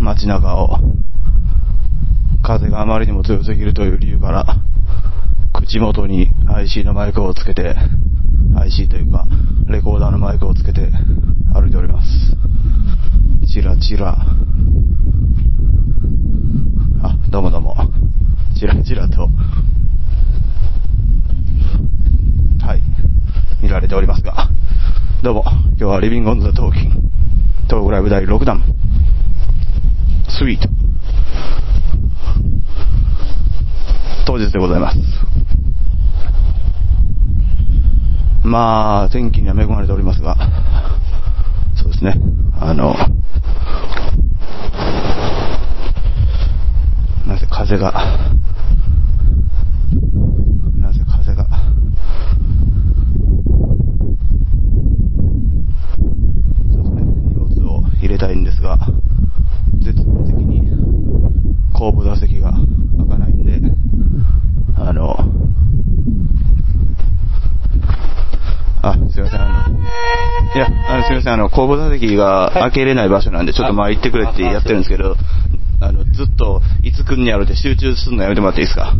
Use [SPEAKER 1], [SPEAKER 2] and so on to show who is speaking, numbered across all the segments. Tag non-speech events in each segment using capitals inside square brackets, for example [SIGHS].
[SPEAKER 1] 街中を。風があまりにも強すぎるという理由から、口元に IC のマイクをつけて、IC というか、レコーダーのマイクをつけて歩いております。チラチラ。あ、どうもどうも。チラチラと、はい、見られておりますが、どうも、今日はリビングオンザトーキング、トークライブ第6弾、スイート、当日でございます。まあ、天気には恵まれておりますが、そうですね、あの、なぜ風が、なぜ風が、そうですね、荷物を入れたいんですが、絶望的に後部座席が開かないんで、あの、あ、すいません、あの、いや、あの、すいません、あの、後部座席が開けれない場所なんで、ちょっと前行ってくれってやってるんですけど、あの、ずっと、いつ来んにやろうって集中するのやめてもらっていいですか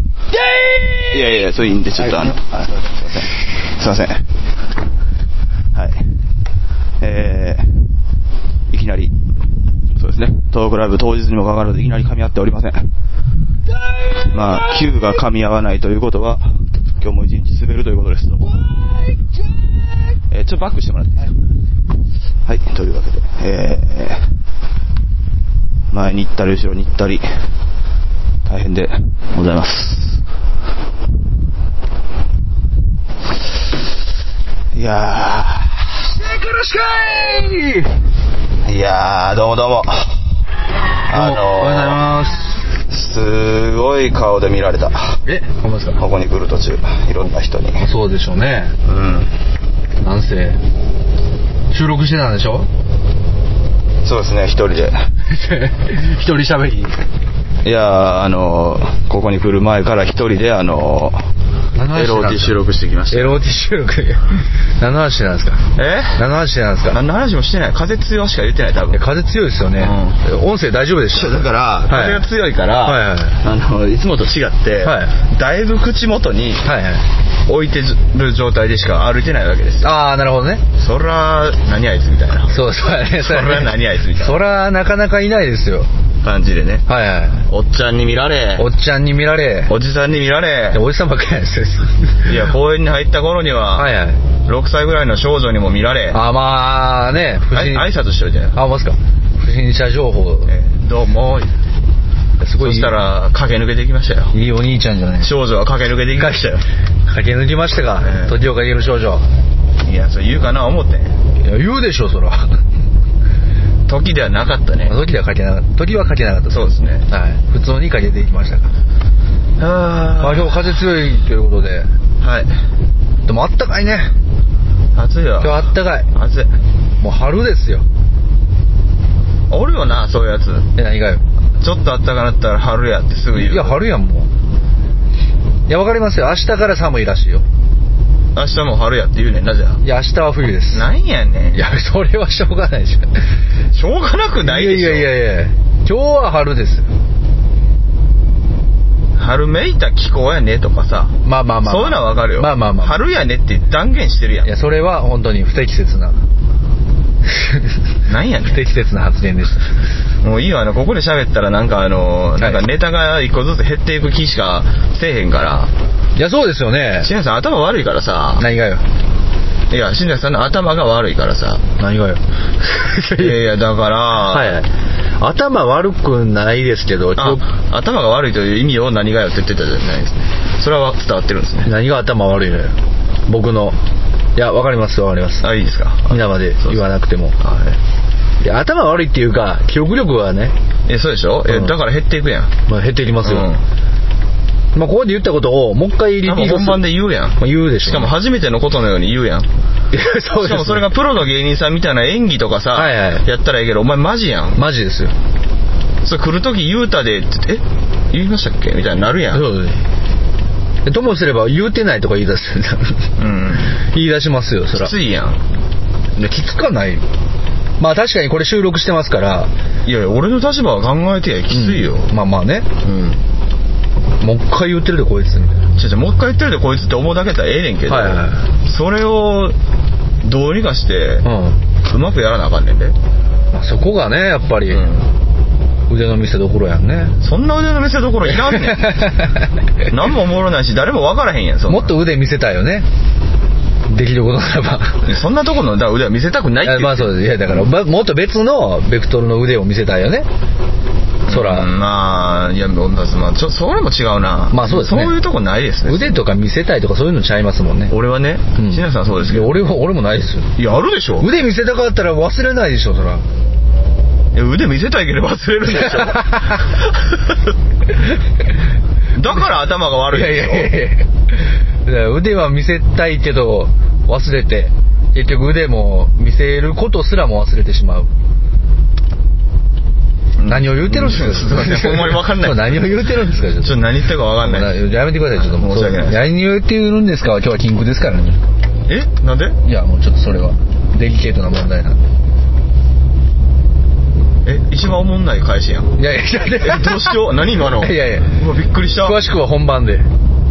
[SPEAKER 1] いやいや、それいいんで、ちょっとあの、はいすいません。すいません。はい。えー、いきなり、そうですね、トークライブ当日にもかかわらず、いきなり噛み合っておりません。まあ、Q が噛み合わないということは、今日も一日滑るということです、どうも。えー、ちょっとバックしてもらっていいですかはい、というわけで、えー、前に行ったり後ろに行ったり、大変でございます。いやー、いやー、どうもどうも。あ
[SPEAKER 2] どうもおはようございます。
[SPEAKER 1] す。すごい顔で見られた。
[SPEAKER 2] え、ほんまですか
[SPEAKER 1] ここに来る途中、いろんな人に。
[SPEAKER 2] あそうでしょうね。
[SPEAKER 1] うん。
[SPEAKER 2] なんせ、収録してたんでしょ
[SPEAKER 1] そうですね、一人で。
[SPEAKER 2] 一人喋り。
[SPEAKER 1] いやーあのーここに来る前から一人であのーエローティ収録してきました
[SPEAKER 2] エローティ収録。何の話なんですか
[SPEAKER 1] え
[SPEAKER 2] 何の話なんですか
[SPEAKER 1] 何の話もしてない風強しか言ってない多
[SPEAKER 2] い
[SPEAKER 1] 分
[SPEAKER 2] や風強いですよね。音声大丈夫でし
[SPEAKER 1] そ
[SPEAKER 2] た
[SPEAKER 1] うだから、風が強いから、
[SPEAKER 2] はいはい
[SPEAKER 1] あのいつもと違って、
[SPEAKER 2] は
[SPEAKER 1] だいぶ口元に
[SPEAKER 2] はいはい。
[SPEAKER 1] 置いてる状態でしか歩いてないわけですよ
[SPEAKER 2] ああ、なるほどね。
[SPEAKER 1] そら何あいつみたいな
[SPEAKER 2] そうそうやね。
[SPEAKER 1] そら何あいつみたいな
[SPEAKER 2] そらなかなかいないですよ。
[SPEAKER 1] 感じでね
[SPEAKER 2] はいはい。
[SPEAKER 1] おっちゃんに見られ
[SPEAKER 2] おっちゃんに見られ、
[SPEAKER 1] おじさんに見ら
[SPEAKER 2] いや
[SPEAKER 1] れ
[SPEAKER 2] おじさんばっかりなんですよ。
[SPEAKER 1] いや公園に入った頃には、
[SPEAKER 2] はいはい。
[SPEAKER 1] 6歳ぐらいの少女にも見られ
[SPEAKER 2] あ、まあね、不
[SPEAKER 1] あ
[SPEAKER 2] 審
[SPEAKER 1] い挨拶しといて
[SPEAKER 2] あ、ますか。不審者情報。
[SPEAKER 1] えーどうも言って
[SPEAKER 2] す
[SPEAKER 1] そ
[SPEAKER 2] ごいいい
[SPEAKER 1] した、ら駆け抜けていきましたよ
[SPEAKER 2] いいお兄ちゃんじゃないです
[SPEAKER 1] 少女は駆け抜けていきましたよ
[SPEAKER 2] か。駆け抜きましたか
[SPEAKER 1] ええ、
[SPEAKER 2] 時をかける少女。
[SPEAKER 1] いやそれ言うかな思ってん
[SPEAKER 2] いや、言うでしょ、そら。
[SPEAKER 1] 時ではなかったね
[SPEAKER 2] 時ではかけなかった。時はかけなかった。
[SPEAKER 1] そうですね
[SPEAKER 2] はい。普通にかけていきましたから。ま
[SPEAKER 1] あ
[SPEAKER 2] あ、今日風強いということで。
[SPEAKER 1] はい
[SPEAKER 2] でもあったかいね。
[SPEAKER 1] 暑い
[SPEAKER 2] 今日
[SPEAKER 1] わ
[SPEAKER 2] あったかい。
[SPEAKER 1] 暑い
[SPEAKER 2] もう春ですよ。
[SPEAKER 1] おるよなそういうやつ
[SPEAKER 2] え、何がよ。
[SPEAKER 1] ちょっと暖かなったら春やってすぐ言う
[SPEAKER 2] い
[SPEAKER 1] い
[SPEAKER 2] や、春やん、もう。いや、わかりますよ。明日から寒いらしいよ。
[SPEAKER 1] 明日も春やって言うねんなじゃあ
[SPEAKER 2] いや、明日は冬です。
[SPEAKER 1] なんやねん
[SPEAKER 2] いや、それはしょうがないでしょ。
[SPEAKER 1] しょうがなくないでしょ
[SPEAKER 2] いやいやいやいや今日は春です
[SPEAKER 1] 春めいた気候やねとかさ
[SPEAKER 2] まあまあまあ
[SPEAKER 1] そういうのはわかるよ
[SPEAKER 2] まあまあまあ
[SPEAKER 1] 春やねって断言してるやん
[SPEAKER 2] いやそれは本当に不適切な
[SPEAKER 1] なんやねん
[SPEAKER 2] 不適切な発言でし
[SPEAKER 1] もういいわ、あの、ここで喋ったらなんかあの、
[SPEAKER 2] はい
[SPEAKER 1] なんかネタが一個ずつ減っていく気しかせえへんから、
[SPEAKER 2] たいやそうですよね
[SPEAKER 1] 新谷さん頭悪いからさ、
[SPEAKER 2] 何がよ
[SPEAKER 1] いや、新谷さんの頭が悪いからさ、
[SPEAKER 2] [LAUGHS] 何がよ
[SPEAKER 1] いやいや、だから、
[SPEAKER 2] はいはい頭悪くないですけどちょ
[SPEAKER 1] あ、頭が悪いという意味を何がよって言ってたじゃないですそれは伝わってるんですね。
[SPEAKER 2] 何が頭悪いのよ僕のいやわかりますわかります
[SPEAKER 1] あ、いいですか。
[SPEAKER 2] 皆まで言わなくてもいや頭悪いっていうか記憶力はね、
[SPEAKER 1] え、そうでしょ、え
[SPEAKER 2] うん
[SPEAKER 1] だから減っていくやん。
[SPEAKER 2] まあ、減っていきますよ、
[SPEAKER 1] うん
[SPEAKER 2] まあ、ここで言ったことをもう一回リピ
[SPEAKER 1] 多
[SPEAKER 2] ート
[SPEAKER 1] 分
[SPEAKER 2] する
[SPEAKER 1] 本番で言うやん。
[SPEAKER 2] まあ言うでしょ
[SPEAKER 1] しかも初めてのことのように言うやん。
[SPEAKER 2] いやそうです
[SPEAKER 1] しかもそれがプロの芸人さんみたいな演技とかさ、
[SPEAKER 2] はいはい
[SPEAKER 1] やったらええけど、お前マジやん。
[SPEAKER 2] マジですよ
[SPEAKER 1] それ来るとき言うたでって言ってえ言いましたっけみたいになるやん。。
[SPEAKER 2] そううですねともすれば言うてないとか言い出す [LAUGHS]
[SPEAKER 1] ん。
[SPEAKER 2] 言い出しますよそら
[SPEAKER 1] きついやん。
[SPEAKER 2] いやきつかないまあ確かにこれ収録してますから
[SPEAKER 1] いやいや俺の立場は考えてやきついよ、
[SPEAKER 2] うんまあまあね
[SPEAKER 1] うん
[SPEAKER 2] もう一回言ってるでこいつみたいな
[SPEAKER 1] ちょちょもう一回言ってるでこいつって思うだけだったらええねんけど、
[SPEAKER 2] はいはいは
[SPEAKER 1] それをどうにかして
[SPEAKER 2] うん、
[SPEAKER 1] うまくやらなあかんねんで、
[SPEAKER 2] まあ、そこがねやっぱり、
[SPEAKER 1] うん
[SPEAKER 2] 腕の見せ所やんね
[SPEAKER 1] そんな腕の見せ所いらんね
[SPEAKER 2] [LAUGHS]
[SPEAKER 1] ん何もおもろないし誰も分からへんやんそんな
[SPEAKER 2] もっと腕見せたいよねできることならば
[SPEAKER 1] そんなとこのだから腕は見せたくないって
[SPEAKER 2] あ
[SPEAKER 1] 言
[SPEAKER 2] ま
[SPEAKER 1] っ
[SPEAKER 2] あ
[SPEAKER 1] て
[SPEAKER 2] そうですいやだから、まもっと別のベクトルの腕を見せたいよねそら、
[SPEAKER 1] うんまあいやまあちょそれも違うな
[SPEAKER 2] まあそうですね
[SPEAKER 1] そういうとこないですね
[SPEAKER 2] 腕とか見せたいとかそういうのちゃいますもんね
[SPEAKER 1] 俺はね
[SPEAKER 2] うん
[SPEAKER 1] 椎名さんそうですけ
[SPEAKER 2] いや
[SPEAKER 1] ど
[SPEAKER 2] 俺は俺もないですよ
[SPEAKER 1] いやあるでしょ
[SPEAKER 2] 腕見せたかったら忘れないでしょそら
[SPEAKER 1] いや腕見せたいければ忘れるんでし
[SPEAKER 2] [LAUGHS]
[SPEAKER 1] ょだから頭が悪い
[SPEAKER 2] い
[SPEAKER 1] で
[SPEAKER 2] やい
[SPEAKER 1] しょ
[SPEAKER 2] やいやいやだから腕は見せたいけど忘れて結局腕も見せることすらも忘れてしまう何を言うてるんです
[SPEAKER 1] う
[SPEAKER 2] か
[SPEAKER 1] すいません [LAUGHS] ほんまに分かんな
[SPEAKER 2] そう
[SPEAKER 1] い
[SPEAKER 2] 何を言うてるんですかちょっと
[SPEAKER 1] ちょっと何言ってるか分かんないです
[SPEAKER 2] やめてください、ちょっともう。
[SPEAKER 1] 申し訳ない
[SPEAKER 2] 何を言ってるんですかは今日は禁句ですからね。
[SPEAKER 1] えなんで
[SPEAKER 2] いや、もうちょっとそれは。デリケートな問題なんで。
[SPEAKER 1] え一番おもんない返しやん
[SPEAKER 2] いやいやい
[SPEAKER 1] え
[SPEAKER 2] や、
[SPEAKER 1] どうしよう何今の
[SPEAKER 2] いやいや
[SPEAKER 1] うわびっくりした
[SPEAKER 2] [LAUGHS] 詳しくは本番で。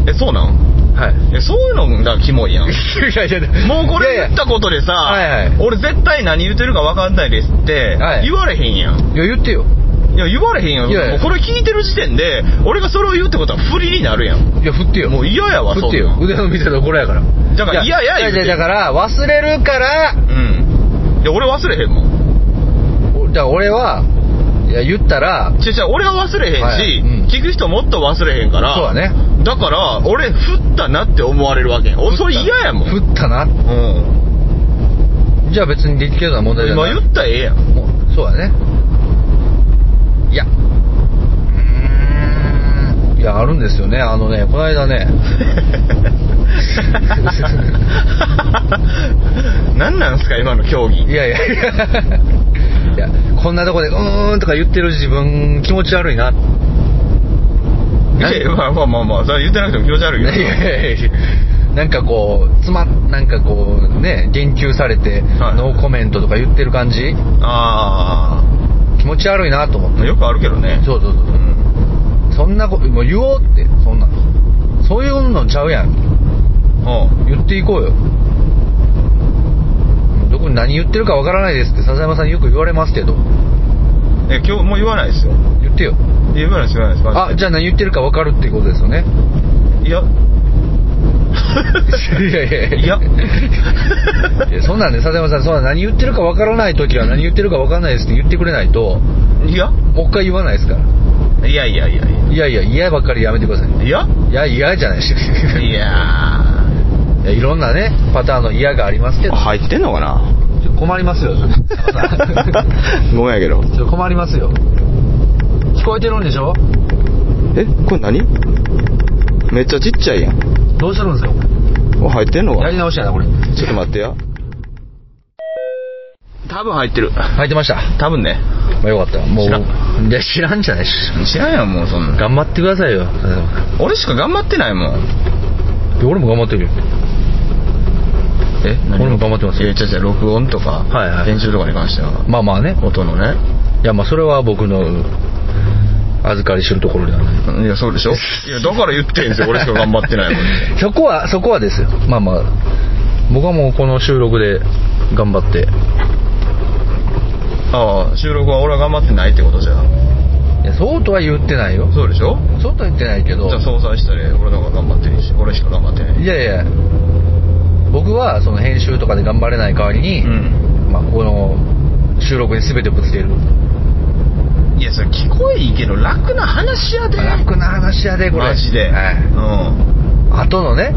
[SPEAKER 1] えそうなん
[SPEAKER 2] はい。
[SPEAKER 1] えそういうのがキモいやん
[SPEAKER 2] いやいや、
[SPEAKER 1] もうこれ言ったことでさ、
[SPEAKER 2] いやいやはいはい
[SPEAKER 1] 俺絶対何言ってるか分かんないですって
[SPEAKER 2] はい
[SPEAKER 1] 言われへんやん、
[SPEAKER 2] いや、言ってよ。
[SPEAKER 1] い、や言われへんやん
[SPEAKER 2] いやいや
[SPEAKER 1] もうこれ聞いてる時点で俺がそれを言うってことは不利になるやん
[SPEAKER 2] いや、振ってよ。
[SPEAKER 1] もう嫌やわ
[SPEAKER 2] 振ってよ
[SPEAKER 1] そ。ん
[SPEAKER 2] 腕の見せ所やから。
[SPEAKER 1] だから
[SPEAKER 2] いや
[SPEAKER 1] いやいや
[SPEAKER 2] い
[SPEAKER 1] 言うて
[SPEAKER 2] や
[SPEAKER 1] ん
[SPEAKER 2] いやだから、忘れるから、
[SPEAKER 1] うんいや俺忘れへんもん
[SPEAKER 2] おだから俺は、いや、言ったら、
[SPEAKER 1] 違う違う俺は忘れへんし、
[SPEAKER 2] はいうん
[SPEAKER 1] 聞く人もっと忘れへんから
[SPEAKER 2] そうだね
[SPEAKER 1] だから俺振ったなって思われるわけやん俺それ嫌やもん
[SPEAKER 2] 振ったな。
[SPEAKER 1] うん
[SPEAKER 2] じゃあ別にデリケートな問題じゃ
[SPEAKER 1] 今
[SPEAKER 2] ない。
[SPEAKER 1] 言ったらええやん
[SPEAKER 2] もうそうだねいやうーんいやあるんですよねあのねこの間
[SPEAKER 1] [LAUGHS]
[SPEAKER 2] ね
[SPEAKER 1] [LAUGHS] 何なんすか今の競技
[SPEAKER 2] いやいやいやいやこんなとこで「うーん」とか言ってる自分気持ち悪いない
[SPEAKER 1] やいやまあまあまあまあそれ言ってなくても気持ち悪い
[SPEAKER 2] いやい
[SPEAKER 1] け
[SPEAKER 2] やいやなんかこうつまなんかこうね言及されて、
[SPEAKER 1] はい
[SPEAKER 2] ノーコメントとか言ってる感じ
[SPEAKER 1] どあ
[SPEAKER 2] 気持ち悪いなと思っ
[SPEAKER 1] あ
[SPEAKER 2] て
[SPEAKER 1] よくあるけどね
[SPEAKER 2] そうそうそうう、
[SPEAKER 1] ん
[SPEAKER 2] そんなこともう言おうってそんなそういうのちゃうや
[SPEAKER 1] う
[SPEAKER 2] ん
[SPEAKER 1] ん
[SPEAKER 2] 言っていこうよどこに何言ってるかわからないですって笹山さんによく言われますけど
[SPEAKER 1] え今日もう言わないですよ
[SPEAKER 2] 言ってよ
[SPEAKER 1] 言わないです言わないですマジで
[SPEAKER 2] あじゃあ何言ってるかわかるってことですよね
[SPEAKER 1] いや
[SPEAKER 2] [LAUGHS] いやいや
[SPEAKER 1] いや
[SPEAKER 2] いやそんなんで笹山さんそんな何言ってるかわからない時は何言ってるかわからないですって言ってくれないと
[SPEAKER 1] いや
[SPEAKER 2] もう一回言わないですから
[SPEAKER 1] いやいやいやい
[SPEAKER 2] いやいや嫌ばっかりやめてください
[SPEAKER 1] やいや
[SPEAKER 2] いや嫌じゃないし
[SPEAKER 1] い
[SPEAKER 2] い
[SPEAKER 1] や
[SPEAKER 2] やいろんなねパターンの嫌がありますけど
[SPEAKER 3] 入ってんのか
[SPEAKER 1] [LAUGHS]
[SPEAKER 3] な
[SPEAKER 2] ちょっと困りますよちょっと笹山さん
[SPEAKER 3] ごめんやけど。
[SPEAKER 2] ちょっと困りますよ聞こえてるんでしょ
[SPEAKER 3] え、これ何めっちゃちっちゃいやん。
[SPEAKER 2] どうしてるんですかこれ
[SPEAKER 3] お入ってんのか
[SPEAKER 2] や
[SPEAKER 3] な
[SPEAKER 2] り直しやなこれ
[SPEAKER 3] ちょっと待ってや。
[SPEAKER 1] 多分入ってる
[SPEAKER 2] 入ってました
[SPEAKER 1] 多分ね
[SPEAKER 2] まあよかったもう
[SPEAKER 1] 知らん
[SPEAKER 2] いや知らんじゃないし
[SPEAKER 1] 知らんやんもうそんな
[SPEAKER 2] 頑張ってくださいよい
[SPEAKER 1] 俺しか頑張ってないもん
[SPEAKER 2] や俺も頑張ってるよ
[SPEAKER 1] え何
[SPEAKER 2] 俺も頑張ってます
[SPEAKER 1] いや違う違う録音とか
[SPEAKER 2] はいはい
[SPEAKER 1] 編集とかに関しては
[SPEAKER 2] まあまあね
[SPEAKER 1] 音のね
[SPEAKER 2] いやまあそれは僕の預かりするところではない
[SPEAKER 1] いやそうでし [LAUGHS] ょいやだから言ってんすよ俺しか頑張ってないもんね
[SPEAKER 2] [LAUGHS] そこはそこはですよまあまあ僕はもうこの収録で頑張って
[SPEAKER 1] [LAUGHS] ああ収録は俺は頑張ってないってことじゃん
[SPEAKER 2] いやそうとは言ってないよ
[SPEAKER 1] そうでしょ
[SPEAKER 2] そうとは言ってないけど
[SPEAKER 1] じゃあ相殺したら俺の方が頑張ってるし俺しか頑張ってない
[SPEAKER 2] いやいや僕はその編集とかで頑張れない代わりに、
[SPEAKER 1] ん
[SPEAKER 2] まあ、この収録に全てぶつける
[SPEAKER 1] いやそれ聞こえいいけど楽な話やで
[SPEAKER 2] 楽な話やでこれ
[SPEAKER 1] マジで、
[SPEAKER 2] はい、後のね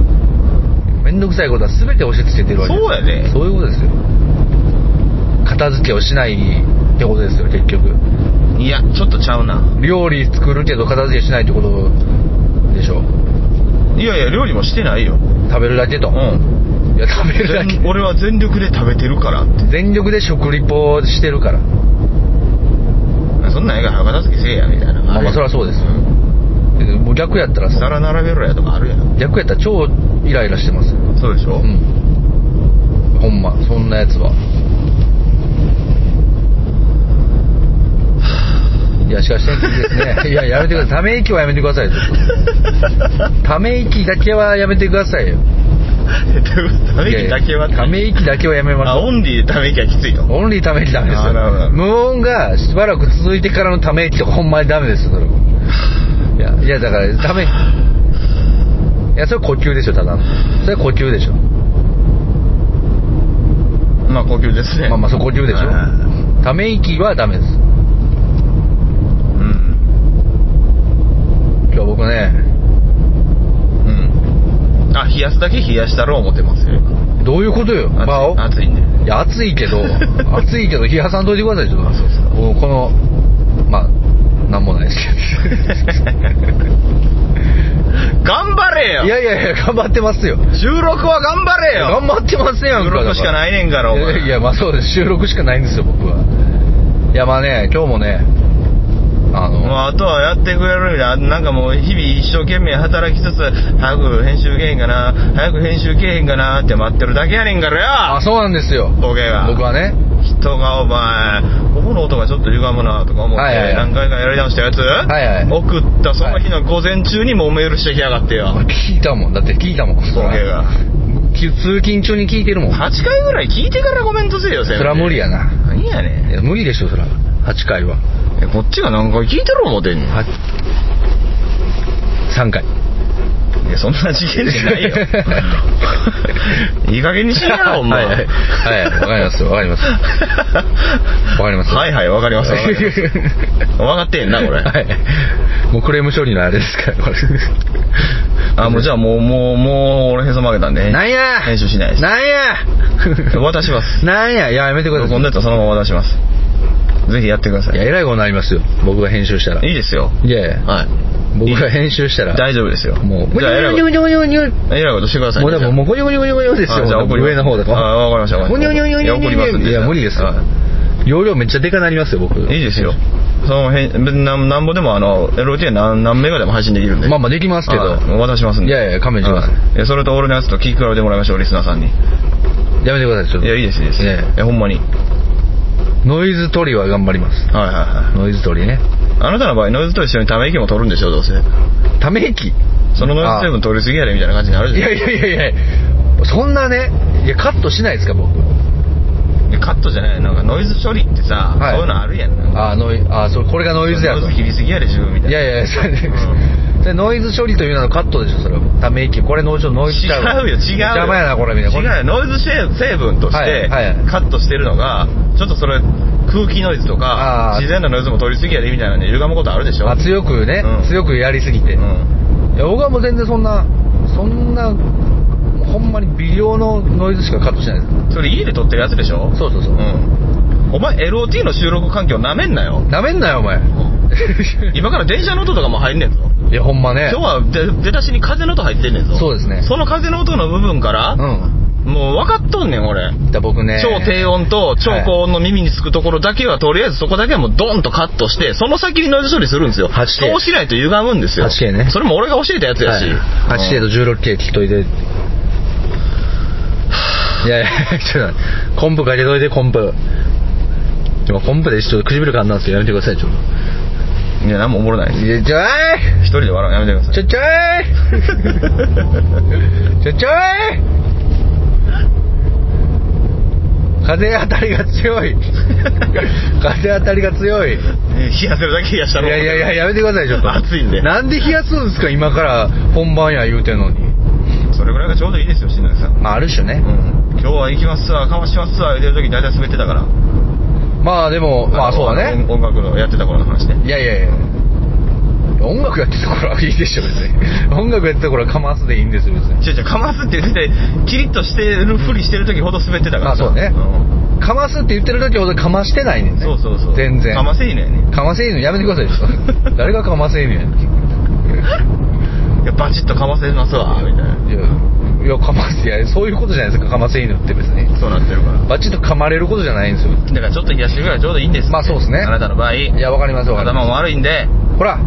[SPEAKER 2] 面倒くさいことは全て押し付けてるわけです
[SPEAKER 1] そうやで
[SPEAKER 2] そういうことですよ片付けをしないってことですよ結局
[SPEAKER 1] うんいやちょっとちゃうな
[SPEAKER 2] 料理作るけど片付けしないってことでしょ
[SPEAKER 1] いやいや料理もしてな
[SPEAKER 3] [LAUGHS]
[SPEAKER 1] いよ
[SPEAKER 2] 食べるだけと、
[SPEAKER 1] うん
[SPEAKER 2] いや食べるだけ
[SPEAKER 1] 全俺は全力で食べてるからって
[SPEAKER 2] 全力で食リポしてるから
[SPEAKER 1] そんなんええから早片付けせえやみたいな
[SPEAKER 2] まあまあそりゃそうですよ
[SPEAKER 1] ん
[SPEAKER 2] もう逆やったらさ
[SPEAKER 1] 皿並べろやとかあるやん
[SPEAKER 2] 逆やったら超イライラしてますよ
[SPEAKER 1] そうでしょ、
[SPEAKER 2] うんほんまそんなやつは [SIGHS] いやしかし天気いいですね [LAUGHS] いややめてくださいため息はやめてください
[SPEAKER 4] [LAUGHS]
[SPEAKER 2] よため息だけはやめてくださいよ
[SPEAKER 4] ため息だけはい
[SPEAKER 2] やいやため息だけはやめまし
[SPEAKER 4] あ
[SPEAKER 2] ょう
[SPEAKER 4] オンリーでため息はきついと
[SPEAKER 2] オンリーため息ダメです
[SPEAKER 4] あなるほど
[SPEAKER 2] よ無音がしばらく続いてからのため息とかほんまにダメですよそれいやいやだからた
[SPEAKER 4] [SIGHS]
[SPEAKER 2] めいやそれ呼吸でしょただのそれは呼吸でしょ
[SPEAKER 4] まあ呼吸ですね
[SPEAKER 2] まあまあそこ呼吸でし
[SPEAKER 4] はいはいはい
[SPEAKER 2] ょため息はダメです
[SPEAKER 4] うん
[SPEAKER 2] 今日僕ね
[SPEAKER 4] うんあ冷やすだけ冷やしたろう思ってますよ
[SPEAKER 2] どういうことよ
[SPEAKER 4] 今
[SPEAKER 2] まあお
[SPEAKER 4] 暑い暑いんで
[SPEAKER 2] [LAUGHS] いや暑いけ
[SPEAKER 4] [LAUGHS]
[SPEAKER 2] ど暑いけど冷やさんといてくださいちょっと
[SPEAKER 4] あそうですか
[SPEAKER 2] もうこのまあなんもないです
[SPEAKER 4] 頑張れ
[SPEAKER 2] け
[SPEAKER 4] よ
[SPEAKER 2] どいやいやいや頑張ってますよ
[SPEAKER 4] 収録は頑張れよ
[SPEAKER 2] 頑張ってますやんか
[SPEAKER 4] 収録しかないねんからお
[SPEAKER 2] い
[SPEAKER 4] 前
[SPEAKER 2] やいやまあそうです収録しかないんですよ僕はいやまあね今日もねあの、
[SPEAKER 4] もうあとはやってくれるんだなんかもう日々一生懸命働きつつ早く編集けえへんかな早く編集けえへんかなって待ってるだけやねんから
[SPEAKER 2] あ
[SPEAKER 4] よ
[SPEAKER 2] そうなんですよ
[SPEAKER 4] ボケが
[SPEAKER 2] 僕はね
[SPEAKER 4] 人がお前ここの音がちょっと歪むなとか思って、
[SPEAKER 2] はいはいはい
[SPEAKER 4] 何回かやり直したやつ、
[SPEAKER 2] いはい
[SPEAKER 4] 送ったその日の午前中にもうメールしてきやがってよ、
[SPEAKER 2] 聞いたもんだって聞いたもんそ
[SPEAKER 4] ボケ
[SPEAKER 2] れ
[SPEAKER 4] が
[SPEAKER 2] き通勤中に聞いてるもんそ
[SPEAKER 4] 8回ぐらい聞いてからコメントせえよせめて
[SPEAKER 2] れは無理やな
[SPEAKER 4] 何や
[SPEAKER 2] い
[SPEAKER 4] ねん
[SPEAKER 2] や無理でしょそれは8回は
[SPEAKER 4] えこっちが何回聞いてる思てんねん
[SPEAKER 2] は3回
[SPEAKER 4] いやそんな事件じゃないよいい加減にしろよお
[SPEAKER 2] [LAUGHS]
[SPEAKER 4] 前
[SPEAKER 2] はいはいはいわかりますわかりますわかります
[SPEAKER 4] はいはいわかりま
[SPEAKER 2] [LAUGHS]
[SPEAKER 4] すわかります分かってんなこれ、
[SPEAKER 2] はいもうクレーム処理のあれですからこれ
[SPEAKER 4] あもうじゃあもうもうもう俺へそ曲げたんで
[SPEAKER 2] なんや
[SPEAKER 4] [LAUGHS] 編集しないです
[SPEAKER 2] なんや
[SPEAKER 4] 渡します
[SPEAKER 2] なんやいややめてください
[SPEAKER 4] 今度やったらそのまま渡しますぜひやってくださ
[SPEAKER 2] いや
[SPEAKER 4] い
[SPEAKER 2] えらいことになりますよ僕が編集したらい
[SPEAKER 4] いいですよ
[SPEAKER 2] やいや
[SPEAKER 4] はい
[SPEAKER 2] 僕が編集したら
[SPEAKER 4] 大丈夫ですよ
[SPEAKER 2] もう
[SPEAKER 4] じゃあえらい
[SPEAKER 2] ゴ
[SPEAKER 4] こ
[SPEAKER 2] ニョゴニョゴニョゴニョゴニョ
[SPEAKER 4] とえらいことしてください
[SPEAKER 2] もうでももうゴニョゴニョゴニョゴニョですよ
[SPEAKER 4] あじゃあ送ります
[SPEAKER 2] 上の方だ
[SPEAKER 4] あわかりましたわか
[SPEAKER 2] ゴニ
[SPEAKER 4] り
[SPEAKER 2] ョ
[SPEAKER 4] ま
[SPEAKER 2] ゴ
[SPEAKER 4] し
[SPEAKER 2] ニ
[SPEAKER 4] た
[SPEAKER 2] ョゴニョゴニョい
[SPEAKER 4] いや送りますんで
[SPEAKER 2] や無理ですよ
[SPEAKER 4] は
[SPEAKER 2] 容量めっちゃでかなりますよ僕
[SPEAKER 4] いいですよそのへんなんなんぼでもあの LOT 何何メガでも配信できるんで
[SPEAKER 2] まあまあできますけど
[SPEAKER 4] はいお渡ししますんで
[SPEAKER 2] いやいや勘弁してください
[SPEAKER 4] はいいやそれと俺のやつと聞き比べてもらいましょうリスナーさんにい
[SPEAKER 2] やめてくださいちょっと
[SPEAKER 4] やいいですいいです、
[SPEAKER 2] ええ
[SPEAKER 4] いやほんまにはい
[SPEAKER 2] ノイズ取りは頑張ります
[SPEAKER 4] はいは
[SPEAKER 2] ノイズ取りね
[SPEAKER 4] いあなたの場合ノイズと一緒にため息も取るんでしょどうせ
[SPEAKER 2] ため息
[SPEAKER 4] そのノイズ成分取りすぎやでみたいな感じになる
[SPEAKER 2] い
[SPEAKER 4] じゃ
[SPEAKER 2] や
[SPEAKER 4] ん
[SPEAKER 2] いやいやいやそんなねいやカットしないですか僕
[SPEAKER 4] いやカットじゃないなんかノイズ処理ってさ、
[SPEAKER 2] はい
[SPEAKER 4] そういうのあるやんなんか
[SPEAKER 2] あノイあそれこれがノイズやと
[SPEAKER 4] ノイ
[SPEAKER 2] い
[SPEAKER 4] ズ切りすぎやで自分みたいな
[SPEAKER 2] やいやいやそれで
[SPEAKER 4] う
[SPEAKER 2] それノイズ処理というのはカットでしょそれはため息これのうちのノイズちゃ
[SPEAKER 4] 違うよ違うよ
[SPEAKER 2] 邪魔やなこれみたいなこれ
[SPEAKER 4] 違うよノイズ成分とし
[SPEAKER 2] はい
[SPEAKER 4] て
[SPEAKER 2] はい
[SPEAKER 4] カットしてるのがちょっとそれ空気ノイズとか
[SPEAKER 2] あー
[SPEAKER 4] 自然なノイズも取りすぎやでみたいなんで歪むことあるでしょ
[SPEAKER 2] あ強くね、
[SPEAKER 4] うん
[SPEAKER 2] 強くやりすぎて、
[SPEAKER 4] う
[SPEAKER 2] い
[SPEAKER 4] ん
[SPEAKER 2] や僕はもう全然そんなそんなほんまに微量のノイズしかカットしないです
[SPEAKER 4] それ家で撮ってるやつでしょ
[SPEAKER 2] そうそうそうう、
[SPEAKER 4] んお前 LOT の収録環境なめんなよ
[SPEAKER 2] なめんなよお前
[SPEAKER 4] 今から電車の音とかも入んねんぞ
[SPEAKER 2] [LAUGHS] いやほんまね
[SPEAKER 4] 今日は出出だしに風の音入ってんねんぞ
[SPEAKER 2] そうですね
[SPEAKER 4] その風の音の部分から
[SPEAKER 2] うん
[SPEAKER 4] もう分かっとんねん俺
[SPEAKER 2] だ僕ね
[SPEAKER 4] 超低音と超高音の耳につくところだけは、とりあえずそこだけはもうドンとカットして、その先にノイズ処理するんですよ。
[SPEAKER 2] 8K
[SPEAKER 4] そうしないと歪むんですよ。
[SPEAKER 2] 8K ね
[SPEAKER 4] それも俺が教えたやつやし。
[SPEAKER 2] はい、8K と
[SPEAKER 4] うん
[SPEAKER 2] 16K 切っといて、いやいやちょっと待ってコンプかけといてコンプ今コンプでちょっと唇噛んだんですよやめてくださいちょっと
[SPEAKER 4] いや、なんもおもろないです。
[SPEAKER 2] いやちょ
[SPEAKER 4] 一人で笑うのやめてくだ [LAUGHS]
[SPEAKER 2] いちょちょいちょちょい風当たりが強
[SPEAKER 4] [LAUGHS]
[SPEAKER 2] い風当たりが強い
[SPEAKER 4] さい。冷やせるだけ冷やした
[SPEAKER 2] い
[SPEAKER 4] ろ。
[SPEAKER 2] やいやいややめてくださいちょっと
[SPEAKER 4] 暑いんで
[SPEAKER 2] なんで冷やすんですか今から本番や言うてんのに
[SPEAKER 4] それぐらいがちょうどいいですよ、しんどいさん。
[SPEAKER 2] まあある種ね、
[SPEAKER 4] うん。今日は行きますわ、かましますわ、言ってる時大体滑ってたから。
[SPEAKER 2] まあでもまあそうだね
[SPEAKER 4] 音楽のやってた頃の話ね。
[SPEAKER 2] いやいやいや音楽やってた頃はいいでしょ別
[SPEAKER 4] [LAUGHS]
[SPEAKER 2] に音楽やってた頃はかますでいいんですよ別に
[SPEAKER 4] ちょちょ、かますって言って、キリッとしてるふりしてる時ほど滑ってたからさ。
[SPEAKER 2] まあそうね
[SPEAKER 4] ん
[SPEAKER 2] かますって言ってる時ほどかましてないねんね
[SPEAKER 4] そうそうそう。
[SPEAKER 2] 全然
[SPEAKER 4] かませいねんね。
[SPEAKER 2] かませ犬やめてく
[SPEAKER 4] [LAUGHS]
[SPEAKER 2] ださいちょっと誰がかませ犬やねん
[SPEAKER 4] いやバチッとかませますわみたいない
[SPEAKER 2] やいやかませいやそういうことじゃないですかかませ犬って別に
[SPEAKER 4] そうなってるから
[SPEAKER 2] バチッと噛まれることじゃないんですよ
[SPEAKER 4] だからちょっと冷やしてるぐらいちょうどいいんです
[SPEAKER 2] まあそうですね
[SPEAKER 4] あなたの場合
[SPEAKER 2] いやわかりますわかり
[SPEAKER 4] 頭
[SPEAKER 2] ます
[SPEAKER 4] も悪いんで
[SPEAKER 2] ほ
[SPEAKER 4] [LAUGHS]
[SPEAKER 2] ら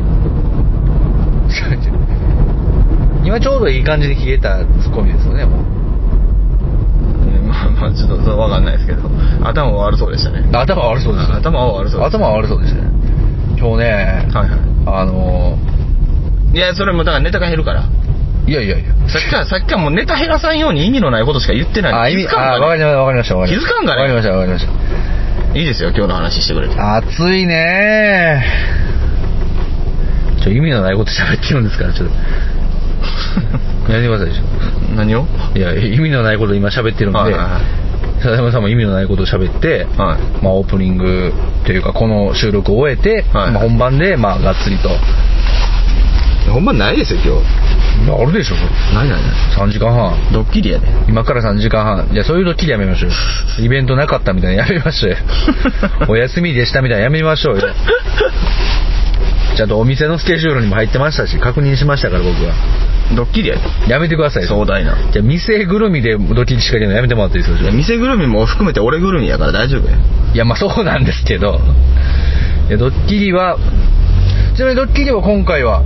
[SPEAKER 2] 今ちょうどいい感じで消えたツッコミですよねもう
[SPEAKER 4] まあまあちょっとそうわかんないですけど頭も悪そうでしたね
[SPEAKER 2] 頭悪そうです
[SPEAKER 4] 頭は悪そうです
[SPEAKER 2] 頭は悪そうですね今日ね、
[SPEAKER 4] はいは
[SPEAKER 2] あの
[SPEAKER 4] い。いや、それもだからネタが減るから。
[SPEAKER 2] ーいやいやいや。
[SPEAKER 4] さっきから、さっきからもうネタ減らさんように意味のないことしか言って
[SPEAKER 2] あ、
[SPEAKER 4] ない。
[SPEAKER 2] 意
[SPEAKER 4] 気
[SPEAKER 2] 味、
[SPEAKER 4] づか
[SPEAKER 2] あ、
[SPEAKER 4] んか
[SPEAKER 2] わかりました、わかりました、わかりました。
[SPEAKER 4] 気づかんがね
[SPEAKER 2] わかりました、わかりまし
[SPEAKER 4] ねいいですよ、今日の話してくれて。
[SPEAKER 2] た。暑いねちょ、意味のないこと喋ってるんですから、ちょっ [LAUGHS] と。やめてくださいでし
[SPEAKER 4] 何を
[SPEAKER 2] ょ。いや、意味のないこと今喋ってるんで、
[SPEAKER 4] はいは
[SPEAKER 2] 佐々山さんも意味のないことを喋って、
[SPEAKER 4] いはい。
[SPEAKER 2] まあ、オープニングというかこの収録を終えて、
[SPEAKER 4] はい
[SPEAKER 2] まあ、本番で、まあ、がっつりと
[SPEAKER 4] はい。ほんまないですよ、今
[SPEAKER 2] あるでしょ
[SPEAKER 4] 日。ないないない。
[SPEAKER 2] 3時間半
[SPEAKER 4] ドッキリやで。
[SPEAKER 2] 今から3時間半いやそういう時やめましょうよイベントなかったみたいなのやめましょうよお休みでしたみたいなのやめましょうよちゃんとお店のスケジュールにも入ってましたし確認しましたから僕は
[SPEAKER 4] ドッキリやで。
[SPEAKER 2] やめてください
[SPEAKER 4] 壮大な。
[SPEAKER 2] じゃあ店ぐるみでドキリ仕掛けるのやめてもらっていいですか
[SPEAKER 4] いや店ぐるみも含めて俺ぐるみやから大丈夫や。
[SPEAKER 2] いやまあそうなんですけどいやドッキリはちなみにドッキリは今回は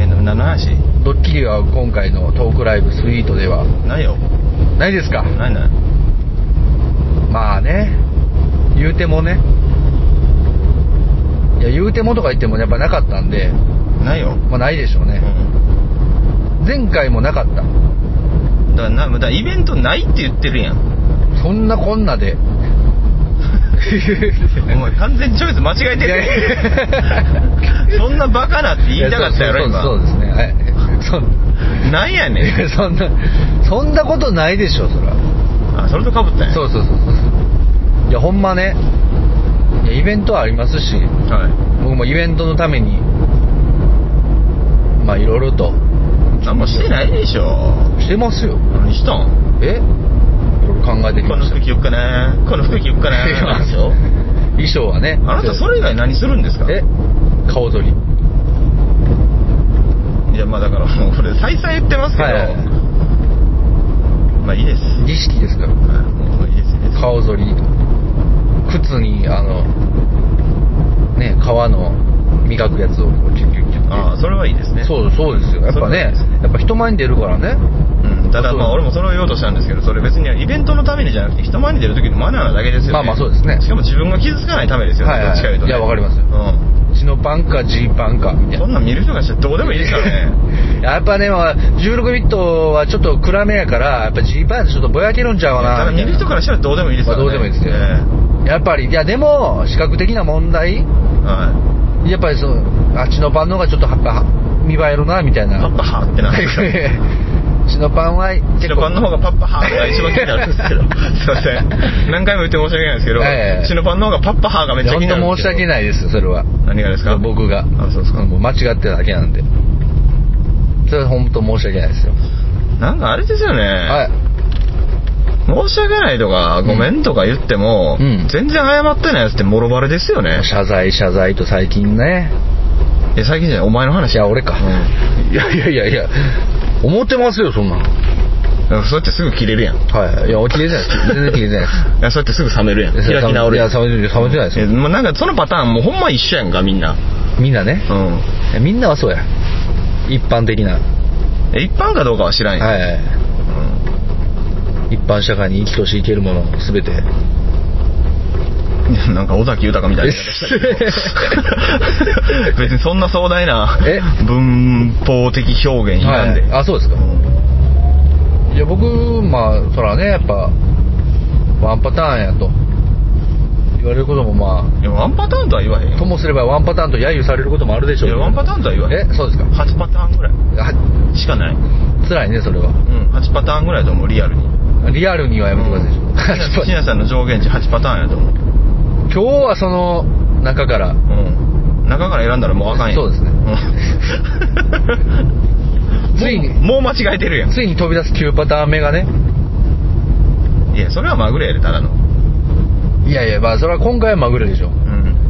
[SPEAKER 4] え、な、な、なし
[SPEAKER 2] ドッキリは今回のトークライブスイートでは
[SPEAKER 4] ないよ。
[SPEAKER 2] ないですか
[SPEAKER 4] ないない。
[SPEAKER 2] まあね言うてもねいや言うてもとか言ってもやっぱなかったんで
[SPEAKER 4] ないよ。
[SPEAKER 2] まあないでしょう
[SPEAKER 4] う
[SPEAKER 2] ね
[SPEAKER 4] ん。
[SPEAKER 2] 前回もなかった
[SPEAKER 4] だからな、だからイベントないって言ってるやん。
[SPEAKER 2] そんなこんな
[SPEAKER 4] [LAUGHS]
[SPEAKER 2] で
[SPEAKER 4] お前完全にチョイス間違えて
[SPEAKER 2] いやい
[SPEAKER 4] る
[SPEAKER 2] や
[SPEAKER 4] [LAUGHS] そんなバカなって言いたかったやろ、
[SPEAKER 2] いや
[SPEAKER 4] 今。
[SPEAKER 2] そうそうそうですねはいそん
[SPEAKER 4] なんやね
[SPEAKER 2] い
[SPEAKER 4] ん。
[SPEAKER 2] やそんなそんなことないでしょそら
[SPEAKER 4] あ、それとかぶったんや。
[SPEAKER 2] そうそうそうそういやほんまねいやイベントはありますし
[SPEAKER 4] は
[SPEAKER 2] 僕もイベントのためにまあいろいろと
[SPEAKER 4] い。何もしてないでしょ。
[SPEAKER 2] してますよ
[SPEAKER 4] 何したん
[SPEAKER 2] えいろいろ考えてき
[SPEAKER 4] こ
[SPEAKER 2] ま
[SPEAKER 4] の
[SPEAKER 2] した
[SPEAKER 4] 服着よっかな。この服着よっかな。
[SPEAKER 2] いや
[SPEAKER 4] なんですよ。
[SPEAKER 2] 衣装はね
[SPEAKER 4] あなたそれ以外何するんですか
[SPEAKER 2] え顔取り
[SPEAKER 4] いや、まあだからもうこれ再三言ってますけど、
[SPEAKER 2] はい
[SPEAKER 4] まあいいです。
[SPEAKER 2] 儀式ですから
[SPEAKER 4] はいもういいです、いいです。
[SPEAKER 2] 顔剃り靴にあのね革の磨くやつをこうキュッキュッキュッて
[SPEAKER 4] ああ、それはいいですね。
[SPEAKER 2] そうそうですよやっぱね
[SPEAKER 4] そうですね
[SPEAKER 2] やっぱ人前に出るからね
[SPEAKER 4] うん、ただま
[SPEAKER 2] そ
[SPEAKER 4] あ
[SPEAKER 2] う
[SPEAKER 4] 俺もそれを言おうとしたんですけどそれ別にイベントのためにじゃなくて人前に出る時のマナーなだけですよね
[SPEAKER 2] まあまあそうですね
[SPEAKER 4] しかも自分が傷つかないためですよね、
[SPEAKER 2] はいはい
[SPEAKER 4] どっちか言うと、ね、
[SPEAKER 2] いやわかりますよ血のパンかジーパンかみ
[SPEAKER 4] う
[SPEAKER 2] た
[SPEAKER 4] ん
[SPEAKER 2] いな
[SPEAKER 4] そ
[SPEAKER 2] ん
[SPEAKER 4] なん見る人がしてどうでもいいで
[SPEAKER 2] [LAUGHS]
[SPEAKER 4] すからね
[SPEAKER 2] やっぱね、まあ、16ビットはちょっと暗めやからやっぱジーパンってちょっとぼやけるんちゃうか
[SPEAKER 4] た
[SPEAKER 2] な
[SPEAKER 4] だ
[SPEAKER 2] みた
[SPEAKER 4] 見
[SPEAKER 2] い
[SPEAKER 4] る
[SPEAKER 2] な
[SPEAKER 4] 人からしたらどうでもいいですからね、
[SPEAKER 2] まあどうでもいいですけど
[SPEAKER 4] え
[SPEAKER 2] やっぱりいやでも視覚的な問題
[SPEAKER 4] えは
[SPEAKER 2] やっぱりそうあっちのパンの方がちょっとはっぱ見栄えるなみたい
[SPEAKER 4] いパ [LAUGHS]
[SPEAKER 2] な
[SPEAKER 4] ッパハーってなって
[SPEAKER 2] [LAUGHS] チノパンは [LAUGHS]
[SPEAKER 4] チノパンの方がパッパハーが一番気になるんですけどすいません何回も言って申し訳ないですけど、
[SPEAKER 2] はいはいはい
[SPEAKER 4] チノパンの方がパッパハーがめっちゃ気になるん
[SPEAKER 2] 本当
[SPEAKER 4] です
[SPEAKER 2] 申
[SPEAKER 4] け
[SPEAKER 2] し訳
[SPEAKER 4] ど
[SPEAKER 2] ないですよそれは
[SPEAKER 4] 何がですか
[SPEAKER 2] 僕が
[SPEAKER 4] あそうですか
[SPEAKER 2] もう間違ってるだけなんでそれは本当申し訳ないですよ、
[SPEAKER 4] なんかあれですよね
[SPEAKER 2] はい
[SPEAKER 4] 申し訳ないとか、ごめんとか言っても、
[SPEAKER 2] うん
[SPEAKER 4] 全然謝ってないやつってもろバレですよね。
[SPEAKER 2] 謝罪謝罪と最近ね
[SPEAKER 4] え、最近じゃない、お前の話
[SPEAKER 2] いや俺か、
[SPEAKER 4] うん
[SPEAKER 2] いやいやいやいや思ってますよそんなの
[SPEAKER 4] なんかそうやってすぐ切れるやん。い
[SPEAKER 2] はいいや起きれてないです全然起きれてないです
[SPEAKER 4] や、そうやってすぐ冷めるやん。
[SPEAKER 2] いや
[SPEAKER 4] [LAUGHS] 開き直るやん。
[SPEAKER 2] いや冷めて冷めてないですよ
[SPEAKER 4] えまあなんかそのパターン、もうほんま一緒やんか、みんな。
[SPEAKER 2] みんなね
[SPEAKER 4] うん。
[SPEAKER 2] いやみんなはそうや一般的な、
[SPEAKER 4] え一般かどうかは知らんやん。
[SPEAKER 2] はい一般社会に生きとし生けるもの全て
[SPEAKER 4] うんいやなんか尾崎豊みたいな言い方したけど。別にそんな壮大な
[SPEAKER 2] え
[SPEAKER 4] 文法的表現いらんで。
[SPEAKER 2] はいあそうですかいや僕まあそらねやっぱワンパターンやと言われることもま
[SPEAKER 4] いや、ワンパターンとは言わへん
[SPEAKER 2] あ
[SPEAKER 4] よ
[SPEAKER 2] ともすればワンパターンと揶揄されることもあるでしょ
[SPEAKER 4] いう
[SPEAKER 2] け
[SPEAKER 4] や、
[SPEAKER 2] ど
[SPEAKER 4] ワンパターンとは言わへ
[SPEAKER 2] え
[SPEAKER 4] ん。
[SPEAKER 2] そうですか
[SPEAKER 4] ?8 パターンぐらい
[SPEAKER 2] は
[SPEAKER 4] しかない。
[SPEAKER 2] 辛いねそれは
[SPEAKER 4] うん、8パターンぐらいだと思う、リアルに。
[SPEAKER 2] リアルにはやめてください、
[SPEAKER 4] うんシナさんの上限値8パターンやと思う。
[SPEAKER 2] 今日はその中から
[SPEAKER 4] うん。中から選んだらもうあかんやん。
[SPEAKER 2] そうですね
[SPEAKER 4] うん。 [LAUGHS]
[SPEAKER 2] ついに
[SPEAKER 4] もうもう間違えてるやん。
[SPEAKER 2] ついに飛び出す9パターン目がね
[SPEAKER 4] いや、それはまぐれやで、ただの。
[SPEAKER 2] いやいやまあそれは今回はまぐれでしょ
[SPEAKER 4] う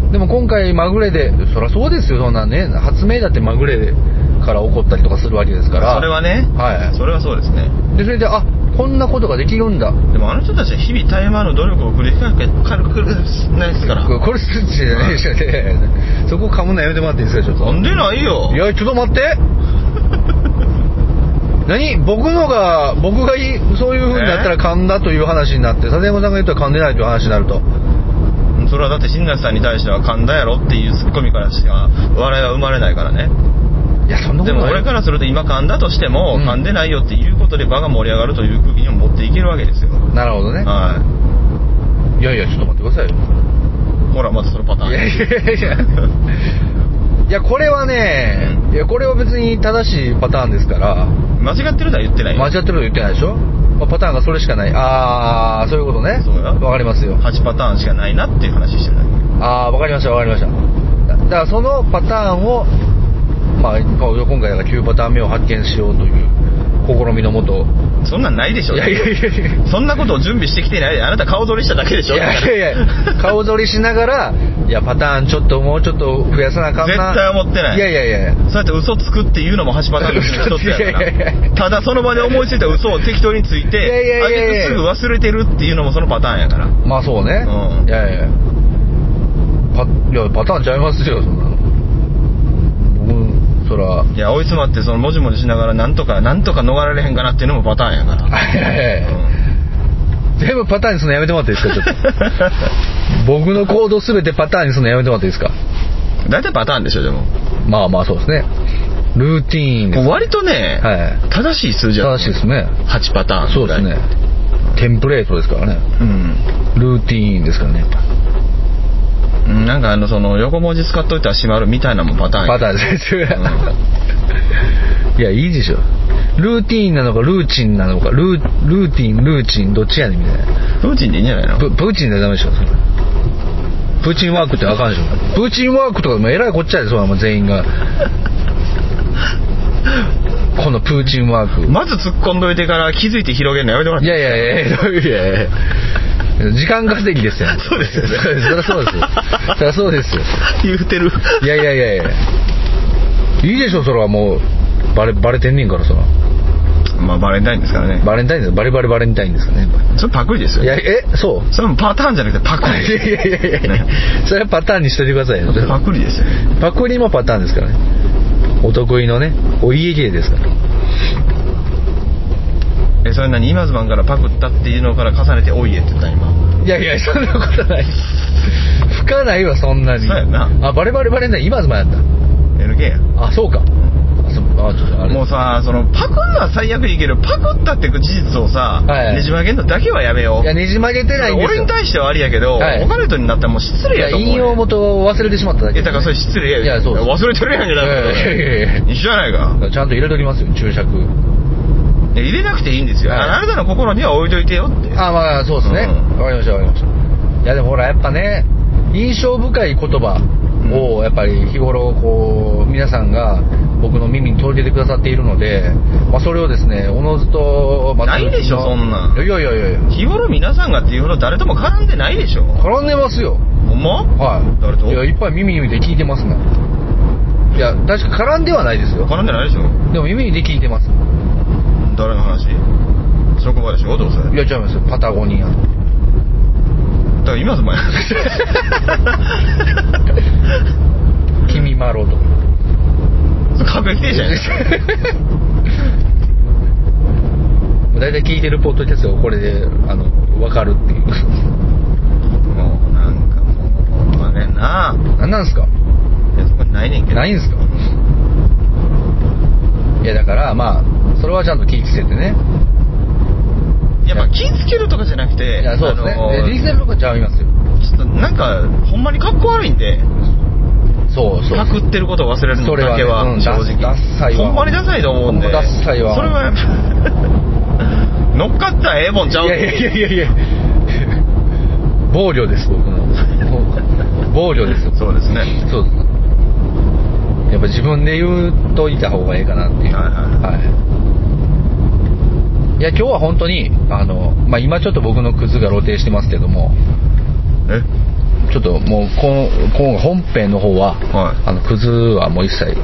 [SPEAKER 4] ん。
[SPEAKER 2] でも今回まぐれでそりゃそうですよそんなね発明だってまぐれから起こったりとかするわけですから
[SPEAKER 4] それはね、
[SPEAKER 2] はい
[SPEAKER 4] それはそうですね。
[SPEAKER 2] でそれであこんなことができるんだ
[SPEAKER 4] でもあの人たちは日々たゆまぬ努力を繰り返す、軽くないですから。
[SPEAKER 2] これスッチじゃないでしょねそこ噛むのやめてもらっていいですかちょっ
[SPEAKER 4] なん
[SPEAKER 2] と
[SPEAKER 4] でないよ。
[SPEAKER 2] いやちょっと待って [LAUGHS] 何僕のが僕がいいそういうふうになったら噛んだという話になって佐々山さんが言ったら噛んでないという話になると
[SPEAKER 4] それはだって新崎さんに対しては神田やろっていうツッコミからしか笑いは生まれないからね
[SPEAKER 2] いや、そんなこ
[SPEAKER 4] で
[SPEAKER 2] とない
[SPEAKER 4] も俺からすると今噛んだとしても、
[SPEAKER 2] うん
[SPEAKER 4] 噛んでないよっていうことで場が盛り上がるという空気にも持っていけるわけですよ
[SPEAKER 2] なるほどね。
[SPEAKER 4] はい
[SPEAKER 2] やいや、ちょっと待ってくださいよ。
[SPEAKER 4] ほらまたそのパターン
[SPEAKER 2] いやいやいやいや。いや、これはね、いや、これは別に正しいパターンですから、
[SPEAKER 4] 間違ってるとは言ってないよ
[SPEAKER 2] 間違ってると言ってないでしょ、まあ、パターンがそれしかない。あー、そういうことね。
[SPEAKER 4] そうよ
[SPEAKER 2] わかりますよ。
[SPEAKER 4] 8パターンしかないなっていう話してるだけ
[SPEAKER 2] あー、わかりました、わかりました。だだからそのパターンを、まあ、今今回だから9パターン目を発見しようという試みのもと。
[SPEAKER 4] そんなんないでしょ
[SPEAKER 2] いやいやいやいや。
[SPEAKER 4] そんなことを準備してきてないあなた顔撮りしただけでしょ
[SPEAKER 2] いやいやいや、顔剃りしながら、いや、パターンちょっともうちょっと増やさなあかんな。
[SPEAKER 4] 絶対思ってない
[SPEAKER 2] いやいやいやいや。
[SPEAKER 4] そうやって嘘つくっていうのも橋場さんのうちの一つやか
[SPEAKER 2] いやいやいや
[SPEAKER 4] らただその場で思いついた嘘を適当につ
[SPEAKER 2] い
[SPEAKER 4] い
[SPEAKER 2] やい
[SPEAKER 4] て
[SPEAKER 2] や
[SPEAKER 4] あ
[SPEAKER 2] いやいや
[SPEAKER 4] げてすぐ忘れてるっていうのもそのパターンやから
[SPEAKER 2] まあそうね。
[SPEAKER 4] うん
[SPEAKER 2] いやいやいや。パ、いや、パターンちゃいますよ、そんなの。僕、そら、
[SPEAKER 4] いや追い詰まってそのもじもじしながらなんとかなんとか逃れられへんかなっていうのもパターンやから
[SPEAKER 2] [LAUGHS] あいやいやいや全部パターンにするのやめてもらっていいですか、ちょっと。僕の行動すべてパターンにするのやめてもらっていいですか。
[SPEAKER 4] うん [LAUGHS] 大体パターンでしょでも
[SPEAKER 2] まあまあそうですね。ルーティーンです。
[SPEAKER 4] 割とね、
[SPEAKER 2] はい。
[SPEAKER 4] 正しい数字やと思
[SPEAKER 2] 正
[SPEAKER 4] う
[SPEAKER 2] しいですね。
[SPEAKER 4] 8パターン
[SPEAKER 2] そう
[SPEAKER 4] ぐ
[SPEAKER 2] で
[SPEAKER 4] ら
[SPEAKER 2] す
[SPEAKER 4] い
[SPEAKER 2] ね。テンプレートですからね。
[SPEAKER 4] うん
[SPEAKER 2] ルーティーンですからね。
[SPEAKER 4] うんなんかあのその横文字使っといたら閉まるみたいなのもパターンや
[SPEAKER 2] パターンです。
[SPEAKER 4] う
[SPEAKER 2] [LAUGHS] いや、いいでしょ。ルーティーンなのか、ルーチンなのか、ルー、ルーティン、ルーチン、どっちやねんみたいな。
[SPEAKER 4] プーチンでいいんじゃないの
[SPEAKER 2] ププーチンでダメでしょ、それプーチンワークってあかんでしょ。プーチンワークとか、もうえらいこっちゃで、そんなもん全員
[SPEAKER 4] [LAUGHS]
[SPEAKER 2] が。このプーチンワーク。
[SPEAKER 4] まず突っ込んどいてから気づいて広げるのやめてもらっ
[SPEAKER 2] い
[SPEAKER 4] て
[SPEAKER 2] やいやいやいやいやいや時間稼ぎですよ。
[SPEAKER 4] そうですよね
[SPEAKER 2] そりゃそうですよ。そりゃそうですよ。
[SPEAKER 4] 言うてる
[SPEAKER 2] いやいやいやいや。いいでしょ、それはもう。バレ、バレてんねんからさ。
[SPEAKER 4] [LAUGHS] まあバレンタインですからね
[SPEAKER 2] バレンタインですバリバリバレンタインですかね。
[SPEAKER 4] それパクリですよ
[SPEAKER 2] いや、え、そう
[SPEAKER 4] それもパターンじゃなくてパク
[SPEAKER 2] いやいやいやいやそれはパターンにしといてくださいよ。
[SPEAKER 4] リパクリですよね
[SPEAKER 2] パクリもパターンですからね。お得意のね、お家芸ですから。
[SPEAKER 4] えそれ何今ズマンからパクったっていうのから重ねておいえって言った今
[SPEAKER 2] いやいや、そんなことない。吹かないわ、そんなに。
[SPEAKER 4] そうやな
[SPEAKER 2] あ、バレバレバレンタイン、今ずまやった。
[SPEAKER 4] LK や
[SPEAKER 2] あ、そうか。あ、そうあちょっとあれ。
[SPEAKER 4] もうさそのパクんのは最悪いいけどパクったって事実をさ、
[SPEAKER 2] はい
[SPEAKER 4] ねじ曲げんのだけはやめよう
[SPEAKER 2] いや、ねじ曲げてないんです
[SPEAKER 4] 俺
[SPEAKER 2] よ。
[SPEAKER 4] に対してはありやけど、
[SPEAKER 2] はい
[SPEAKER 4] 他の人になったらもう失
[SPEAKER 2] い
[SPEAKER 4] 礼
[SPEAKER 2] や、
[SPEAKER 4] やと思うね、
[SPEAKER 2] 引用元を忘れてしまっただ
[SPEAKER 4] い
[SPEAKER 2] け、
[SPEAKER 4] やだからそれ失礼や
[SPEAKER 2] いやそうです
[SPEAKER 4] 忘れてるやんけだから
[SPEAKER 2] いやいやいやい
[SPEAKER 4] 一緒じゃないか
[SPEAKER 2] やちゃんと入れときますよ、注釈。
[SPEAKER 4] いや入れなくていいんですよ、
[SPEAKER 2] はい
[SPEAKER 4] あなたの心には置いといてよって
[SPEAKER 2] あ、まあ、そうですね。
[SPEAKER 4] うん
[SPEAKER 2] わ、かりました、わかりました。いや、でもほら、やっぱね、印象深い言葉を、やっぱり日頃、こう、皆さんが僕の耳に届けてくださっているので、まあ、それをですね、おのずと、まあ
[SPEAKER 4] ないでしょそんなん
[SPEAKER 2] いやいやいやいや、
[SPEAKER 4] 日頃皆さんがっていうほど誰とも絡んでないでしょ
[SPEAKER 2] 絡んでますよ。
[SPEAKER 4] ほんま
[SPEAKER 2] はい。
[SPEAKER 4] 誰と
[SPEAKER 2] いや、いっぱい耳に見て聞いてますね。いや、確か絡んではないですよ。
[SPEAKER 4] 絡んでないでしょ
[SPEAKER 2] でも耳にで聞いてます。い
[SPEAKER 4] 誰の話職場でしょどうせだ
[SPEAKER 2] や、違いますよ。パタゴニア。
[SPEAKER 4] から
[SPEAKER 2] [LAUGHS]
[SPEAKER 4] 今の前
[SPEAKER 2] 君マロとか。
[SPEAKER 4] 完璧停車やん
[SPEAKER 2] 大体聞いてるポッドキャストがこれで、あの、わかるっていう。 [LAUGHS]
[SPEAKER 4] もうなんかもうほんまねんな
[SPEAKER 2] なんなんすか
[SPEAKER 4] いやそこにないねんけど
[SPEAKER 2] ないんすかいや、だから、まあ、それはちゃんと気ぃつけてね。
[SPEAKER 4] やっぱ気ぃつけるとかじゃなくて
[SPEAKER 2] いや、そうですね。
[SPEAKER 4] あの
[SPEAKER 2] えディーゼルとかちゃいますよ。
[SPEAKER 4] ちょっとなんかほんまにかっこ悪いんで
[SPEAKER 2] そうそう。
[SPEAKER 4] パクってることを忘れるのだけ
[SPEAKER 2] それは
[SPEAKER 4] は
[SPEAKER 2] ねうん
[SPEAKER 4] 正直
[SPEAKER 2] ダッサいわ
[SPEAKER 4] ほんまにダサいと思うんで
[SPEAKER 2] ほんまダッサいわ
[SPEAKER 4] それはやっぱ [LAUGHS] 乗っかったらええもんちゃう
[SPEAKER 2] いやいやいやいやいや。暴力です、僕の。暴力ですよ。
[SPEAKER 4] そうですね
[SPEAKER 2] そうですね。やっぱ自分で言うといた方がいいかなっていう。
[SPEAKER 4] はいはい
[SPEAKER 2] はい。いや、今日は本当に、あの、まあ、今ちょっと僕のクズが露呈してますけども、
[SPEAKER 4] え
[SPEAKER 2] ちょっともう、こ今本編の方は、
[SPEAKER 4] はい
[SPEAKER 2] あの、クズはもう一切、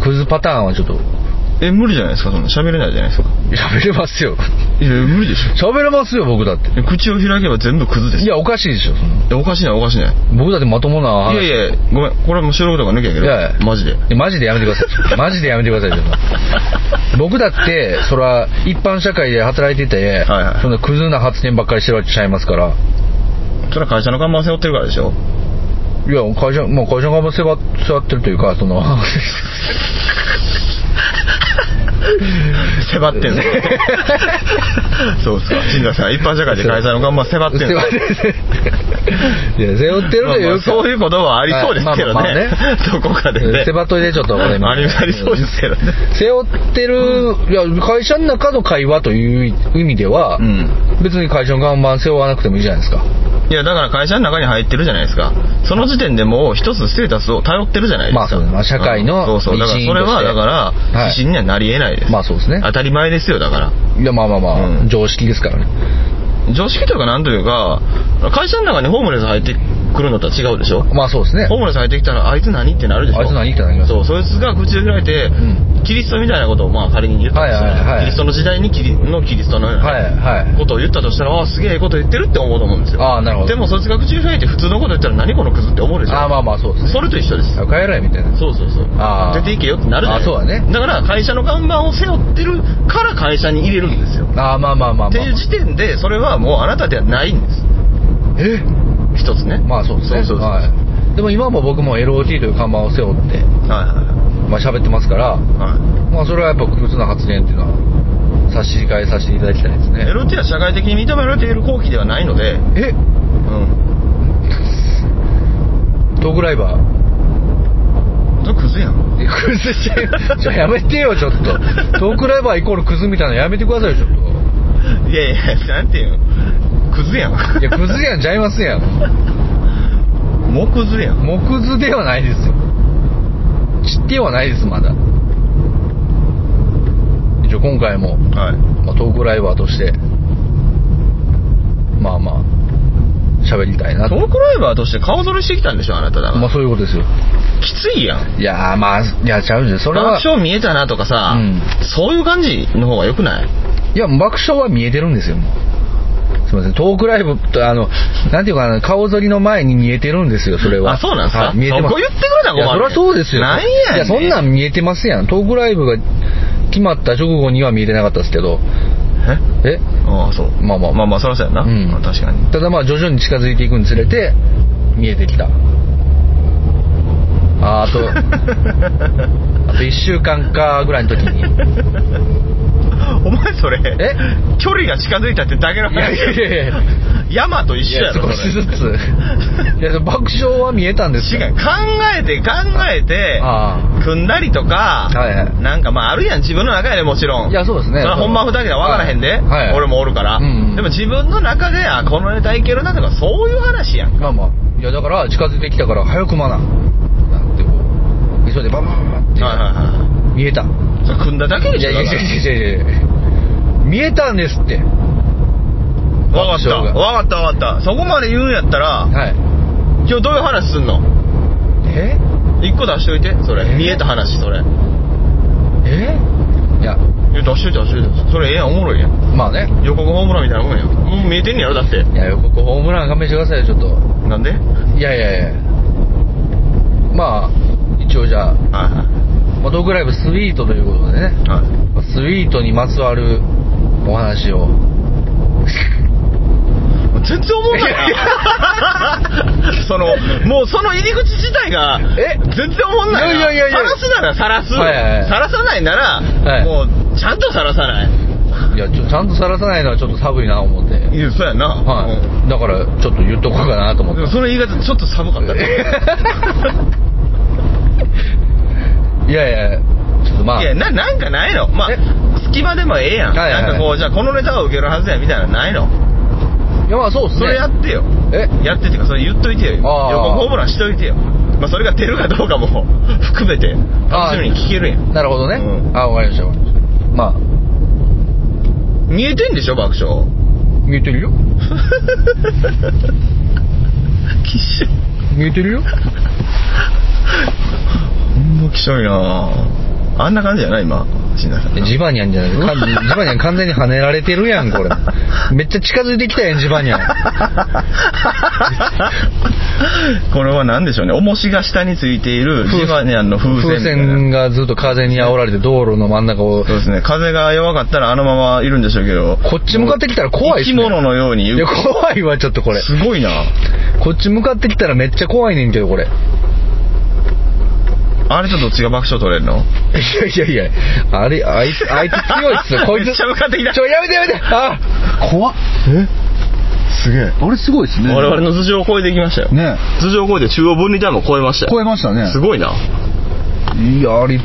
[SPEAKER 2] クズパターンはちょっと、
[SPEAKER 4] え無理じゃないですかそんな喋れないじゃないですか
[SPEAKER 2] 喋れます
[SPEAKER 4] [LAUGHS]
[SPEAKER 2] よ。
[SPEAKER 4] いや無理でしょ
[SPEAKER 2] 喋れますよ、僕だって。
[SPEAKER 4] え口を開けば全部クズです
[SPEAKER 2] い
[SPEAKER 4] よ
[SPEAKER 2] や、おかしいでしょ、そんない
[SPEAKER 4] やおかしいないおかしいない
[SPEAKER 2] 僕だってまともな話。
[SPEAKER 4] いやいやごめんこれはもう収録とか抜けやけど
[SPEAKER 2] いやいや
[SPEAKER 4] マジで
[SPEAKER 2] いやマジでやめてくだ
[SPEAKER 4] [LAUGHS]
[SPEAKER 2] さい。マジでやめてくださいちょっと。僕だって、それは一般社会で働いてて、
[SPEAKER 4] はいはい
[SPEAKER 2] そんなクズな発言ばっかりしてるわけちゃいますから。
[SPEAKER 4] それは会社の看板背負ってるからでしょ
[SPEAKER 2] いや、会社、もう会社側もせば、座ってるというか、そ
[SPEAKER 4] [LAUGHS]
[SPEAKER 2] の、
[SPEAKER 4] せばってんの [LAUGHS] そうですか陣田さん一般社会で会社の
[SPEAKER 2] [LAUGHS]
[SPEAKER 4] 看板せばってん
[SPEAKER 2] 背
[SPEAKER 4] の
[SPEAKER 2] 負ってる。いや、背負ってるというか、
[SPEAKER 4] まあまあそういうことはありそうですけどね,、
[SPEAKER 2] はいまあまあまあ
[SPEAKER 4] どこかでね
[SPEAKER 2] セバトイでちょっとこれ今
[SPEAKER 4] ありありそうですけどね
[SPEAKER 2] 背負ってる、いや、会社の中の会話という意味では、
[SPEAKER 4] うん
[SPEAKER 2] 別に会社の看板背負わなくてもいいじゃないですか。
[SPEAKER 4] いやだから会社の中に入ってるじゃないですかその時点でもう一つステータスを頼ってるじゃないですか、
[SPEAKER 2] まあそうまあ社会の
[SPEAKER 4] うんそうそうだから
[SPEAKER 2] 一員
[SPEAKER 4] それ
[SPEAKER 2] とし
[SPEAKER 4] は
[SPEAKER 2] て
[SPEAKER 4] だから
[SPEAKER 2] はい
[SPEAKER 4] 指針にはなり得ないです、
[SPEAKER 2] まあそうですね。
[SPEAKER 4] 当たり前ですよだから
[SPEAKER 2] いや、まあまあまあ、
[SPEAKER 4] うん
[SPEAKER 2] 常識ですからね。
[SPEAKER 4] 常識というかなんというか会社の中にホームレス入ってくるのとは違うでしょ
[SPEAKER 2] まあそうですね。
[SPEAKER 4] ホームレス入ってきたらあいつ何ってなるでしょ
[SPEAKER 2] あいつ何ってなります
[SPEAKER 4] そうそいつが口を開いて、
[SPEAKER 2] ん
[SPEAKER 4] キリストみたいなことをまあ仮に言ったとしたら、
[SPEAKER 2] はいはいはい
[SPEAKER 4] キリストの時代にキリのキリストのよう
[SPEAKER 2] はい、
[SPEAKER 4] な
[SPEAKER 2] はい。
[SPEAKER 4] ことを言ったとしたら、ああすげえええこと言ってるって思うと思うんですよ
[SPEAKER 2] ああ、なるほど。
[SPEAKER 4] でもそいつが口を開いて普通のこと言ったら何このクズって思うでしょ
[SPEAKER 2] ああ、まあまあそうですね。
[SPEAKER 4] それと一緒です
[SPEAKER 2] あ帰れみたいな。
[SPEAKER 4] そうそうそう
[SPEAKER 2] ああ
[SPEAKER 4] 出ていけよってなるじゃない
[SPEAKER 2] あそうだね
[SPEAKER 4] だから会社の看板を背負ってるから会社に入れるんですよ
[SPEAKER 2] ああ、まあまあまあまあ。
[SPEAKER 4] っていう時点でそれはもうあなたではないんです
[SPEAKER 2] え
[SPEAKER 4] 一つね
[SPEAKER 2] まあそうですね。
[SPEAKER 4] そうそうそう
[SPEAKER 2] はい。でも今も僕も LOT という看板を背負って、
[SPEAKER 4] はいは
[SPEAKER 2] まあ喋ってますから、
[SPEAKER 4] いはい、はい
[SPEAKER 2] まあそれはやっぱ不屈な発言っていうのは、差し控えさせていただきたいですね。
[SPEAKER 4] LT は社会的に認められている後期ではないので、
[SPEAKER 2] え
[SPEAKER 4] うん、
[SPEAKER 2] トークライバー。
[SPEAKER 4] それクズやん。
[SPEAKER 2] いやクズちゃ [LAUGHS] う。ちょ、やめてよ、ちょっと。トークライバーイコールクズみたいなのやめてくださいよ、ちょっと。
[SPEAKER 4] [LAUGHS] いやいや、なんていうの、クズやん。
[SPEAKER 2] いや、クズやんちゃいますやん。
[SPEAKER 4] [LAUGHS] もうクズやん。
[SPEAKER 2] 木図ではないですよ。知ってはないです、まだ。一応今回も、
[SPEAKER 4] はい。
[SPEAKER 2] まあ、トークライバーとして、まあまあ、喋りたいな
[SPEAKER 4] ト
[SPEAKER 2] と。
[SPEAKER 4] ークライバーとして顔ぞろいしてきたんでしょ、あなただから。
[SPEAKER 2] まあそういうことですよ。
[SPEAKER 4] きついやん。
[SPEAKER 2] いやーまあ、いや、ちゃうじゃん。それは
[SPEAKER 4] 爆、笑見えたなとかさ、
[SPEAKER 2] うん
[SPEAKER 4] そういう感じの方が良くない
[SPEAKER 2] いや、爆笑は見えてるんですよ、もう。すみません、トークライブと、あの、なんていうかな、顔ぞりの前に見えてるんですよ、それは。
[SPEAKER 4] あそうなんですか
[SPEAKER 2] はい見えてます。
[SPEAKER 4] そこ言ってくれたら
[SPEAKER 2] いや、
[SPEAKER 4] 困
[SPEAKER 2] そり
[SPEAKER 4] る
[SPEAKER 2] ゃそうですよ。
[SPEAKER 4] なんやねん
[SPEAKER 2] いや、そんなん見えてますやん。トークライブが決まった直後には見えてなかったですけど、
[SPEAKER 4] え
[SPEAKER 2] え
[SPEAKER 4] ああ、そう。
[SPEAKER 2] まあまあ
[SPEAKER 4] まあまあ、そらそうやんな。
[SPEAKER 2] うん
[SPEAKER 4] あ確かに。 [LAUGHS]
[SPEAKER 2] ただまあ徐々に近づいていくにつれて見えてきたあーあ
[SPEAKER 4] [LAUGHS]
[SPEAKER 2] とあと1週間かぐらいの時に
[SPEAKER 4] お前それ、
[SPEAKER 2] え
[SPEAKER 4] 距離が近づいたってだけの
[SPEAKER 2] いやい
[SPEAKER 4] 話
[SPEAKER 2] やいや
[SPEAKER 4] 山と一
[SPEAKER 2] い
[SPEAKER 4] 緒や
[SPEAKER 2] や少
[SPEAKER 4] ろ、それ
[SPEAKER 2] しずついや爆笑は見えたんです
[SPEAKER 4] 違
[SPEAKER 2] よ
[SPEAKER 4] う考えて考えて
[SPEAKER 2] あ
[SPEAKER 4] 組んだりとか、
[SPEAKER 2] あはいはい
[SPEAKER 4] なんかまああるやん自分の中やでもちろん
[SPEAKER 2] いやそうですね
[SPEAKER 4] それは本番ふだけでは分からへんで、
[SPEAKER 2] はいはい
[SPEAKER 4] 俺もおるから、
[SPEAKER 2] うんうん
[SPEAKER 4] でも自分の中であこのネタいけるなとかそういう話やん
[SPEAKER 2] まあまあいやだから近づいてきたから早くまななんてこう急いでバンバンバンって
[SPEAKER 4] はいはいは
[SPEAKER 2] 見えた
[SPEAKER 4] いそれ組んだだけで
[SPEAKER 2] い
[SPEAKER 4] しょ
[SPEAKER 2] やいやいや
[SPEAKER 4] だから
[SPEAKER 2] いやいやいや見えたんですって
[SPEAKER 4] わかった
[SPEAKER 2] 爆笑が
[SPEAKER 4] わかったわかったそこまで言うんやったら
[SPEAKER 2] はい
[SPEAKER 4] 今日どういう話すんの
[SPEAKER 2] え
[SPEAKER 4] 一個出しといてそれ
[SPEAKER 2] え
[SPEAKER 4] 見えた話それ
[SPEAKER 2] えいや
[SPEAKER 4] いや出しといて出しといてそれええやんおもろいやん
[SPEAKER 2] まあね
[SPEAKER 4] 予告ホームランみたいなもんやんもう見えてんねやろだって
[SPEAKER 2] いや予告ホームラン勘弁してくださいよちょっと
[SPEAKER 4] なんではい
[SPEAKER 2] いやいやいやまあ一応じゃあ、
[SPEAKER 4] は
[SPEAKER 2] まあ、トークライブスイートということでね
[SPEAKER 4] いはい
[SPEAKER 2] まあスイートにまつわるお話を
[SPEAKER 4] 全然思わない
[SPEAKER 2] [LAUGHS]
[SPEAKER 4] なそのもうその入り口自体が
[SPEAKER 2] え
[SPEAKER 4] 全然思わない
[SPEAKER 2] い
[SPEAKER 4] な
[SPEAKER 2] やいやいやいや
[SPEAKER 4] 晒すなら晒す、
[SPEAKER 2] はいはいはい
[SPEAKER 4] 晒さないなら、
[SPEAKER 2] はい
[SPEAKER 4] もうちゃんと晒さない
[SPEAKER 2] いやちょちゃんとさらさないのはちょっと寒いな思って、
[SPEAKER 4] いやそうやな、
[SPEAKER 2] はい、だからちょっと言っとこうかなと
[SPEAKER 4] う
[SPEAKER 2] 思
[SPEAKER 4] んで
[SPEAKER 2] っ
[SPEAKER 4] も
[SPEAKER 2] て
[SPEAKER 4] その言い方ちょっと寒かったね [LAUGHS]
[SPEAKER 2] いやいやちょっとまあ
[SPEAKER 4] いやななんかないのま
[SPEAKER 2] え
[SPEAKER 4] あ隙間でもええやん、
[SPEAKER 2] はいはいはい
[SPEAKER 4] なんかこうじゃあこのネタを受けるはずやみたいなのないの
[SPEAKER 2] いやまあそうですね
[SPEAKER 4] それやってよ、
[SPEAKER 2] え
[SPEAKER 4] やってっていうかそれ言っといてよ予
[SPEAKER 2] あー
[SPEAKER 4] 告ホームランしといてよまあそれが出るかどうかも [LAUGHS] 含めて楽しみに聞けるやん
[SPEAKER 2] なるほどね、
[SPEAKER 4] うん
[SPEAKER 2] あわかりましたわかりましたまあ
[SPEAKER 4] 見えてんでしょ爆笑
[SPEAKER 2] 見えてるよ
[SPEAKER 4] きしょ
[SPEAKER 2] 見えて
[SPEAKER 4] [LAUGHS]
[SPEAKER 2] るよ
[SPEAKER 4] ほんまきしょいなあんな感じじゃない今ちになるな
[SPEAKER 2] ジバニャンじゃないかジバニャン完全に跳ねられてるやん、これ。めっちゃ近づいてきたやん、ジバニャン。
[SPEAKER 4] [LAUGHS] これは何でしょうね重しが下についているジバニャンの風船みたいな
[SPEAKER 2] がずっと風に煽られて道路の真ん中を、
[SPEAKER 4] そうですね風が弱かったらあのままいるんでしょうけど
[SPEAKER 2] こっち向かってきたら怖いっすね
[SPEAKER 4] 生き物のように
[SPEAKER 2] い
[SPEAKER 4] 言う
[SPEAKER 2] や、怖いわ、ちょっとこれ。
[SPEAKER 4] すごいな
[SPEAKER 2] こっち向かってきたらめっちゃ怖いねんけど、これ。い
[SPEAKER 4] あれとどっちが爆笑取れるの
[SPEAKER 2] やいやいや、あれ、あいつ、あいつ強いっす
[SPEAKER 4] [LAUGHS]
[SPEAKER 2] よ、こいつ。
[SPEAKER 4] めっちゃ向かってきた
[SPEAKER 2] ちょ、やめてやめてあ
[SPEAKER 5] 怖っえすげえあれすごいですね
[SPEAKER 4] 我々の頭上を越えていきましたよ
[SPEAKER 5] ね
[SPEAKER 4] 頭上を越えて中央分離帯も越えました
[SPEAKER 5] 超
[SPEAKER 4] よ
[SPEAKER 5] えましたね
[SPEAKER 4] すごいな
[SPEAKER 5] ごいやあれい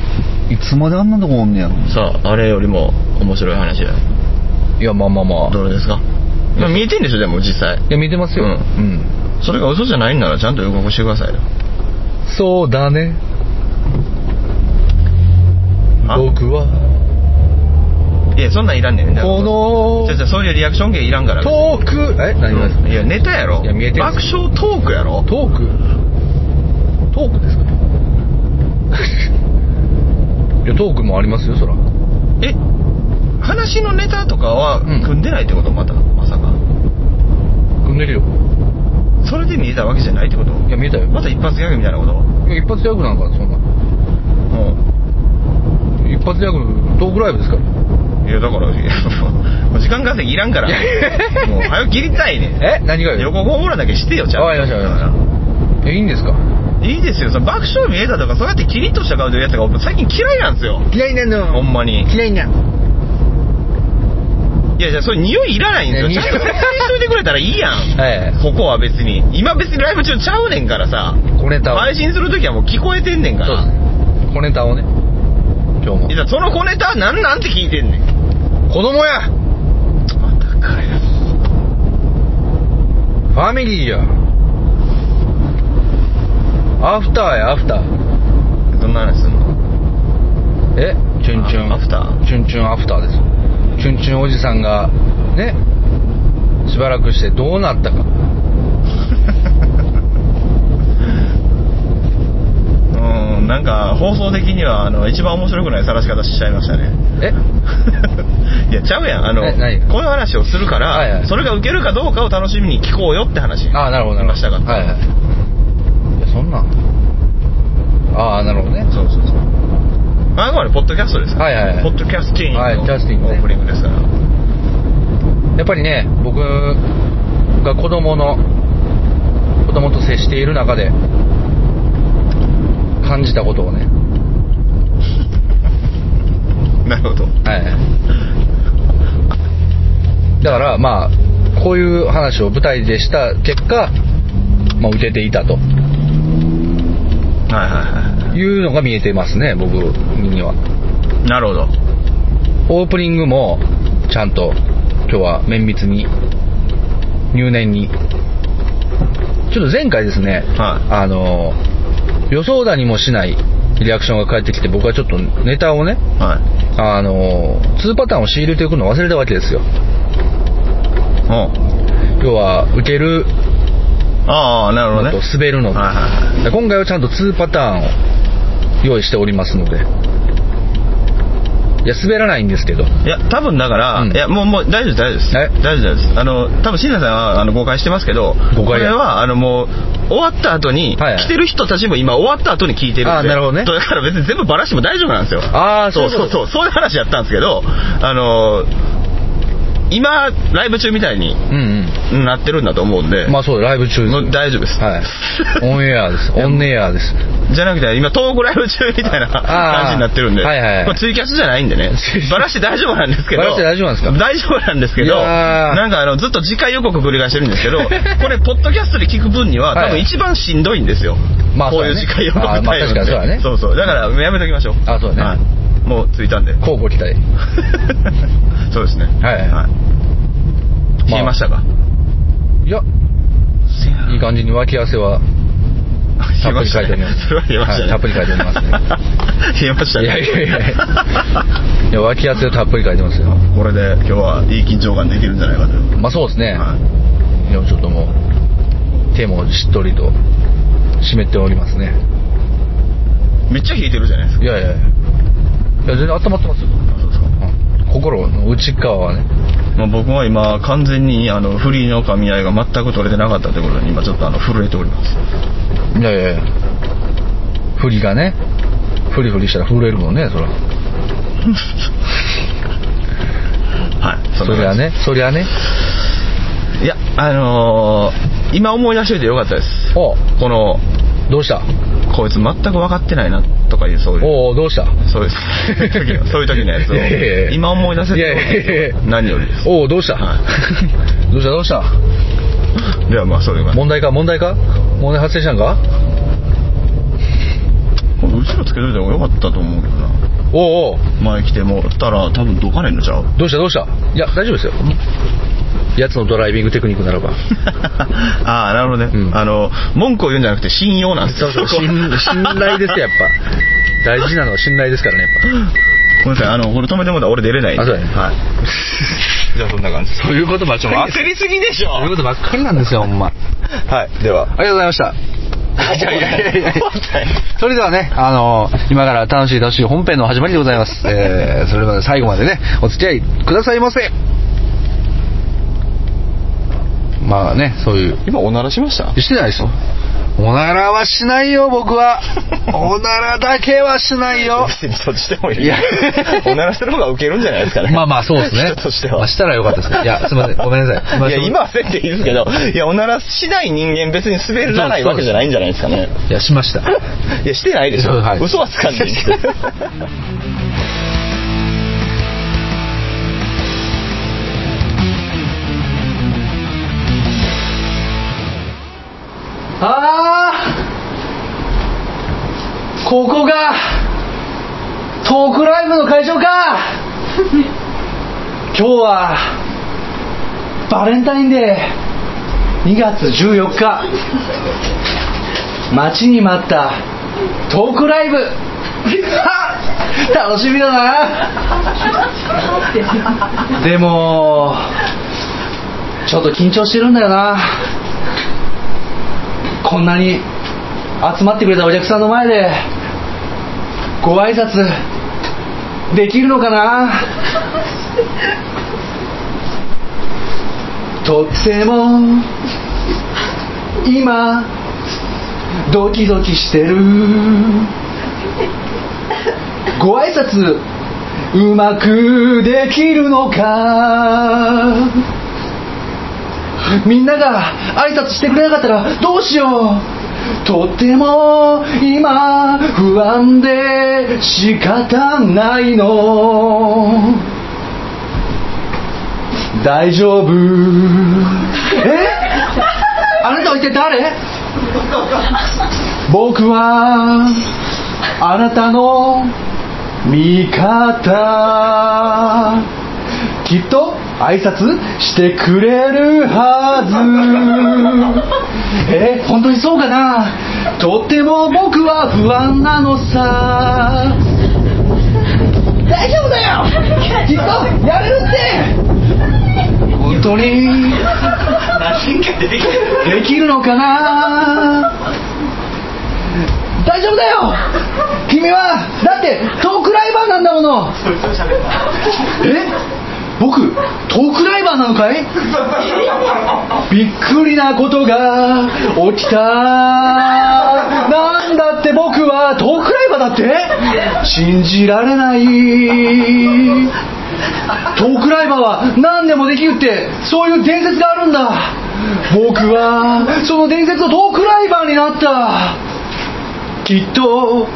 [SPEAKER 5] つまであんなとこおんねやろ
[SPEAKER 4] さああれよりも面白い話だよ
[SPEAKER 2] いや、まあまあまあ。
[SPEAKER 4] どれですかまあ見えてんでしょでも実際
[SPEAKER 2] いや、見てますよ。
[SPEAKER 4] う
[SPEAKER 2] うんん。
[SPEAKER 4] それが嘘じゃないんならちゃんと予告してくださいよ
[SPEAKER 2] そうだね。
[SPEAKER 4] あ
[SPEAKER 2] 僕は、
[SPEAKER 4] いやそんなんいらんねん
[SPEAKER 2] この
[SPEAKER 4] じゃ、じゃそういうリアクション芸いらんから
[SPEAKER 2] トーク、え、何がです
[SPEAKER 4] うんいやネタやろ
[SPEAKER 2] いや見えてる
[SPEAKER 4] 爆笑トークやろ
[SPEAKER 2] トークトークですか [LAUGHS] いやトークもありますよそら
[SPEAKER 4] え話のネタとかは
[SPEAKER 2] うん
[SPEAKER 4] 組んでないってことまたまさか
[SPEAKER 2] 組んでるよ
[SPEAKER 4] それで見えたわけじゃないってこと
[SPEAKER 2] いや見えたよ
[SPEAKER 4] また一発ギャグみたいなこと
[SPEAKER 2] いや一発ギャグなんかそんな
[SPEAKER 4] う
[SPEAKER 2] 一発ギャグトークライブですから
[SPEAKER 4] んいやだからいやもう時間稼ぎいらんからもう早く切りたいね
[SPEAKER 2] え何が
[SPEAKER 4] ん
[SPEAKER 2] よ
[SPEAKER 4] 横ホームランだけしてよちゃんと
[SPEAKER 2] わかりましたわかりえいいんですか
[SPEAKER 4] いいですよその爆笑見えたとかそうやってキリッとした顔で言うやつが僕最近嫌いなんですよ
[SPEAKER 2] 嫌いなの
[SPEAKER 4] ほんまに
[SPEAKER 2] 嫌いない
[SPEAKER 4] やじゃあそれ匂いいらないんですよ
[SPEAKER 2] いや
[SPEAKER 4] ちゃんと説明しといてくれたらいいやん
[SPEAKER 2] はい
[SPEAKER 4] ここは別に今別にライブ中ちゃうねんからさ
[SPEAKER 2] 小ネタを
[SPEAKER 4] 配信するときはもう聞こえてんねんか
[SPEAKER 2] そう
[SPEAKER 4] ら
[SPEAKER 2] です小ネタをね今日
[SPEAKER 4] いやその小ネタは何なんて聞いてんねん
[SPEAKER 2] も子供や
[SPEAKER 4] またかよ
[SPEAKER 2] ファミリーやアフターやアフター
[SPEAKER 4] どんな話すんの
[SPEAKER 2] えチュンチュン
[SPEAKER 4] あアフター
[SPEAKER 2] チュンチュンアフターですチュンチュンおじさんがねしばらくしてどうなったか
[SPEAKER 4] うんなんか放送的にはあの一番面白くない晒し方しちゃいましたね
[SPEAKER 2] え
[SPEAKER 4] [LAUGHS] いやちゃうやんあの
[SPEAKER 2] え何
[SPEAKER 4] こういう話をするから、
[SPEAKER 2] はいはい
[SPEAKER 4] それが受けるかどうかを楽しみに聞こうよって話
[SPEAKER 2] ああなるほどなる
[SPEAKER 4] 話
[SPEAKER 2] ほ
[SPEAKER 4] した
[SPEAKER 2] ど
[SPEAKER 4] かった、
[SPEAKER 2] はいはいいやそんなんああなるほどね
[SPEAKER 4] そうそうそうあくまでポッドキャストですから
[SPEAKER 2] はいはいはい
[SPEAKER 4] ポッドキャスティングの、
[SPEAKER 2] はいキャスティングね
[SPEAKER 4] オープニングですから
[SPEAKER 2] やっぱりね僕が子供の子供と接している中で感じたことをね
[SPEAKER 4] なるほど
[SPEAKER 2] はい。だから、まあ、こういう話を舞台でした結果、まあ、受けていたと
[SPEAKER 4] はいはいは
[SPEAKER 2] いうのが見えてますね、僕には。
[SPEAKER 4] いなるほど
[SPEAKER 2] オープニングも、ちゃんと、今日は綿密に、入念に。ちょっと前回ですね、
[SPEAKER 4] はい
[SPEAKER 2] あの、予想だにもしないリアクションが返ってきて、僕はちょっとネタをね、
[SPEAKER 4] はい
[SPEAKER 2] あの、2パターンを仕入れていくのを忘れたわけですよ。
[SPEAKER 4] うん
[SPEAKER 2] 要は、受ける
[SPEAKER 4] ああなるほど
[SPEAKER 2] の
[SPEAKER 4] ね
[SPEAKER 2] と滑るのと
[SPEAKER 4] はいはいはい
[SPEAKER 2] で今回はちゃんと2パターンを用意しておりますのでいや滑らないんですけど
[SPEAKER 4] いや、多分だから、
[SPEAKER 2] うん
[SPEAKER 4] いや、もう、もう、大丈夫です、大丈夫です。
[SPEAKER 2] え
[SPEAKER 4] 大丈夫です。あの、多分、椎名さんは、あの、誤解してますけど、
[SPEAKER 2] 誤解や
[SPEAKER 4] これは、あの、もう、終わった後に、
[SPEAKER 2] はいはい
[SPEAKER 4] 来てる人たちも今、終わった後に聞いてるんで。
[SPEAKER 2] あーなるほどね
[SPEAKER 4] だから別に全部バラしても大丈夫なんですよ。
[SPEAKER 2] あー
[SPEAKER 4] そう
[SPEAKER 2] そうい
[SPEAKER 4] そうう
[SPEAKER 2] こと
[SPEAKER 4] そう、そういう話やったんですけど、あの、今、ライブ中みたいに
[SPEAKER 2] うん
[SPEAKER 4] なってるんだと思うんで、
[SPEAKER 2] うんまあそうライブ中です
[SPEAKER 4] もう大丈夫です。
[SPEAKER 2] はい [LAUGHS] オンエアですオンエアです
[SPEAKER 4] じゃなくて、今、東北ライブ中みたいな
[SPEAKER 2] あー
[SPEAKER 4] 感じになってるんで、
[SPEAKER 2] はいはいはい、
[SPEAKER 4] これツイキャスじゃないんでね
[SPEAKER 2] [LAUGHS]
[SPEAKER 4] バラして大丈夫なんですけど、
[SPEAKER 2] バラして大丈夫なんですか
[SPEAKER 4] 大丈夫なんですけ
[SPEAKER 2] い
[SPEAKER 4] ど、
[SPEAKER 2] やー
[SPEAKER 4] なんかあのずっと次回予告繰り返してるんです
[SPEAKER 2] [LAUGHS]
[SPEAKER 4] けど、これ、ポッドキャストで聞く分には、
[SPEAKER 2] はい
[SPEAKER 4] 多分一番しんどいんですよ、
[SPEAKER 2] まあ
[SPEAKER 4] こういう
[SPEAKER 2] そうだね
[SPEAKER 4] 次回予
[SPEAKER 2] あ
[SPEAKER 4] 告
[SPEAKER 2] ーまあ
[SPEAKER 4] タイムって
[SPEAKER 2] 確かにそうだね
[SPEAKER 4] そうそう、だからやめときましょう、
[SPEAKER 2] あそうだね
[SPEAKER 4] はいもう着いた
[SPEAKER 2] [LAUGHS]
[SPEAKER 4] んで、
[SPEAKER 2] 交互期待
[SPEAKER 4] そうですね、
[SPEAKER 2] はい
[SPEAKER 4] い消えましたか、
[SPEAKER 2] いや
[SPEAKER 4] せや
[SPEAKER 2] いい感じに脇汗はたっぷり書いております
[SPEAKER 4] それは言えました
[SPEAKER 2] [LAUGHS] は
[SPEAKER 4] ね、
[SPEAKER 2] いたっぷり書いておりますね
[SPEAKER 4] [LAUGHS] 言えまし
[SPEAKER 2] い
[SPEAKER 4] たね
[SPEAKER 2] やいやいやいやいや脇汗をたっぷり書いてますよ
[SPEAKER 4] [LAUGHS] これで今日はいい緊張感できるんじゃないかという、
[SPEAKER 2] まあそうですね、
[SPEAKER 4] はい
[SPEAKER 2] い、やちょっともう手もしっとりと湿っておりますね
[SPEAKER 4] めっちゃ弾いてるじゃないですか
[SPEAKER 2] いやいやいやいや全然温まってますよ、
[SPEAKER 4] そうですか
[SPEAKER 2] うん、心の内側はね
[SPEAKER 4] まあ、僕は今完全にあのフリーの噛み合いが全く取れてなかったということに今ちょっとあの震えております
[SPEAKER 2] いやいやいや振りがねフリフリしたら震えるもんねそら
[SPEAKER 4] はい
[SPEAKER 2] そ
[SPEAKER 4] んな感じ
[SPEAKER 2] りゃねそりゃね
[SPEAKER 4] いやあのー今思い出しといてよかったです
[SPEAKER 2] おう
[SPEAKER 4] この
[SPEAKER 2] どうした
[SPEAKER 4] こいつ全く分かってないなとかいうそういう
[SPEAKER 2] おうどうした
[SPEAKER 4] そういう時のそういう時のやつ
[SPEAKER 2] いやいやいや
[SPEAKER 4] を今思い出せてよかったです
[SPEAKER 2] いやいやいや
[SPEAKER 4] 何よりです
[SPEAKER 2] おうどうした、
[SPEAKER 4] は
[SPEAKER 2] [LAUGHS] どうしたどうした
[SPEAKER 4] ではまあそれが
[SPEAKER 2] 問題か問題か問題発生したんか
[SPEAKER 4] これ後ろつけといた方がよかったと思うけどな
[SPEAKER 2] おうおう
[SPEAKER 4] 前来てもらったら多分どかねんのちゃう [LAUGHS]
[SPEAKER 2] どうしたどうしたいや大丈夫ですよやつのドライビングテクニックならば
[SPEAKER 4] ああなるほどね、
[SPEAKER 2] うん
[SPEAKER 4] あの文句を言うんじゃなくて信用なんです
[SPEAKER 2] そ
[SPEAKER 4] よ
[SPEAKER 2] う [LAUGHS] そう信信頼ですよやっぱ大事なのは信頼ですからねやっぱ
[SPEAKER 4] ごめんなさい、あの、これ止めてもらったら俺出れないんで
[SPEAKER 2] あそうやね
[SPEAKER 4] はい。 [LAUGHS] じゃあそんな [LAUGHS] 感じ。
[SPEAKER 2] そういうことばっかり
[SPEAKER 4] 焦りすぎでしょ
[SPEAKER 2] そういうことばっかりなんですよほんま
[SPEAKER 4] はい、では。
[SPEAKER 2] ありがとうございました。
[SPEAKER 4] いやいやいやいや
[SPEAKER 2] それではね、あの今から楽しい楽しい本編の始まりでございます。えー、それまで最後までね、お付き合いくださいませ。まあね、そういう。
[SPEAKER 4] 今おならしました
[SPEAKER 2] してないですよ。おならはしないよ、僕は。おならだけはしないよ。
[SPEAKER 4] 別にそっちでもいい。
[SPEAKER 2] いや
[SPEAKER 4] おならしてる方がウケるんじゃないですかね。
[SPEAKER 2] まあまあ、そうですね。
[SPEAKER 4] 人としては
[SPEAKER 2] まあしたらよかったですけど。いや、すみません。ごめんなさい。
[SPEAKER 4] いや、今はせんでいいですけど、いや、おならしない人間別に滑らないわけじゃないんじゃないですかね。
[SPEAKER 2] いや、しました。
[SPEAKER 4] いや、してないでしょ。
[SPEAKER 2] そうはい
[SPEAKER 4] 嘘はつかんでいいです
[SPEAKER 2] ああここがトークライブの会場か [LAUGHS] 今日はバレンタインデー2月14日待ちに待ったトークライブ楽しみだなでもちょっと緊張してるんだよなこんなに集まってくれたお客さんの前でご挨拶できるのかなとっても今ドキドキしてるご挨拶うまくできるのかみんなが挨拶してくれなかったらどうしようとっても今不安で仕方ないの大丈夫えあなたは一体誰僕はあなたの味方きっと挨拶してくれるはずえ本当にそうかなとっても僕は不安なのさ大丈夫だよきっとやれるって本当にできるのかな大丈夫だよ君はだってトークライバーなんだものえ僕トークライバーなのかいびっくりなことが起きたなんだって僕はトークライバーだって信じられないトークライバーは何でもできるってそういう伝説があるんだ僕はその伝説のトークライバーになったきっと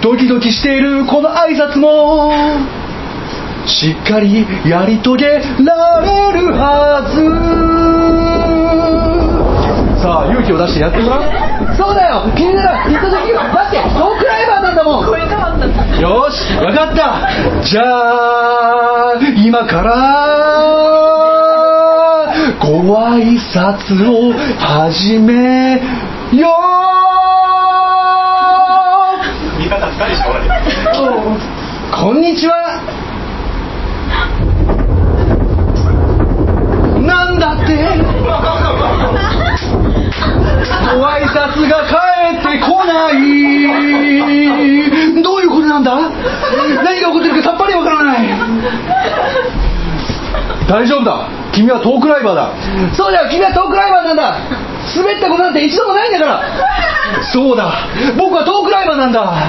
[SPEAKER 2] ドキドキしているこの挨拶もしっかりやり遂げられるはずさあ勇気を出してやってごらんそうだよ君ならきっとできるだってトークライバーなんだもんよしわかったじゃあ今からご挨拶を始めよう
[SPEAKER 4] 味方2人しかおらへん。
[SPEAKER 2] こんにちはなんだってご挨拶が返ってこないどういうことなんだ何が起こっ大丈夫だ君はトークライバーだそうだよ君はトークライバーなんだ滑ったことなんて一度もないんだからそうだ僕はトークライバーなんだ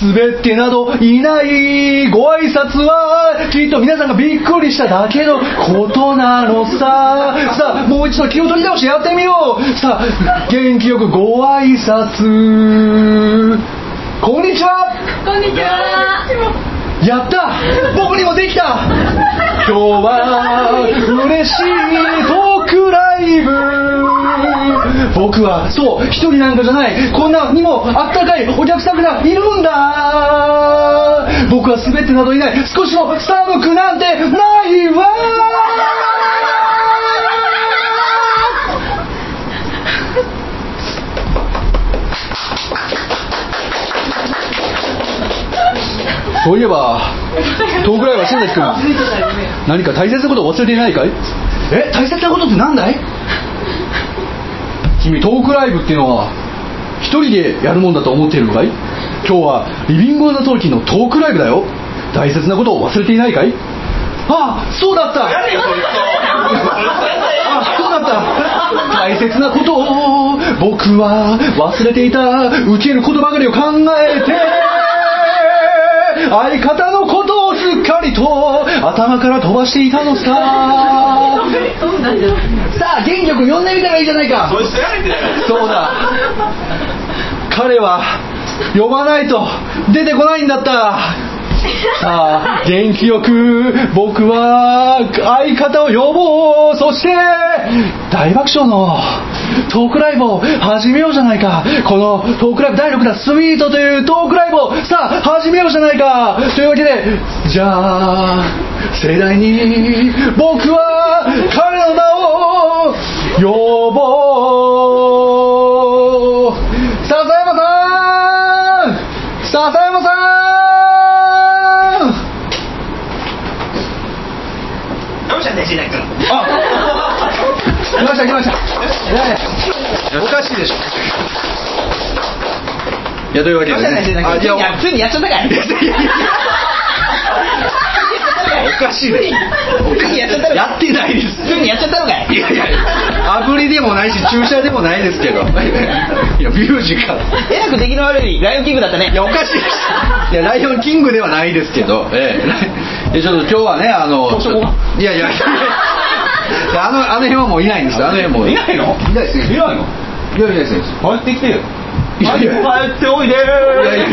[SPEAKER 2] 滑ってなどいないご挨拶はきっと皆さんがびっくりしただけのことなのささあもう一度気を取り直してやってみようさあ元気よくご挨拶こんにちは
[SPEAKER 6] こんにちは。
[SPEAKER 2] やった僕にもできた今日は嬉しいトークライブ僕はそう一人なんかじゃないこんなにもあったかいお客さんがいるんだ僕は滑ってなどいない少しも寒くなんてないわそういえば遠くらいは新崎君何か大切なことを忘れていないかいえ大切なことって何だい君トークライブっていうのは一人でやるもんだと思っているのかい今日はリビング・オブ・ザ・トーキーのトークライブだよ大切なことを忘れていないかいああそうだったあそうだった大切なことを僕は忘れていた受けることばかりを考えて相方のことをすっかりと頭から飛ばしていたのささあ元気よく呼んでみたらいいじゃないかそうだ彼は呼ばないと出てこないんだったさあ元気よく僕は相方を呼ぼうそして大爆笑のトークライブを始めようじゃないかこのトークライブ第6弾スイートというトークライブをさあ始めようじゃないかというわけでじゃあ盛大に僕は彼の名を呼ぼう笹山さん笹山さん来ました来ましたいやいやおかしいでしょいやというわけで、ね、あいや
[SPEAKER 6] 普通にやっちゃったから。
[SPEAKER 2] おかしいでしょ
[SPEAKER 6] 普通にやっちゃったのかい。
[SPEAKER 2] やってないです
[SPEAKER 6] 普通にやっちゃったのかい。
[SPEAKER 2] いやいや炙りでもないし注射でもないで
[SPEAKER 6] [LAUGHS]
[SPEAKER 2] すけどいやミュージカル
[SPEAKER 6] えらく出来の悪いライオンキングだったね。
[SPEAKER 2] いやおかしいですいやライオンキングではないですけどええでちょっと今日はねあの
[SPEAKER 6] 図書館
[SPEAKER 2] いやいやいやあのあの辺はもういないんですあの辺もういないのいないですねいないのいやいないですね
[SPEAKER 4] 帰ってきてよ
[SPEAKER 2] いやいや
[SPEAKER 4] 帰っておいで
[SPEAKER 2] いやいやいや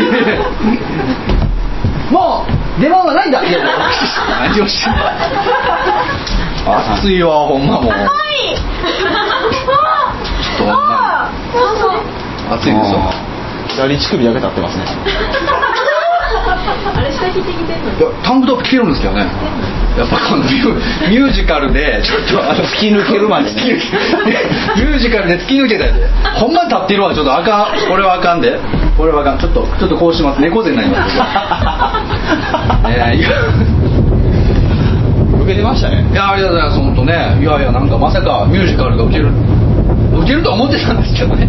[SPEAKER 6] もう出番はないんだ。
[SPEAKER 2] 何をしてんの熱いわほんまもうちょっとほんまに熱いですよ
[SPEAKER 4] 左乳首だけ立ってますね
[SPEAKER 6] あれ下引いてきてんの。
[SPEAKER 2] いやタンクトップ着てるんですけどねやっぱこのミューミュージカルでちょっとあの
[SPEAKER 4] 突き抜けるまでね
[SPEAKER 6] [LAUGHS]
[SPEAKER 2] 突き抜けミュージカルで突き抜けたやつほんま立ってるわちょっとあかんこれはあかんでこれはあかんちょっとちょっとこうします猫背になり
[SPEAKER 6] [LAUGHS]
[SPEAKER 2] ますねえいや
[SPEAKER 4] 受けてましたね
[SPEAKER 2] いやありがとうございます本当ねいやいやなんかまさかミュージカルが受ける受けるとは思ってたんですけどね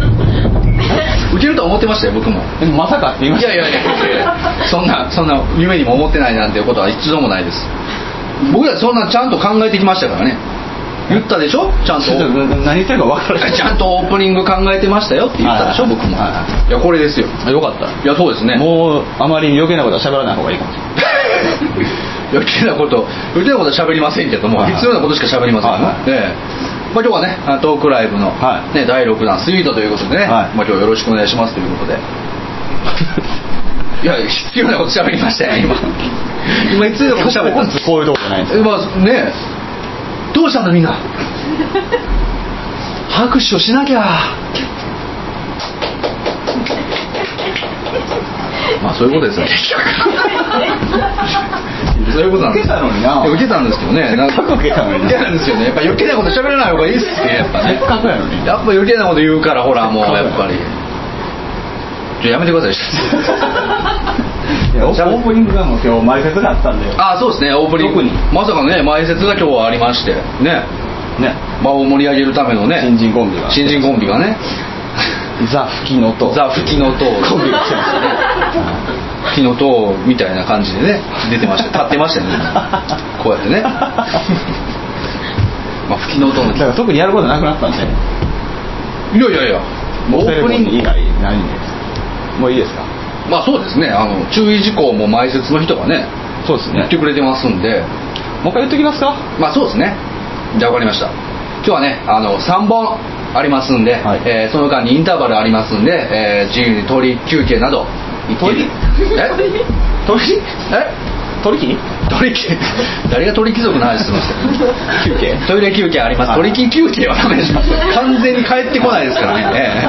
[SPEAKER 2] 受けるとは思ってましたよ僕も
[SPEAKER 4] でもまさかって言いま
[SPEAKER 2] い
[SPEAKER 4] した
[SPEAKER 2] やいやいやいやそんなそんな夢にも思ってないなんてことは一度もないです僕らそんなちゃんと考えてきましたからね言ったでしょちゃん
[SPEAKER 4] ちょっと
[SPEAKER 2] と
[SPEAKER 4] 何言ってるか分からな
[SPEAKER 2] [LAUGHS]
[SPEAKER 4] い
[SPEAKER 2] ちゃんとオープニング考えてましたよって言ったでしょ
[SPEAKER 4] はい
[SPEAKER 2] 僕も
[SPEAKER 4] はい
[SPEAKER 2] やこれですよ
[SPEAKER 4] よかった
[SPEAKER 2] いやそうですね
[SPEAKER 4] もうあまり余計なことは喋らない方がいいかもしれない
[SPEAKER 2] [LAUGHS] 余計なこと余計なことは喋りませんけども、
[SPEAKER 4] はいはい
[SPEAKER 2] 必要なことしか喋りませんよ、
[SPEAKER 4] はいはい
[SPEAKER 2] ええまあ、今日はねあトークライブの、
[SPEAKER 4] はい
[SPEAKER 2] ね、第6弾スイートということでね、
[SPEAKER 4] はい
[SPEAKER 2] まあ、今日よろしくお願いしますということ
[SPEAKER 4] [LAUGHS]
[SPEAKER 2] でいや必要なこと喋りましたよ
[SPEAKER 4] [LAUGHS]
[SPEAKER 2] 今今必要なこと喋ったんです
[SPEAKER 4] こういうとこじゃないんです
[SPEAKER 2] えまあねえどうしたんだみんな拍手をしなきゃまあそういうことですよそういうことなんです
[SPEAKER 4] 受けたのにない
[SPEAKER 2] や受けたんですけどねなんか
[SPEAKER 4] せっかく受けたのにな
[SPEAKER 2] 受けたんですよねやっぱ余計なこと喋らない方がいいっすねやっぱね
[SPEAKER 4] せっかくやのに
[SPEAKER 2] やっぱ余計なこと言うからほらもうやっぱりちょやめてください
[SPEAKER 4] いやオープニングがもう今日前説があったんで
[SPEAKER 2] あそうですねオープニング
[SPEAKER 4] 特に
[SPEAKER 2] まさかね前説が今日はありましてね
[SPEAKER 4] ね
[SPEAKER 2] 場を盛り上げるためのね
[SPEAKER 4] 新人コンビが
[SPEAKER 2] 新人コンビがね
[SPEAKER 4] ザ・フキノと
[SPEAKER 2] ザ・フキノトウ
[SPEAKER 4] コンビが来てましたね
[SPEAKER 2] フキノトウみたいな感じでね出てました立ってましたよねこうやってねまあ、吹きの音の
[SPEAKER 1] だから特にやることなくなったんで
[SPEAKER 2] いやいやいやもうオープニング
[SPEAKER 1] 以外ないんですもういいですか
[SPEAKER 2] まあそうですねあの注意事項も前説の人がね
[SPEAKER 1] そうです
[SPEAKER 2] 言ってくれてますんで
[SPEAKER 1] もう一回言っときますか
[SPEAKER 2] まあそうですねじゃあ分かりました今日はねあの3本ありますんで、
[SPEAKER 1] はい
[SPEAKER 2] えーその間にインターバルありますんで、えー自由に取り休憩など
[SPEAKER 1] 取り
[SPEAKER 2] え
[SPEAKER 1] 鳥
[SPEAKER 2] え
[SPEAKER 1] 鳥木
[SPEAKER 2] 取り休誰が取り貴族の話してま
[SPEAKER 1] [LAUGHS]
[SPEAKER 2] すか
[SPEAKER 1] 休憩
[SPEAKER 2] トイレ休憩あります取り貴休憩はダ
[SPEAKER 1] [LAUGHS]
[SPEAKER 2] メです完全に帰ってこないですからね、え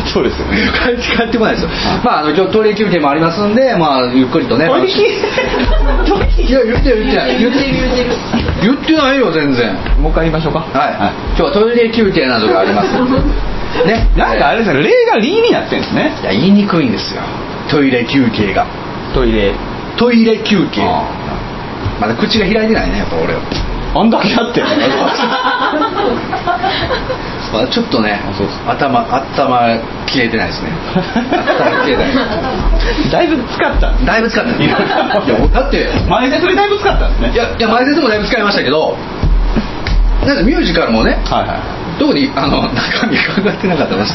[SPEAKER 2] え
[SPEAKER 1] そうですよね
[SPEAKER 2] 帰って帰ってこないですよ。まああの今日トイレ休憩もありますんで、まあゆっくりとね。
[SPEAKER 1] 取り
[SPEAKER 2] いや言ってる言ってない言ってる言ってる言ってないよ全然。
[SPEAKER 1] もう一回言いましょうか
[SPEAKER 2] はい、今日はトイレ休憩などがあり
[SPEAKER 1] [LAUGHS]
[SPEAKER 2] ますんで。ね。
[SPEAKER 1] なんかあれですよね例が理になってんですね
[SPEAKER 2] いや言いにくいんですよ。トイレ休憩が
[SPEAKER 1] トイレ
[SPEAKER 2] トイレ休憩。
[SPEAKER 1] あ
[SPEAKER 2] まだ口が開いてないねやっぱ俺は。
[SPEAKER 1] あんだけやってる
[SPEAKER 2] [LAUGHS] まだちょっとね
[SPEAKER 1] あそうです
[SPEAKER 2] 頭頭消えてないですね。頭消えてない。
[SPEAKER 1] だいぶ使ったんです
[SPEAKER 2] だいぶ使った。いやだって。
[SPEAKER 1] 前説でだいぶ使ったんですね
[SPEAKER 2] いやいや前説もだいぶ使いましたけどなんかミュージカルもね
[SPEAKER 1] はいはい
[SPEAKER 2] 特にあの中身考えてなかったです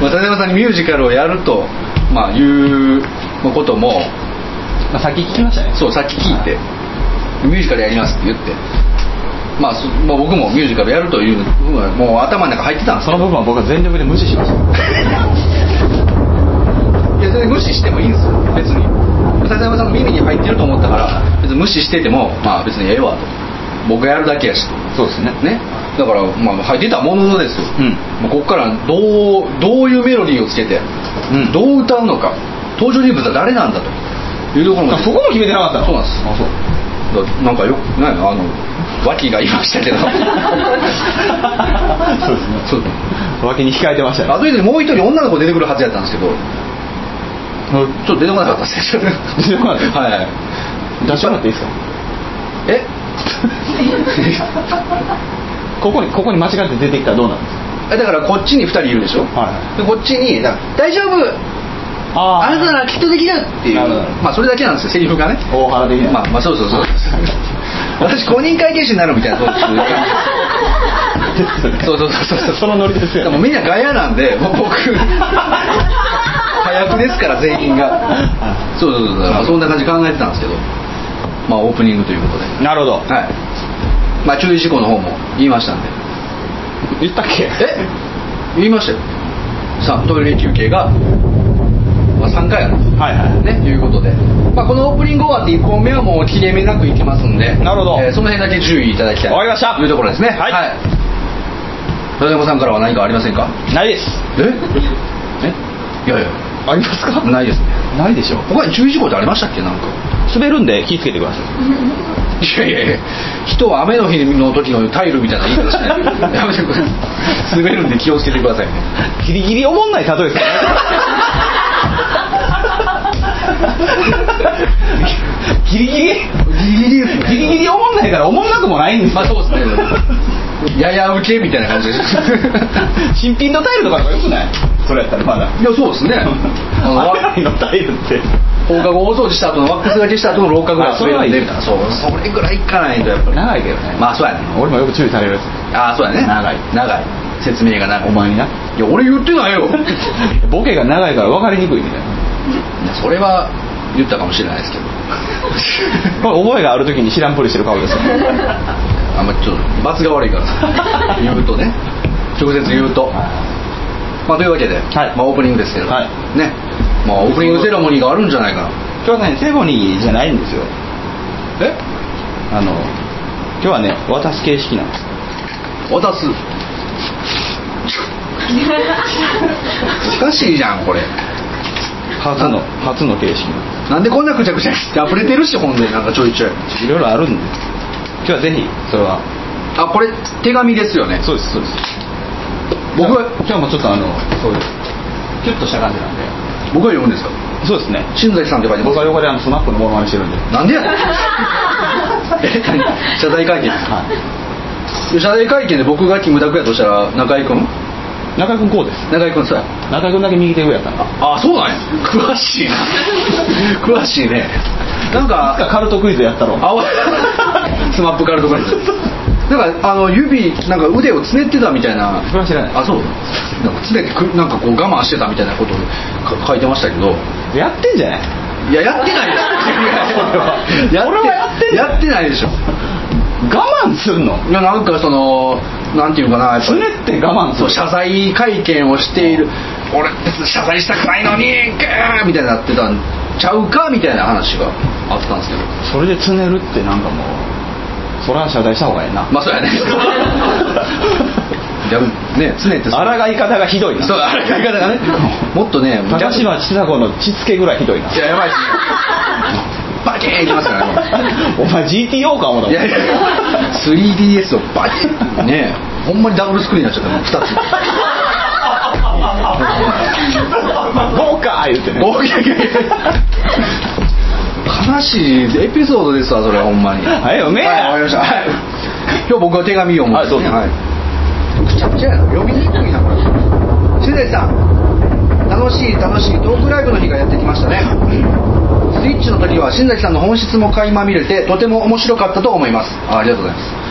[SPEAKER 2] まあ立山さんにミュージカルをやると、まあ、いうことも
[SPEAKER 1] まあ、さっき聞きましたね
[SPEAKER 2] そうさっき聞いてミュージカルやりますって言って、まあ、そまあ僕もミュージカルやるというのはもう頭の中入ってたんです
[SPEAKER 1] そ
[SPEAKER 2] よ
[SPEAKER 1] の部分は僕は全力で無視しました
[SPEAKER 2] [LAUGHS] いや全然無視してもいいんですよ別に笹山さんの耳に入ってると思ったから別に無視しててもまあ別にええわと僕がやるだけやし
[SPEAKER 1] そうですね
[SPEAKER 2] ねだからまあ入ってたもののですよ、
[SPEAKER 1] うん
[SPEAKER 2] もうここからどうどういうメロディーをつけて、
[SPEAKER 1] うん
[SPEAKER 2] どう歌うのか登場人物は誰なんだというところまで
[SPEAKER 1] そこも決めてなかったの
[SPEAKER 2] そうなんです
[SPEAKER 1] あそう
[SPEAKER 2] だなんかよくないのあの脇が言いましたけど
[SPEAKER 1] そうですね
[SPEAKER 2] そう
[SPEAKER 1] 脇に控えてました
[SPEAKER 2] あ
[SPEAKER 1] ね
[SPEAKER 2] とでもう一人女の子出てくるはずやったんですけどちょっと出てこなかったですね
[SPEAKER 1] 出てこなかった
[SPEAKER 2] はい
[SPEAKER 1] 出してもらっていいですか
[SPEAKER 2] え
[SPEAKER 1] [LAUGHS] ここにここに間違って出てきたらどうなんですか
[SPEAKER 2] えだからこっちに2人いるでしょ、
[SPEAKER 1] はい
[SPEAKER 2] でこっちにだから「大丈夫
[SPEAKER 1] あ
[SPEAKER 2] あな [LAUGHS] たならきっとできる」っていう
[SPEAKER 1] なるほど
[SPEAKER 2] まあそれだけなんですよセリフがね
[SPEAKER 1] 大原的な
[SPEAKER 2] まあまあそうそうそう私公認会計士になるみたいなそ
[SPEAKER 1] で
[SPEAKER 2] う
[SPEAKER 1] すよね
[SPEAKER 2] そうそうそうそう
[SPEAKER 1] そのノリですよ
[SPEAKER 2] でも
[SPEAKER 1] ね
[SPEAKER 2] みんなガヤなんでもう僕早くですから全員がそうそうそうそう、まあそんな感じで考えてたんですけどまあオープニングということで
[SPEAKER 1] なるほど
[SPEAKER 2] はいまあ注意事項の方も言いましたんで
[SPEAKER 1] 言ったっけ
[SPEAKER 2] え言いましたよさあトイレ休憩が、まあ、3回ある
[SPEAKER 1] はいはい
[SPEAKER 2] ねいうことで、まあ、このオープニング終わって1本目はもう切れ目なくいきますんで
[SPEAKER 1] なるほど
[SPEAKER 2] えーその辺だけ注意いただきたい
[SPEAKER 1] わかりました
[SPEAKER 2] というところですね
[SPEAKER 1] はい
[SPEAKER 2] 田中さんからは何かありませんか
[SPEAKER 1] ないです
[SPEAKER 2] ええいやいや
[SPEAKER 1] ありますか
[SPEAKER 2] ないですね
[SPEAKER 1] ないでしょ
[SPEAKER 2] 他に注意事項ってありましたっけなんか
[SPEAKER 1] 滑るんで気をつけてください
[SPEAKER 2] いやいやいや人は雨の日の時のタイルみたいな言い方しないでやめてください滑るんで気をつけてくださいね
[SPEAKER 1] ギリギリおもんない例えです
[SPEAKER 2] [LAUGHS]
[SPEAKER 1] ねギリギリギリギリギリギリおもんないからおもんなくもないんです
[SPEAKER 2] まあそうですね。やや受けみたいな感じです。
[SPEAKER 1] 新品のタイルとかの方がよくないそれやったらまだ
[SPEAKER 2] いやそ
[SPEAKER 1] [LAUGHS]
[SPEAKER 2] うですね。あの
[SPEAKER 1] 雨の日のタイルって
[SPEAKER 2] 放課後大掃除した後のワックスがけした後の廊下ぐらい
[SPEAKER 1] あそれはいい
[SPEAKER 2] 滑るんでみたいな。そうそれぐらい行かないとやっぱり。
[SPEAKER 1] 長いけどね
[SPEAKER 2] まあそうやね。
[SPEAKER 1] 俺もよく注意されるやつ
[SPEAKER 2] ああそうやね。
[SPEAKER 1] 長い
[SPEAKER 2] 長い。説明が長い。
[SPEAKER 1] お前にない
[SPEAKER 2] や俺言ってないよ。
[SPEAKER 1] [LAUGHS] ボケが長いから分かりにくいみたいな
[SPEAKER 2] それは言ったかもしれないですけど。
[SPEAKER 1] [LAUGHS] これ覚えがある時に知らんぷりしてる顔
[SPEAKER 2] [LAUGHS]
[SPEAKER 1] ですよ
[SPEAKER 2] あんまちょっと罰が悪いから
[SPEAKER 1] [LAUGHS]
[SPEAKER 2] さ言うとね直接言うと、まあ、というわけで、
[SPEAKER 1] はい
[SPEAKER 2] まあ、オープニングですけど、
[SPEAKER 1] はい
[SPEAKER 2] ねまあ、オープニングセレモニーがあるんじゃないかな
[SPEAKER 1] 今日はねセボニーじゃないんですよ
[SPEAKER 2] え
[SPEAKER 1] あの今日はね渡す形式なんです
[SPEAKER 2] 渡す難しいじゃんこれ
[SPEAKER 1] 初の初の形式なんです
[SPEAKER 2] なんでこんなくちゃくちゃして溢れてるしほんでなんかちょいちょい
[SPEAKER 1] いろいろあるんで今日はぜひそれは
[SPEAKER 2] あこれ手紙ですよね
[SPEAKER 1] そうですそうです
[SPEAKER 2] 僕は
[SPEAKER 1] 今日もちょっとあのそうですキュッとした感じなんで
[SPEAKER 2] 僕は読むんですか
[SPEAKER 1] そうですね
[SPEAKER 2] 新崎さんって書いてま
[SPEAKER 1] 僕は
[SPEAKER 2] す
[SPEAKER 1] 横であのスナップのモノマネしてるんで
[SPEAKER 2] な
[SPEAKER 1] [LAUGHS]
[SPEAKER 2] ん [LAUGHS] でやねんえ何謝罪会見ですか
[SPEAKER 1] は
[SPEAKER 2] 謝罪会見で僕がキムタクやとしたら中居君
[SPEAKER 1] い中居君こうです
[SPEAKER 2] 中居君さ
[SPEAKER 1] 中居君だけ右手上やったんで
[SPEAKER 2] あそうなんや詳しいな詳しいねなんか
[SPEAKER 1] カルトクイズやったろ
[SPEAKER 2] あおスマップカルトクイズなんかあの指なんか腕をつねってたみたいな
[SPEAKER 1] それは知らない
[SPEAKER 2] あそうなんかつねってくなんかこう我慢してたみたいなことをか書いてましたけど
[SPEAKER 1] やってんじゃない
[SPEAKER 2] いややってないですい
[SPEAKER 1] [LAUGHS]
[SPEAKER 2] や
[SPEAKER 1] 俺はやってんの
[SPEAKER 2] やってないでしょ
[SPEAKER 1] 我慢するの
[SPEAKER 2] いやなんかそのなんていうかなやっぱ
[SPEAKER 1] つねって我慢す
[SPEAKER 2] そう
[SPEAKER 1] る
[SPEAKER 2] 謝罪会見をしている俺別に謝罪したくないのにグーみたいになってたんちゃうかみたいな話があったんですけど
[SPEAKER 1] それでつねるってなんかもうそれは謝罪した方がいいな
[SPEAKER 2] まあそうや [LAUGHS] ねいやね常って
[SPEAKER 1] あらがい方がひどいな
[SPEAKER 2] そうあらがい方がねもっと [LAUGHS] ね
[SPEAKER 1] 高嶋ちさ子の血付けぐらいひどいない
[SPEAKER 2] ややばいっすねバキーンいきますからね
[SPEAKER 1] お前 GTO か思ったもん
[SPEAKER 2] いやいや 3DS をバキッねえほんまにダブルスクリーンになっちゃったもう2つ
[SPEAKER 1] 豪
[SPEAKER 2] [LAUGHS]
[SPEAKER 1] 華言うてね
[SPEAKER 2] 大きな悲しいエピソードですわそれはほんまに
[SPEAKER 1] はい読めや
[SPEAKER 2] はいわかりましたはい今日僕は手紙を持って
[SPEAKER 1] はいどうぞ
[SPEAKER 2] いくちゃくちゃやな読みにくいなこれ静江さん楽しい楽しいトークライブの日がやってきましたねスイッチの時は新崎さんの本質も垣間見れてとても面白かったと思いますあありがとうございます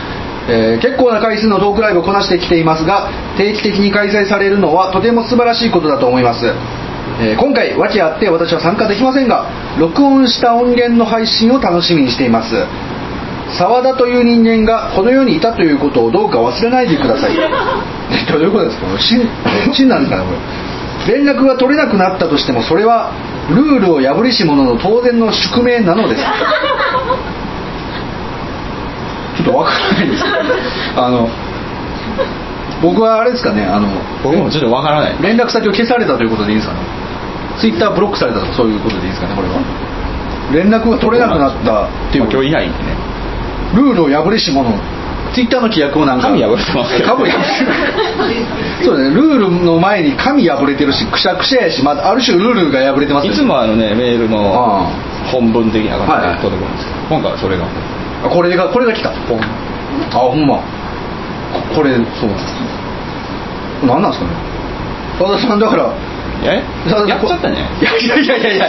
[SPEAKER 2] えー結構な回数のトークライブをこなしてきていますが定期的に開催されるのはとても素晴らしいことだと思います、えー今回訳あって私は参加できませんが録音した音源の配信を楽しみにしています沢田という人間がこの世にいたということをどうか忘れないでくださいえどういうことですかこれ死ん死んだんですかねこれ連絡が取れなくなったとしてもそれはルールを破りし者の当然の宿命なのですちょっとわからないんですけどあの僕はあれですかねあの
[SPEAKER 1] 僕もちょっとわからない
[SPEAKER 2] 連絡先を消されたということでいいんですかねツイッターブロックされたとかそういうことでいいですかねこれは連絡が取れなくなったっていう
[SPEAKER 1] まあ今日いないんでね
[SPEAKER 2] ルールを破りし者ツイッターの規約をなんか
[SPEAKER 1] 神破れてますけど
[SPEAKER 2] 神破れてるそうだねルールの前に神破れてるしくしゃくしゃやし、まあ、ある種ルールが破れてます
[SPEAKER 1] い
[SPEAKER 2] よね
[SPEAKER 1] つもあのねメールの
[SPEAKER 2] あ
[SPEAKER 1] 本文的な感じで
[SPEAKER 2] はいはい
[SPEAKER 1] 届くんですけど今回はそれが
[SPEAKER 2] あこれがこれが来たポンあほんまここれそうなんなんですかね和田さんだから
[SPEAKER 1] え
[SPEAKER 2] さ
[SPEAKER 1] やっちゃったね
[SPEAKER 2] いやいやいやいやいや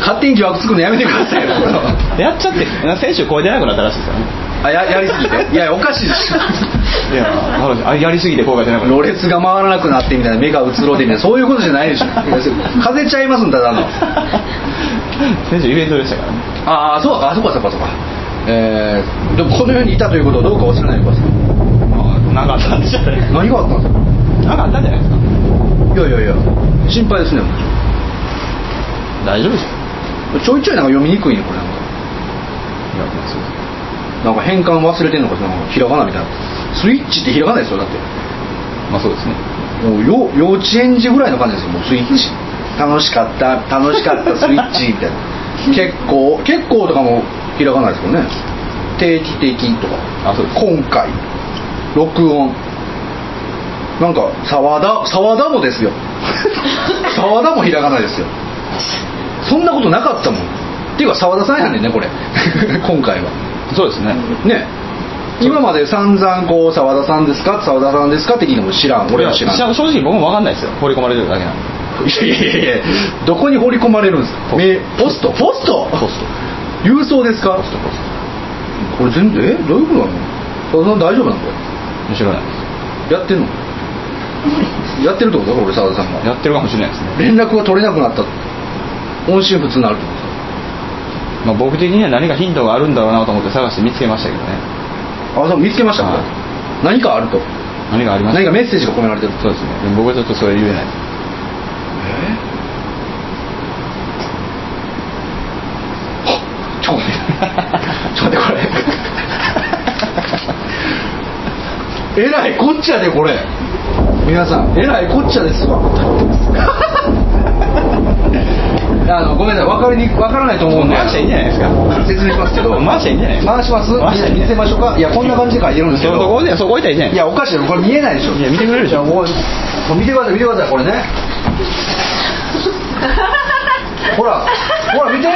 [SPEAKER 2] 勝手に疑惑つくのやめてくださいよこれは
[SPEAKER 1] [LAUGHS] やっちゃって選手超えてなくなったらしいですからね
[SPEAKER 2] あややりすぎていやおかしいでし
[SPEAKER 1] いやあやりすぎて後悔じゃなく
[SPEAKER 2] ょ
[SPEAKER 1] な
[SPEAKER 2] ろれつが回らなくなってみたいな目がうつろうてみたいなそういうことじゃないでしょ風邪ちゃいますんだだの
[SPEAKER 1] った選手イベントでしたからね
[SPEAKER 2] ああそうかあそうかそうかそうかえー、でもこの世にいたということをどうか忘れないでください
[SPEAKER 1] なかったんじゃない
[SPEAKER 2] 何があったんですか
[SPEAKER 1] なかったんじゃないですか
[SPEAKER 2] いやいやいや心配ですね
[SPEAKER 1] 大丈夫ですよ
[SPEAKER 2] ちょいちょいなんか読みにくいねこれなんか
[SPEAKER 1] いやまあそうです
[SPEAKER 2] なんか変換忘れてんのかなんかひらがなみたいなスイッチってひらがなですよだって
[SPEAKER 1] まあそうですね
[SPEAKER 2] もうよ幼稚園児ぐらいの感じですよもうスイッチ楽しかった楽しかった
[SPEAKER 1] [LAUGHS]
[SPEAKER 2] スイッチみたいな結構結構とかもひらがなですよね定期的とか
[SPEAKER 1] あそうです
[SPEAKER 2] 今回録音なんか沢田沢田もですよ沢田もひらがなですよそんなことなかったもんっていうか沢田さんやねんねこれ今回は
[SPEAKER 1] そうですね
[SPEAKER 2] ね今まで散々こう澤田さんですか澤田さんですかって聞いても知らん俺は知らん
[SPEAKER 1] いや正正直僕も分かんないですよ放り込まれてるだけなんで
[SPEAKER 2] いやいやいやいやどこに放り込まれるんですかめポストポスト
[SPEAKER 1] ポス
[SPEAKER 2] 郵送ですかこれ全部えどういうことなの澤田さん大丈夫なのこ
[SPEAKER 1] 面白いないです
[SPEAKER 2] れやってんのやってるってことこれ澤田さんが
[SPEAKER 1] やってるかもしれないですね
[SPEAKER 2] 連絡が取れなくなった音信不通になるってこと
[SPEAKER 1] まあ僕的には何かヒントがあるんだろうなと思って探して見つけましたけどね
[SPEAKER 2] あそう見つけましたこれ
[SPEAKER 1] はい
[SPEAKER 2] 何かあると
[SPEAKER 1] 何かありました
[SPEAKER 2] 何かメッセージが込められてる
[SPEAKER 1] そうですねでも僕はちょっとそれ言えないです
[SPEAKER 2] ちょっと待って。ちょっと待っ
[SPEAKER 1] [LAUGHS]
[SPEAKER 2] て、これ。えらいこっちゃで、これ。皆さん、えらいこっちゃですわ。 [LAUGHS] あの、ごめんなさい、わかりにく、わからないと思うんで。
[SPEAKER 1] 回しゃいいんじゃないですか
[SPEAKER 2] 説明しますけど。
[SPEAKER 1] 回しゃいいんじゃないですか
[SPEAKER 2] 回します。
[SPEAKER 1] 回しゃいいんじゃない
[SPEAKER 2] 見せましょうか。いや、こんな感じで書いてるんですけ
[SPEAKER 1] そ
[SPEAKER 2] ど。
[SPEAKER 1] こでそこいたらいいじゃない
[SPEAKER 2] い
[SPEAKER 1] ですか
[SPEAKER 2] や、おかしいよ、これ見えないでしょ。
[SPEAKER 1] いや見てくれるでしょ
[SPEAKER 2] いやもうもう見てください、見てください、 [LAUGHS] これね。ほら、ほら、見て。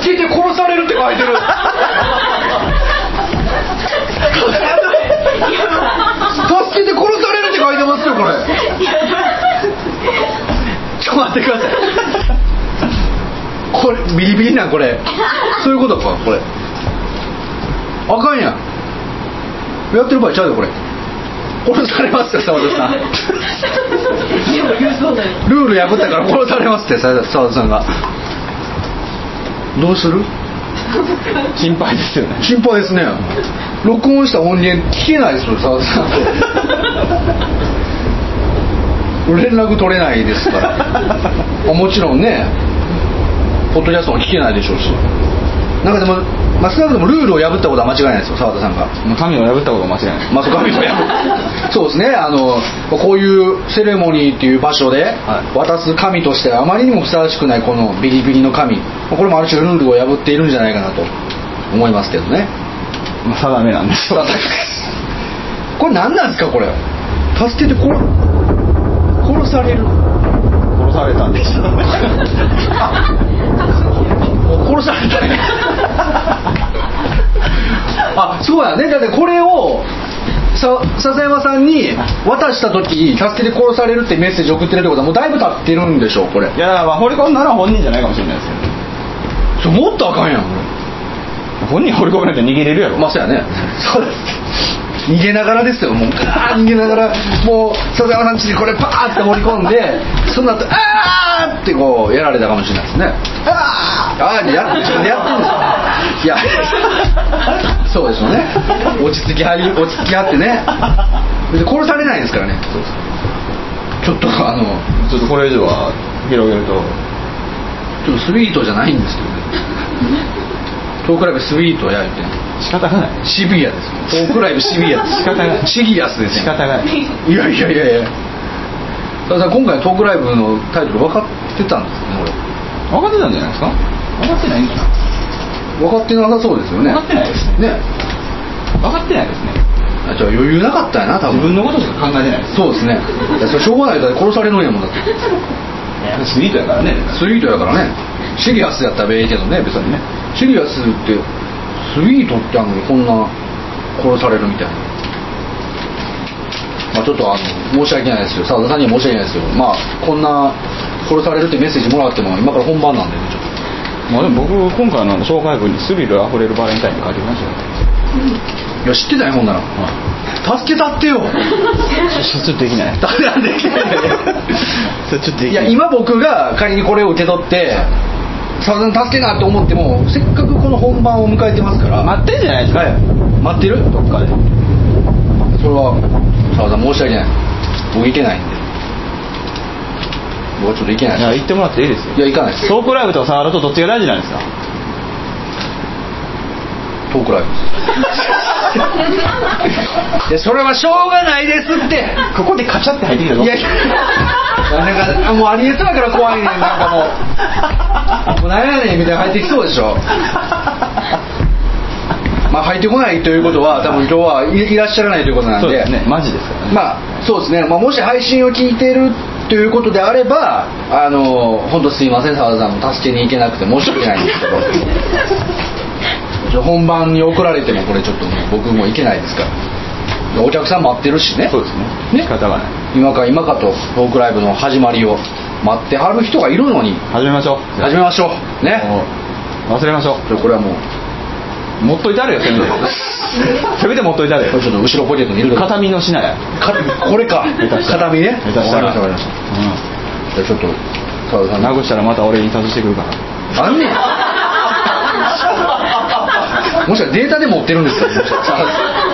[SPEAKER 2] 助けて殺されるって書い [LAUGHS] てる。助けて殺されるって書いてますよ、これ。ちょっと待ってください。こビリビリなんこれそういうことかこれあかんやんやってる場合ちゃうよこれ殺されますよ澤田さんルール破ったから殺されますって澤田澤田さんがどうする
[SPEAKER 4] 心配ですよね
[SPEAKER 2] 心配ですね録音した音源聞けないですよ澤田
[SPEAKER 4] [LAUGHS]
[SPEAKER 2] さんって連絡取れないですからあもちろんねポッドキャストも聞けないでしょうしなんかでも、まあ、少なくともルールを破ったことは間違いないですよ澤田さんが
[SPEAKER 4] もう神を破ったことは間違いない
[SPEAKER 2] まあ、神の山そうですねあのこういうセレモニーっていう場所で
[SPEAKER 4] はい
[SPEAKER 2] 渡す神としてはあまりにもふさわしくないこのビリビリの神まあこれもある種ルールを破っているんじゃないかなと思いますけどね
[SPEAKER 4] まあ定めなんです
[SPEAKER 2] さあ [LAUGHS] これ何なんですかこれ助けてこれ殺される
[SPEAKER 4] 殺されたんです
[SPEAKER 2] [LAUGHS] 殺されたねあそうやねだってこれをさ笹山さんに渡した時助けて殺されるってメッセージ送ってるってことはもうだいぶ経ってるんでしょうこれ
[SPEAKER 4] いやだからまあ掘り込んだのは本人じゃないかもしれないです
[SPEAKER 2] そ
[SPEAKER 4] け
[SPEAKER 2] れもっとあかんやんこ
[SPEAKER 4] ど本人掘り込めないと逃げれるやろ
[SPEAKER 2] れまあそうやねそうです逃げながらですよもうガー逃げながらもう笹山さんちにこれパーって放り込んでその後あーってこうやられたかもしれないですねあーあーってやって自分でやってるんですよいやそうでしょうね落ち着きはり落ち着きあってね別に殺されないですからねちょっとあの
[SPEAKER 4] ちょっとこれ以上は広げると
[SPEAKER 2] ちょっとスイートじゃないんですけど
[SPEAKER 4] [LAUGHS]
[SPEAKER 2] ねトークライブスイートや言うてんの
[SPEAKER 4] 仕方がない
[SPEAKER 2] シビアですよトークライブシビアです
[SPEAKER 4] 仕方ない
[SPEAKER 2] シギアスです
[SPEAKER 4] 仕
[SPEAKER 2] よ
[SPEAKER 4] 方がない
[SPEAKER 2] いやいやいやいやさだ今回のトークライブのタイトル分かってたんですね
[SPEAKER 4] 分かってたんじゃないですか分かってないんかな
[SPEAKER 2] 俺分かってなさそうですよね
[SPEAKER 4] 分かってないですね
[SPEAKER 2] ね
[SPEAKER 4] 分かってないですね
[SPEAKER 2] あじゃあ余裕なかったやな多
[SPEAKER 4] 自分
[SPEAKER 2] 分
[SPEAKER 4] のことしか考えてないです
[SPEAKER 2] そうですねいやそれしょうがないから殺されるんやもんだって
[SPEAKER 4] スイートやからね
[SPEAKER 2] スイートやからねシリアスやったらべええけどね別にねシリアスってスイートってあのにこんな殺されるみたいなまあちょっとあの申し訳ないですよ澤田さんには申し訳ないですよまあこんな殺されるってメッセージもらっても今から本番なんでねちょっと
[SPEAKER 4] まあでも僕今回の紹介文にスリルあふれるバレンタインって書いてきましたよ
[SPEAKER 2] いや知ってたよほんなら、助けた
[SPEAKER 4] [LAUGHS]
[SPEAKER 2] ってよ
[SPEAKER 4] ちょっとできない
[SPEAKER 2] 誰なんで来てん
[SPEAKER 4] それちょっと
[SPEAKER 2] の
[SPEAKER 4] で
[SPEAKER 2] い
[SPEAKER 4] きな
[SPEAKER 2] や
[SPEAKER 4] い
[SPEAKER 2] 今僕が仮にこれを受け取ってさださん助けなって思ってもせっかくこの本番を迎えてますから
[SPEAKER 4] 待ってんじゃないですか
[SPEAKER 2] 待ってる
[SPEAKER 4] どっかで
[SPEAKER 2] それは澤田さん申し訳ない僕行けないんで僕はちょっと行けない
[SPEAKER 4] いや行ってもらっていいですよ
[SPEAKER 2] いや行かないです
[SPEAKER 4] ソープライブとサワラとどっちが大事なんですか
[SPEAKER 2] トークライブですいやそれはしょうがないですって
[SPEAKER 4] ここでカチャって入ってきたぞ
[SPEAKER 2] いやいやなんかもうありえそうやから怖いねんなんかもうもう何やねんみたいな入ってきそうでしょまあ入ってこないということは多分今日はいいらっしゃらないということなんで
[SPEAKER 4] そうですねマジですからね
[SPEAKER 2] まあそうですね、まあ、もし配信を聞いてるということであればあの本当すいません澤田さんも助けに行けなくて申し訳ないんですけどちょ本番に送られてもこれちょっともう僕も行けないですからお客さん待ってるしね
[SPEAKER 4] そうですね
[SPEAKER 2] ね
[SPEAKER 4] 仕方がない
[SPEAKER 2] 今か今かとトークライブの始まりを待ってはる人がいるのに
[SPEAKER 4] 始めましょう
[SPEAKER 2] 始めましょうね
[SPEAKER 4] もう忘れましょ
[SPEAKER 2] ちょこれはもう
[SPEAKER 4] う持っといたるよせ
[SPEAKER 2] [LAUGHS]
[SPEAKER 4] めてせめて持っといたる
[SPEAKER 2] こ
[SPEAKER 4] よ
[SPEAKER 2] れちょっと後ろポケットに入れとく
[SPEAKER 4] 片身のしなや
[SPEAKER 2] かこれか
[SPEAKER 4] 下手したら
[SPEAKER 2] 片身ね
[SPEAKER 4] 下手したら
[SPEAKER 2] わかりましたわかりましたじゃあちょっと澤田さん
[SPEAKER 4] うん殴したらまた俺印刷してくるから
[SPEAKER 2] あんねんもしかしたらデータで持ってるん [LAUGHS] ですか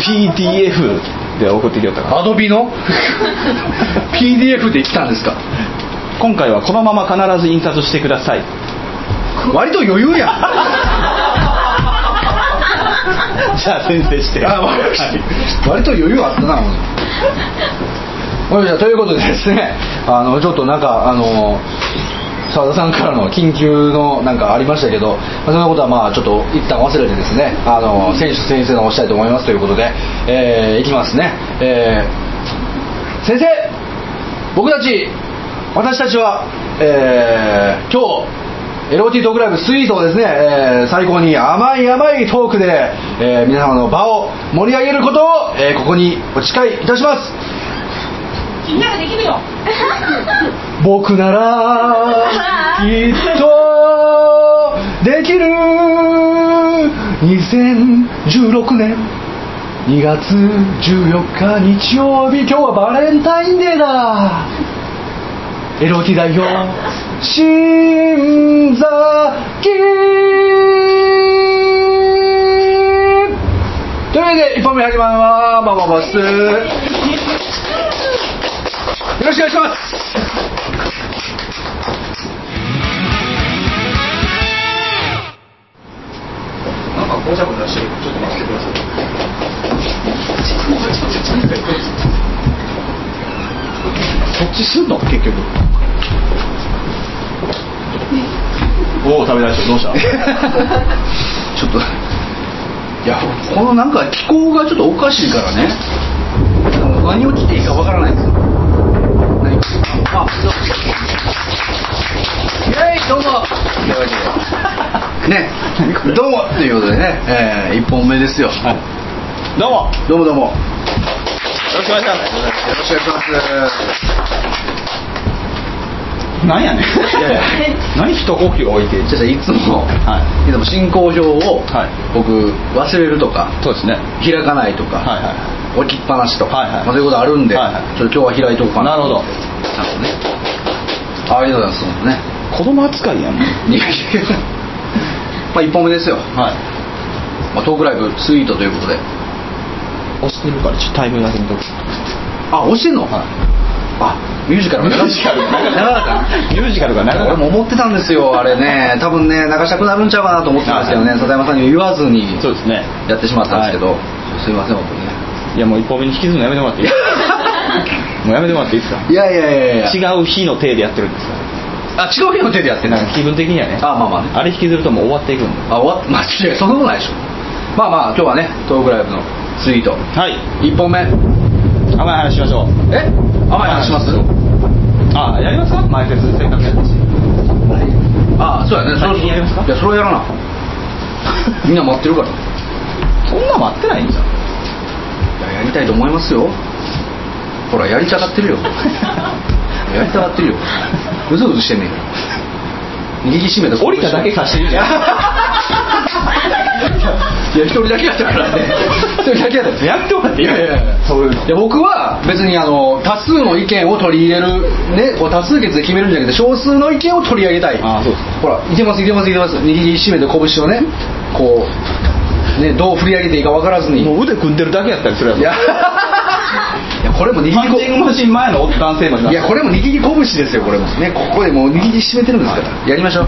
[SPEAKER 4] PDF で送ってきよったから
[SPEAKER 2] アドビの [LAUGHS] PDF で来たんですか
[SPEAKER 4] 今回はこのまま必ず印刷してください
[SPEAKER 2] 割と余裕やん
[SPEAKER 4] じゃあ先生して
[SPEAKER 2] あわかりました割と余裕あ [LAUGHS] ったなお前わかりましたということでですねあのちょっとなんかあの澤田さんからの緊急のなんかありましたけどまあそんなことはまあちょっと一旦忘れてですねあの選手先生のおっしゃいと思いますということで、えーいきますね、えー先生僕たち私たちは、えー今日 LOT トークライブスイートをですね、えー最高に甘い甘いトークで、えー皆様の場を盛り上げることを、えーここにお誓いいたします
[SPEAKER 7] 君ならできる
[SPEAKER 2] [LAUGHS]
[SPEAKER 7] よ [LAUGHS]
[SPEAKER 2] 僕ならきっとで
[SPEAKER 7] [LAUGHS]
[SPEAKER 2] きる2016年2月14日日曜日今日はバレンタインデーだエロティ代表新崎というわけで一本目始まりますバババスよろしくお願いしますなんか紅茶粉出してるちょっと待ってくださいそっちすんの結局
[SPEAKER 1] おお食べ出してどうした
[SPEAKER 2] [LAUGHS] ちょっといやこのなんか気候がちょっとおかしいからね何を着ていいかわからないんですよ何あどうイェイどうぞというわけでねどうもということでね、えー、1本目ですよ、
[SPEAKER 1] どうも
[SPEAKER 2] どうもどうも
[SPEAKER 1] よろしくお願いします
[SPEAKER 2] よろしくお願いします
[SPEAKER 1] なんやねん
[SPEAKER 2] いやいや
[SPEAKER 1] 何一呼吸置いて
[SPEAKER 2] じゃあいつも、
[SPEAKER 1] はい
[SPEAKER 2] い、つも進行表を、
[SPEAKER 1] はい
[SPEAKER 2] 僕忘れるとか
[SPEAKER 1] そうですね
[SPEAKER 2] 開かないとか、
[SPEAKER 1] はいはい
[SPEAKER 2] 置きっぱなしとか、
[SPEAKER 1] はいはい
[SPEAKER 2] まあ、そういうことあるんで、
[SPEAKER 1] はいはい
[SPEAKER 2] ちょっと今日は開いとこうかな
[SPEAKER 1] なるほど
[SPEAKER 2] ちゃんとねあありがとうございますね
[SPEAKER 1] 子供扱いやん
[SPEAKER 2] [LAUGHS] いやいやいやまあ1本目ですよ、
[SPEAKER 1] はい
[SPEAKER 2] まあ、トークライブスイートということで
[SPEAKER 1] 押してるからちょっとタイミングだけ見とく
[SPEAKER 2] あ押してんの、あミュージカルが
[SPEAKER 1] ミュージカルが
[SPEAKER 2] 長かった
[SPEAKER 1] ミュージカルが長かった
[SPEAKER 2] 俺も思ってたんです [LAUGHS] よあれね多分ね流したくなるんちゃうかなと思ってたんですけどね
[SPEAKER 1] はい
[SPEAKER 2] 笹山さんに言わずに
[SPEAKER 1] そうですね
[SPEAKER 2] やってしまったんですけど、すいません本当にね
[SPEAKER 1] いやもう一本目に引きずるのやめてもらってい [LAUGHS] いもうやめてもらっていいですか
[SPEAKER 2] いやいやいやいや
[SPEAKER 1] 違う日の手でやってるんですか
[SPEAKER 2] あ違う日の手でやって
[SPEAKER 1] ら
[SPEAKER 2] な
[SPEAKER 1] なんか気分的にはね
[SPEAKER 2] あまあまあね
[SPEAKER 1] あれ引きずるともう終わっていくんで
[SPEAKER 2] あ終わっ [LAUGHS] まあいやそんなことないでしょまあまあ今日はねトークライブのツイート
[SPEAKER 1] はい
[SPEAKER 2] 1本目
[SPEAKER 1] 甘い話しましょう
[SPEAKER 2] え甘い話します
[SPEAKER 1] あやりますか前説せっかくやったし
[SPEAKER 2] あそうやね
[SPEAKER 1] 最近やりますか
[SPEAKER 2] いやそれをや
[SPEAKER 1] [LAUGHS]
[SPEAKER 2] らなみんな待ってるから
[SPEAKER 1] そんな待ってないんじゃん
[SPEAKER 2] いややりたいと思いますよほらやりたがってるよ
[SPEAKER 1] [LAUGHS]
[SPEAKER 2] やりたがってるようずうずしてんねん握りしめた
[SPEAKER 1] 降りただけ貸してるじゃん
[SPEAKER 2] [LAUGHS] いや一人だけやったからね一人だけやった
[SPEAKER 1] やってもらってい
[SPEAKER 2] い
[SPEAKER 1] い
[SPEAKER 2] やいやいや
[SPEAKER 1] そういうの
[SPEAKER 2] いや僕は別にあの多数の意見を取り入れる、ね、こう多数決で決めるんじゃなくて少数の意見を取り上げたい
[SPEAKER 1] あそうです
[SPEAKER 2] ほらいけますいけますいけます握りしめて拳をねこうねどう振り上げていいか分からずに
[SPEAKER 1] もう腕組んでるだけやったりするや
[SPEAKER 2] いや [LAUGHS] いやこれも握り
[SPEAKER 1] つパンチングマシン前のおっさん性もいま
[SPEAKER 2] い
[SPEAKER 1] す
[SPEAKER 2] やこれも握り拳ですよこれもねここでもう握りしめてるんですから、やりましょう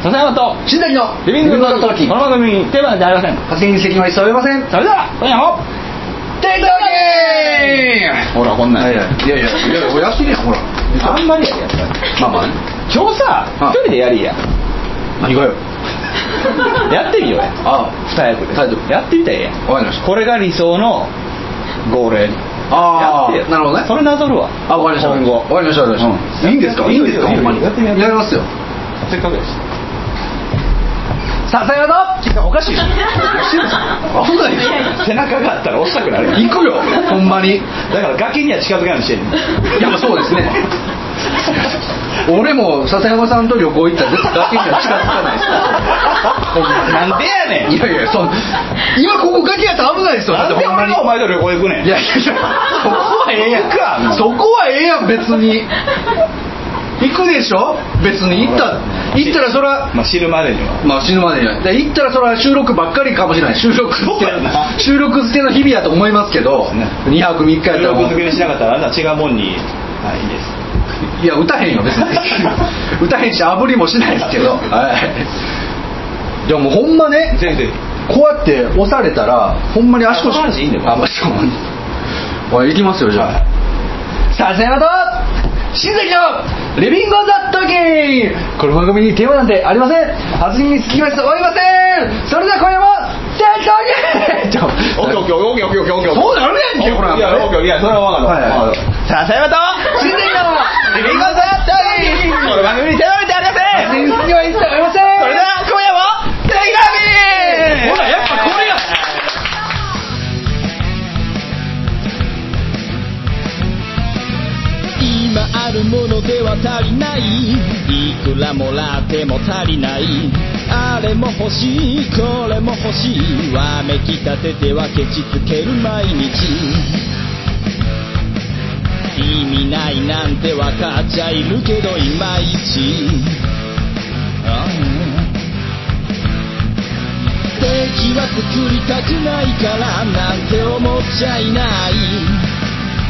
[SPEAKER 1] 笹山と
[SPEAKER 2] 新崎の
[SPEAKER 1] リビングの
[SPEAKER 2] トーキ
[SPEAKER 1] この番組テーマじゃありません
[SPEAKER 2] 発言に責任は一切及びません
[SPEAKER 1] それでは今夜も
[SPEAKER 2] テイトーキ
[SPEAKER 1] ほらこんなん
[SPEAKER 2] いやいやいやいやいやおやってるやんほら
[SPEAKER 1] あんまりやでやったら
[SPEAKER 2] まあまあね
[SPEAKER 1] 今日さ
[SPEAKER 2] あ
[SPEAKER 1] 一人でやりや
[SPEAKER 2] 何がよ
[SPEAKER 1] やってみようや
[SPEAKER 2] あ
[SPEAKER 1] 二役で
[SPEAKER 2] タイトル
[SPEAKER 1] やってみたらええやん
[SPEAKER 2] あわかりました
[SPEAKER 1] これが理想のゴールやり
[SPEAKER 2] あ
[SPEAKER 1] やってよ
[SPEAKER 2] あなるほどね
[SPEAKER 1] それなぞるわ
[SPEAKER 2] あわかりました
[SPEAKER 1] 今後
[SPEAKER 2] わかりましたわかりました、
[SPEAKER 1] うん
[SPEAKER 2] いいんですか
[SPEAKER 1] い
[SPEAKER 2] い
[SPEAKER 1] い
[SPEAKER 2] い
[SPEAKER 1] よ
[SPEAKER 2] んですか
[SPEAKER 1] いいよ
[SPEAKER 2] ほんまに
[SPEAKER 1] や
[SPEAKER 2] や
[SPEAKER 1] ってみよう
[SPEAKER 2] りますよ
[SPEAKER 1] せっかくやし
[SPEAKER 2] さあさよならおかしい [LAUGHS] よ危ないでし
[SPEAKER 1] 背中があったら押したくなるやん
[SPEAKER 2] ょ行くよほんまにい
[SPEAKER 1] だから崖には近づかないようにしてんねん
[SPEAKER 2] やまあそうですね俺も笹山さんと旅行行ったら絶対崖には近づかないですほんまに
[SPEAKER 1] なんでやねん
[SPEAKER 2] いやいや、そう。今ここガキやったら危ないですよ。
[SPEAKER 1] なんで俺がお前と旅行行くねん
[SPEAKER 2] いやいやいや、そこはええやん
[SPEAKER 1] か
[SPEAKER 2] そこはええやん、別に。行くでしょ別に行った行ったらそら
[SPEAKER 1] まあ、知るまでには
[SPEAKER 2] まあ死ぬまでにはで行ったらそれは収録ばっかりかもしれない収録
[SPEAKER 1] そ
[SPEAKER 2] っ
[SPEAKER 1] うやな
[SPEAKER 2] て収録漬けの日々やと思いますけ
[SPEAKER 1] う
[SPEAKER 2] ど
[SPEAKER 1] ですね
[SPEAKER 2] 2泊3日やった
[SPEAKER 1] 収
[SPEAKER 2] ら
[SPEAKER 1] 録
[SPEAKER 2] も
[SPEAKER 1] 付け
[SPEAKER 2] う
[SPEAKER 1] にしなかったらあなた違うもんにはいいいです
[SPEAKER 2] いや歌へんよ [LAUGHS] 別に歌へんし炙りもしないですけどはいでもほんまね
[SPEAKER 1] 全然
[SPEAKER 2] こうやって押されたらほんまに足腰
[SPEAKER 1] 下半身いいんだよ
[SPEAKER 2] あまあそうおい行きますよじゃあ、さあさよなら新崎のリビングオンザトーキングこの番組にテーマなんてありません発言につきましておりませんそれでは今夜もテートーキング
[SPEAKER 1] オッケーオッケーオッケーオッケーオッケーオッケー
[SPEAKER 2] そうなるやんけほら
[SPEAKER 1] いやオッケーいやそれは分かる、
[SPEAKER 2] はいはい
[SPEAKER 1] 分かるさあさよなら
[SPEAKER 2] 新崎の
[SPEAKER 1] リビングオンザストーリーこの番組に手を挙げてありま
[SPEAKER 2] 発
[SPEAKER 1] せん
[SPEAKER 2] 言につきましておりません
[SPEAKER 1] それでは今夜もテレビ
[SPEAKER 2] ほらやっぱこれや
[SPEAKER 8] 今あるものでは足りないいく
[SPEAKER 9] らもらっても足りないあれも欲しいこれも欲しいわめきたててはケチつける毎日意味ないなんてわかっちゃいるけどいまいちああ敵は作りたくないからなんて思っちゃいない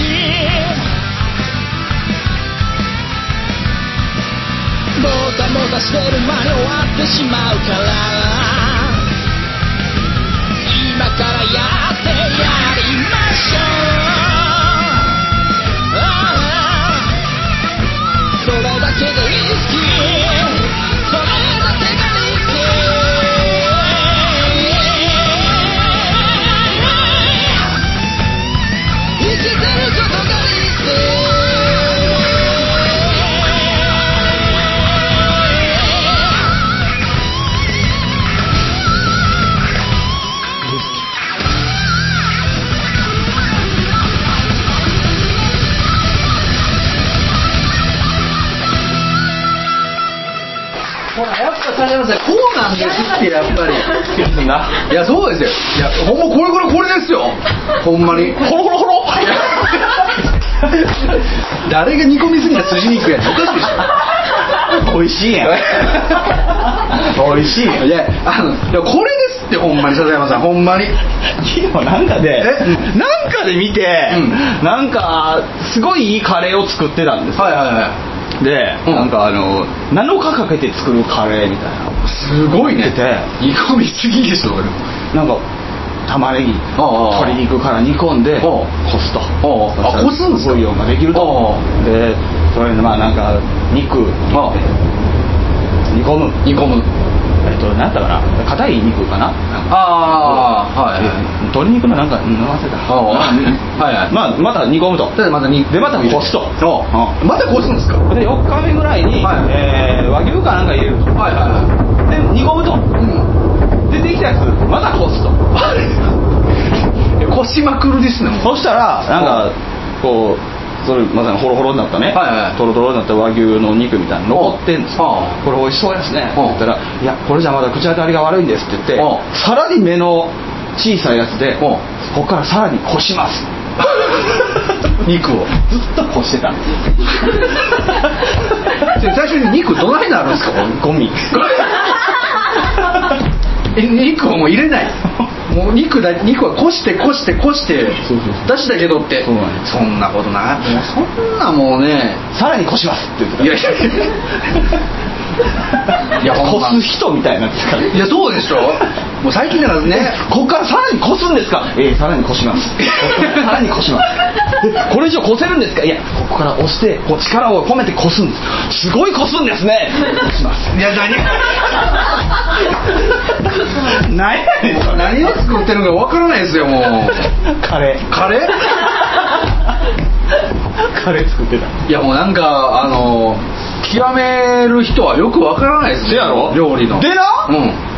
[SPEAKER 9] ーもたもたしてる間に終わってしまうから今からやってやりましょうああそれだけでリスキーそれだけがリスキー生きてることがリスキ
[SPEAKER 2] ほら、やっぱ谷山さん、こうなんですって、やっぱり。いや、そうですよ。いや、ほんま、これこれこれですよ。ほんまに。ほろほろほろ。誰が煮込みすぎた筋肉やねんおかしいでしょ。美味しいやん。美味しいやん。いや、あの、いやこれですって、ほんまに、笹山さん、ほんまに。
[SPEAKER 4] でもなんかで
[SPEAKER 2] えうん
[SPEAKER 4] なんかで見て、
[SPEAKER 2] うん
[SPEAKER 4] なんかすごいいいカレーを作ってたんですよ
[SPEAKER 2] はいはいはい。
[SPEAKER 4] で、
[SPEAKER 2] うん
[SPEAKER 4] なんかあの7日かけて作るカレーみたいな
[SPEAKER 2] すごいね。
[SPEAKER 4] て
[SPEAKER 2] 煮込みすぎでしょ、これ。
[SPEAKER 4] なんか玉ねぎ
[SPEAKER 2] ああああ
[SPEAKER 4] 鶏肉から煮込んで
[SPEAKER 2] あ
[SPEAKER 4] こすと
[SPEAKER 2] あああこすんですか
[SPEAKER 4] ボイヨンができると
[SPEAKER 2] あ
[SPEAKER 4] でそれでまあなんか肉
[SPEAKER 2] あ
[SPEAKER 4] 煮込む
[SPEAKER 2] 煮込む。
[SPEAKER 4] えっと何やったかな硬い肉かな
[SPEAKER 2] ああ、はいはい。
[SPEAKER 4] で鶏肉のなんか飲ませた
[SPEAKER 2] ああはいはい
[SPEAKER 4] まあまた煮込むと
[SPEAKER 2] ただまたに
[SPEAKER 4] でまたこすと
[SPEAKER 2] おうまたこすんですかはい
[SPEAKER 4] で4日目ぐらいに、
[SPEAKER 2] はい
[SPEAKER 4] えー和牛かなんか入れると
[SPEAKER 2] はいは
[SPEAKER 4] で煮込むと
[SPEAKER 2] い、うん
[SPEAKER 4] でできたやつまたこ
[SPEAKER 2] [LAUGHS]
[SPEAKER 4] すと
[SPEAKER 2] あれ、こしまくるですねもう
[SPEAKER 4] そしたらなんかこうそれまさにホロホロになったね、
[SPEAKER 2] はいはい
[SPEAKER 4] トロトロになった和牛の肉みたいなの残ってんですよ
[SPEAKER 2] ああ
[SPEAKER 4] これ美味しそうですねって
[SPEAKER 2] うん
[SPEAKER 4] 言ったら「いやこれじゃまだ口当たりが悪いんです」って言っ
[SPEAKER 2] う
[SPEAKER 4] て
[SPEAKER 2] ん
[SPEAKER 4] さらに目の小さいやつで
[SPEAKER 2] ん
[SPEAKER 4] ここからさらにこします肉をずっとこしてたんですよ
[SPEAKER 2] で最初に肉どないなるんですか
[SPEAKER 4] ゴミ
[SPEAKER 2] え肉をもう入れないもう肉だ肉はこしてこしてこして
[SPEAKER 4] そうそ
[SPEAKER 2] 出
[SPEAKER 4] う
[SPEAKER 2] したけどって
[SPEAKER 4] そうなんです
[SPEAKER 2] そんなことなもうそんなもうね
[SPEAKER 4] さらにこしますって言ってた
[SPEAKER 2] いやいやいやいやほん
[SPEAKER 4] こ
[SPEAKER 2] ます
[SPEAKER 4] 人みたいになってたから
[SPEAKER 2] いやそうでしょもう最近だからね
[SPEAKER 4] [LAUGHS] ここからさらにこすんですかええさらにこします [LAUGHS] さらにこしますえこれ以上こせるんですかいやここから押してこう力を込めてこすんですすごいこすんですねこします
[SPEAKER 2] いや何
[SPEAKER 4] 何やねんそれ
[SPEAKER 2] 何を作ってるのかわからないですよもう
[SPEAKER 4] カレー
[SPEAKER 2] カレー
[SPEAKER 4] カレー作ってた
[SPEAKER 2] いやもうなんかあの極める人はよくわからないです
[SPEAKER 4] せ
[SPEAKER 2] ね
[SPEAKER 4] やろ
[SPEAKER 2] 料理の
[SPEAKER 4] でな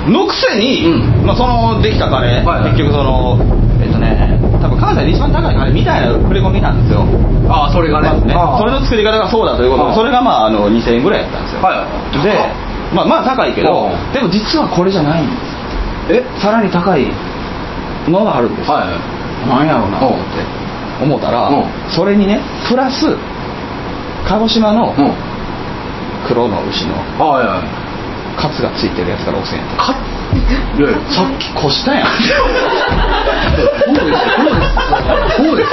[SPEAKER 2] うん
[SPEAKER 4] のくせに、
[SPEAKER 2] うん
[SPEAKER 4] まあ、そのできたカレー、
[SPEAKER 2] はいはい
[SPEAKER 4] 結局そのえっとね多分関西で一番高いカレーみたいな触れ込みなんですよ
[SPEAKER 2] ああそれがね
[SPEAKER 4] まずね
[SPEAKER 2] ああ
[SPEAKER 4] それの作り方がそうだということ
[SPEAKER 2] あ
[SPEAKER 4] で
[SPEAKER 2] あ
[SPEAKER 4] それがまああの2000円ぐらいやったんですよ
[SPEAKER 2] はい
[SPEAKER 4] でまあまあ高いけど
[SPEAKER 2] うん
[SPEAKER 4] でも実はこれじゃないんですえさらに高いのがあるんです、
[SPEAKER 2] はい
[SPEAKER 4] なんやろうなと思って思ったら、
[SPEAKER 2] うん
[SPEAKER 4] それにねプラス鹿児島の
[SPEAKER 2] うん
[SPEAKER 4] 黒の牛の
[SPEAKER 2] はいはい
[SPEAKER 4] カツがついてるやつから5000円
[SPEAKER 2] かいやいや
[SPEAKER 4] さっきこしたやん
[SPEAKER 2] そうです [LAUGHS] そうですそうです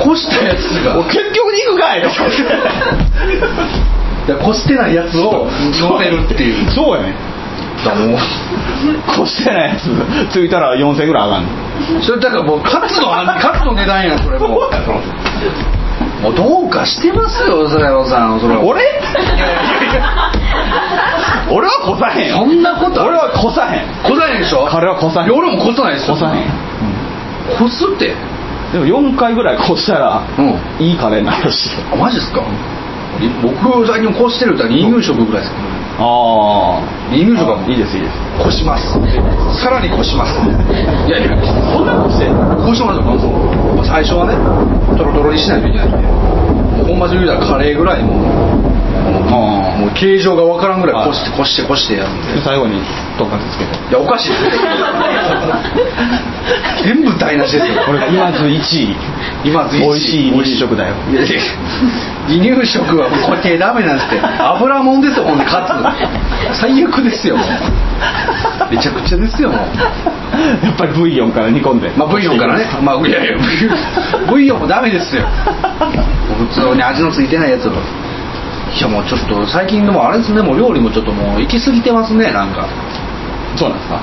[SPEAKER 2] こしたやつが
[SPEAKER 4] お結局肉かいと思って
[SPEAKER 2] いやこしてないやつを乗せるっていう
[SPEAKER 4] そうやね
[SPEAKER 2] だもう
[SPEAKER 4] こしてないやつついたら4000円ぐらい上がんねん
[SPEAKER 2] それだからもうカツのあんカツの値段やんそれもうも [LAUGHS] うどうかしてますよ笹山さんそれは
[SPEAKER 4] 俺
[SPEAKER 2] いやいやいや
[SPEAKER 4] 俺はこさへんよ
[SPEAKER 2] そんなことあ
[SPEAKER 4] 俺
[SPEAKER 2] る
[SPEAKER 4] はこさへん
[SPEAKER 2] こさへんでしょ
[SPEAKER 4] 彼はこさへん
[SPEAKER 2] いや俺もこさないですよ
[SPEAKER 4] こさへん
[SPEAKER 2] こすって
[SPEAKER 4] でも4回ぐらいこしたら、
[SPEAKER 2] う
[SPEAKER 4] いいカレーになるし
[SPEAKER 2] あマジですか僕最近こうしてる歌離乳食ぐらいですか
[SPEAKER 4] あ
[SPEAKER 2] 離乳食は
[SPEAKER 4] あいいですいいです
[SPEAKER 2] こしますさらにこしますいやいや
[SPEAKER 4] そんなことしてんの
[SPEAKER 2] こうしてもらうともう最初はねトロトロにしないといけないのでもうほんまに言うたらカレーぐらいもう
[SPEAKER 4] あ
[SPEAKER 2] もう形状がわからんぐらいこし
[SPEAKER 4] は
[SPEAKER 2] てこしてこしてやるんで
[SPEAKER 4] あ最後にとんかつつけて
[SPEAKER 2] いやおかしい全部台無しですよ
[SPEAKER 4] 俺今ず1位
[SPEAKER 2] 今ず
[SPEAKER 4] 美味しい離乳食だよ
[SPEAKER 2] いやいや離乳食はもうこれダメなんですって油もんですよほんでカツ最悪ですよもうめちゃくちゃですよもう
[SPEAKER 4] [LAUGHS] やっぱりブイヨンから煮込んで
[SPEAKER 2] まあブイヨン
[SPEAKER 4] [LAUGHS]
[SPEAKER 2] からねまあいやいやブイヨンブイヨンもダメですよもう普通に味のついてないやつをいやもうちょっと最近でもあれですねもう料理もちょっともう行き過ぎてますねなんか
[SPEAKER 4] そうなんですか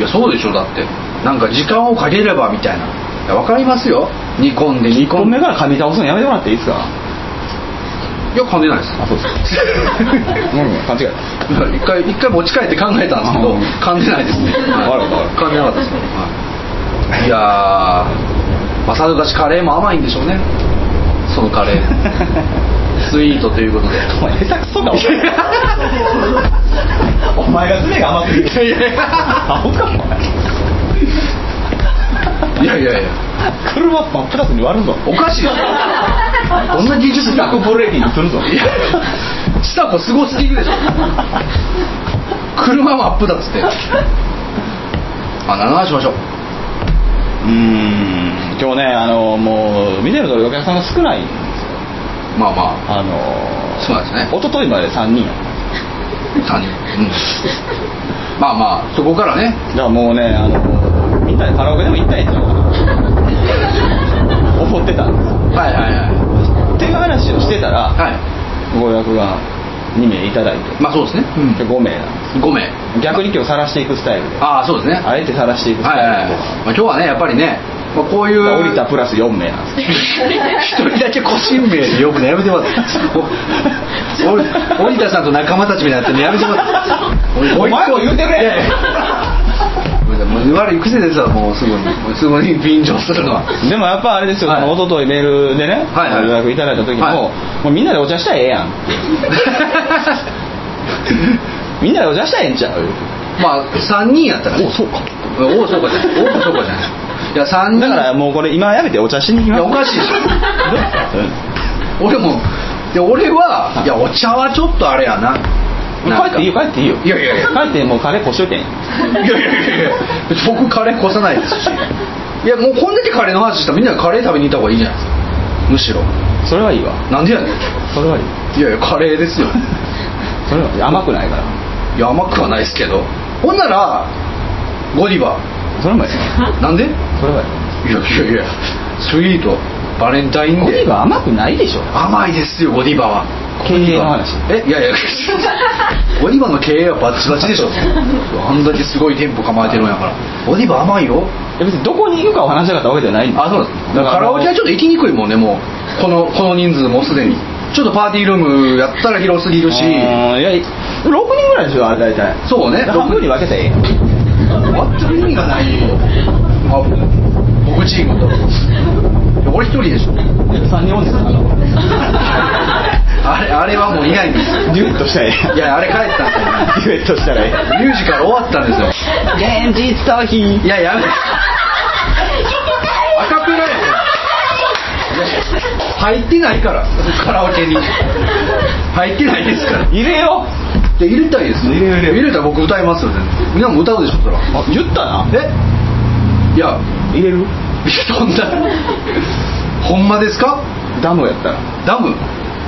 [SPEAKER 2] いやそうでしょだってなんか時間をかければみたいないやわかりますよ煮込んで煮
[SPEAKER 4] 1
[SPEAKER 2] 込
[SPEAKER 4] 本
[SPEAKER 2] んで
[SPEAKER 4] 目から噛み倒すのやめてもらっていいですか
[SPEAKER 2] いや噛んでないです
[SPEAKER 4] あそうで
[SPEAKER 2] [LAUGHS]
[SPEAKER 4] すかうん勘違いです
[SPEAKER 2] 一回一回持ち帰って考えたんですけど
[SPEAKER 4] うん
[SPEAKER 2] 噛んでないですね
[SPEAKER 4] あらあら
[SPEAKER 2] 噛んでなかったですねはいいやーまあさぞかしカレーも甘いんでしょうねそのカレ
[SPEAKER 4] [LAUGHS]
[SPEAKER 2] ースイートということで
[SPEAKER 4] お前下手くそかお前
[SPEAKER 2] [LAUGHS]
[SPEAKER 4] お前が爪が甘すぎる
[SPEAKER 2] いやいやい
[SPEAKER 4] アホかお前
[SPEAKER 2] やいやいや
[SPEAKER 4] 車真っプラスに割るぞ
[SPEAKER 2] おかしい
[SPEAKER 4] [LAUGHS]
[SPEAKER 2] ですよどんな技術
[SPEAKER 4] 自
[SPEAKER 2] だ
[SPEAKER 4] 宅ブレーキにするぞ
[SPEAKER 2] いやちさ子すごすぎるでしょ車もアップだっつってあ7話しましょう
[SPEAKER 4] うーん今日ねあのもう見てるとお客さんが少ないんですよ
[SPEAKER 2] まあま
[SPEAKER 4] あの
[SPEAKER 2] あそうですね
[SPEAKER 4] 一昨日まで3人やった
[SPEAKER 2] 三人うんまあまあそこからね
[SPEAKER 4] じゃあもうねあのみんなでカラオケでも行ったらいいんちゃうかな思ってたんです
[SPEAKER 2] はいはいはい
[SPEAKER 4] っていう話をしてたら、
[SPEAKER 2] は
[SPEAKER 4] ご予約が2名いただいて
[SPEAKER 2] いまあそうですね、
[SPEAKER 4] 今日5名なんで
[SPEAKER 2] うん、5名
[SPEAKER 4] す逆に今日晒していくスタイルで
[SPEAKER 2] ああそうですねは
[SPEAKER 4] あえて晒してい
[SPEAKER 2] い
[SPEAKER 4] くス
[SPEAKER 2] はい
[SPEAKER 4] タ
[SPEAKER 2] は
[SPEAKER 4] イ
[SPEAKER 2] い
[SPEAKER 4] ルで、
[SPEAKER 2] まあ、今日はねやっぱりね、まあ、こういう
[SPEAKER 4] 降りたプラス4名なんですけ
[SPEAKER 2] 一人だけ個人名で呼ぶのやめてます
[SPEAKER 4] [LAUGHS]
[SPEAKER 2] 折田さんと仲間たちみたいになってるのやめてます
[SPEAKER 4] お前も言うてくれ
[SPEAKER 2] いやいやもう悪い癖ですわもうすぐにもうすぐに便乗するのは
[SPEAKER 4] どでもやっぱあれですよ、
[SPEAKER 2] はい
[SPEAKER 4] その一昨日メールでね、
[SPEAKER 2] はいはい
[SPEAKER 4] ご予約いただいた時も、
[SPEAKER 2] は
[SPEAKER 4] もうみんなでお茶したらええやん
[SPEAKER 2] [LAUGHS]
[SPEAKER 4] ってみんなでお茶したらええんちゃう
[SPEAKER 2] まあ3人やったら
[SPEAKER 4] おそうか
[SPEAKER 2] おおそうかじゃないおおそうかじゃないいや3人
[SPEAKER 4] だからもうこれ今やめてお茶しに行き
[SPEAKER 2] い
[SPEAKER 4] ます
[SPEAKER 2] やおかしい
[SPEAKER 4] [LAUGHS]
[SPEAKER 2] でし
[SPEAKER 4] うん
[SPEAKER 2] ょ俺もで俺はいやお茶はちょっとあれやな
[SPEAKER 4] 帰っていいよ帰っていいよ
[SPEAKER 2] いやいやいや
[SPEAKER 4] 帰ってもうカレーこしといてん
[SPEAKER 2] いやいやいやいや僕カレーこさないですしいやもうこんだけカレーの話したらみんなでカレー食べに行った方がいいじゃないですかむしろ
[SPEAKER 4] それはいいわ
[SPEAKER 2] なんでやねん
[SPEAKER 4] それはいい
[SPEAKER 2] いやいやカレーですよ
[SPEAKER 4] それはいい甘くないから
[SPEAKER 2] いや甘くはないですけどほんならゴディバ
[SPEAKER 4] それもいい
[SPEAKER 2] なんでい
[SPEAKER 4] それはいい
[SPEAKER 2] やいやいやスイートバレンタイン
[SPEAKER 4] ゴデ
[SPEAKER 2] デ
[SPEAKER 4] ィ
[SPEAKER 2] ー
[SPEAKER 4] バ甘くないでしょ
[SPEAKER 2] 甘いですよゴディバは
[SPEAKER 4] 経営の話
[SPEAKER 2] えいやい
[SPEAKER 4] [LAUGHS]
[SPEAKER 2] やゴディバの経営はバッチバチでしょあんだけすごい店舗構えてるんやからゴディバ甘いよ
[SPEAKER 4] いや別にどこに行くかを話したかったわけじゃないんだ
[SPEAKER 2] あそうなんです
[SPEAKER 4] だ
[SPEAKER 2] だ
[SPEAKER 4] から
[SPEAKER 2] カラオケはちょっと行きにくいもんねもうこのこの人数もうすでにちょっとパーティールームやったら広すぎるし
[SPEAKER 4] うーんいや6人ぐらいでしょあれ大体
[SPEAKER 2] そうね
[SPEAKER 4] 半分に分けて
[SPEAKER 2] 全く意味がないあ僕チームといや俺一人でしょ
[SPEAKER 4] 3人おんねんあの
[SPEAKER 2] あれあれはもういないんです
[SPEAKER 4] デュエットしたらえ
[SPEAKER 2] よいやあれ帰ったん
[SPEAKER 4] えやんデュエットしたらええや
[SPEAKER 2] で
[SPEAKER 4] ん
[SPEAKER 2] すよミュージカル終わったんですよ
[SPEAKER 4] 現実逃避
[SPEAKER 2] いややめアカペラやんいや入ってないからカラオケに入ってないですから
[SPEAKER 4] 入れよ
[SPEAKER 2] で入れたいですよ
[SPEAKER 4] 入れよ入れよ
[SPEAKER 2] 入れたら僕歌いますよ全然みんなも歌うでしょそら
[SPEAKER 4] あ言ったな
[SPEAKER 2] えいや
[SPEAKER 4] 入れる
[SPEAKER 2] そんなほんまですか
[SPEAKER 4] ダムやったら
[SPEAKER 2] ダム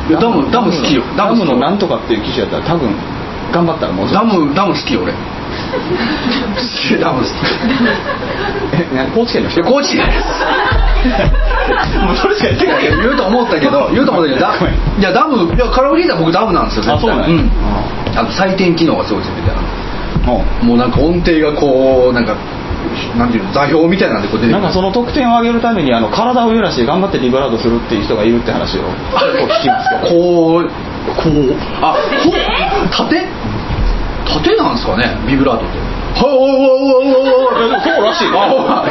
[SPEAKER 2] いやダムダム好きよ
[SPEAKER 4] ダムのなん
[SPEAKER 2] と
[SPEAKER 4] とかっていう機種やったら多分頑張ったらもう
[SPEAKER 2] ダムダム好き
[SPEAKER 4] [LAUGHS]
[SPEAKER 2] よ俺すげえダム好き
[SPEAKER 4] えな高知県の
[SPEAKER 2] い
[SPEAKER 4] 人
[SPEAKER 2] や高知県です
[SPEAKER 4] もうそれしか言って
[SPEAKER 2] いやいや言うと思ったけ
[SPEAKER 4] [LAUGHS]
[SPEAKER 2] ど言うと思ったけどダ
[SPEAKER 4] ごめん
[SPEAKER 2] いやダムいやカラオケでは僕ダムなんですよ絶対
[SPEAKER 4] あそうなんや
[SPEAKER 2] んあの採点機能がすごいついててあの
[SPEAKER 4] も
[SPEAKER 2] もうなんか音程がこうなんかなんていうの座標みたいなんでこう出
[SPEAKER 4] う
[SPEAKER 2] てく
[SPEAKER 4] なん
[SPEAKER 2] る
[SPEAKER 4] かその得点を上げるためにあの体を揺らして頑張ってリブラートするっていう人がいるって話を
[SPEAKER 2] [LAUGHS]
[SPEAKER 4] 結構聞きますけど
[SPEAKER 2] こうこうあこう縦縦なんですかねビブラートってはいおいおいおいおいおいおい
[SPEAKER 10] そうらしい
[SPEAKER 2] [LAUGHS] あおいあ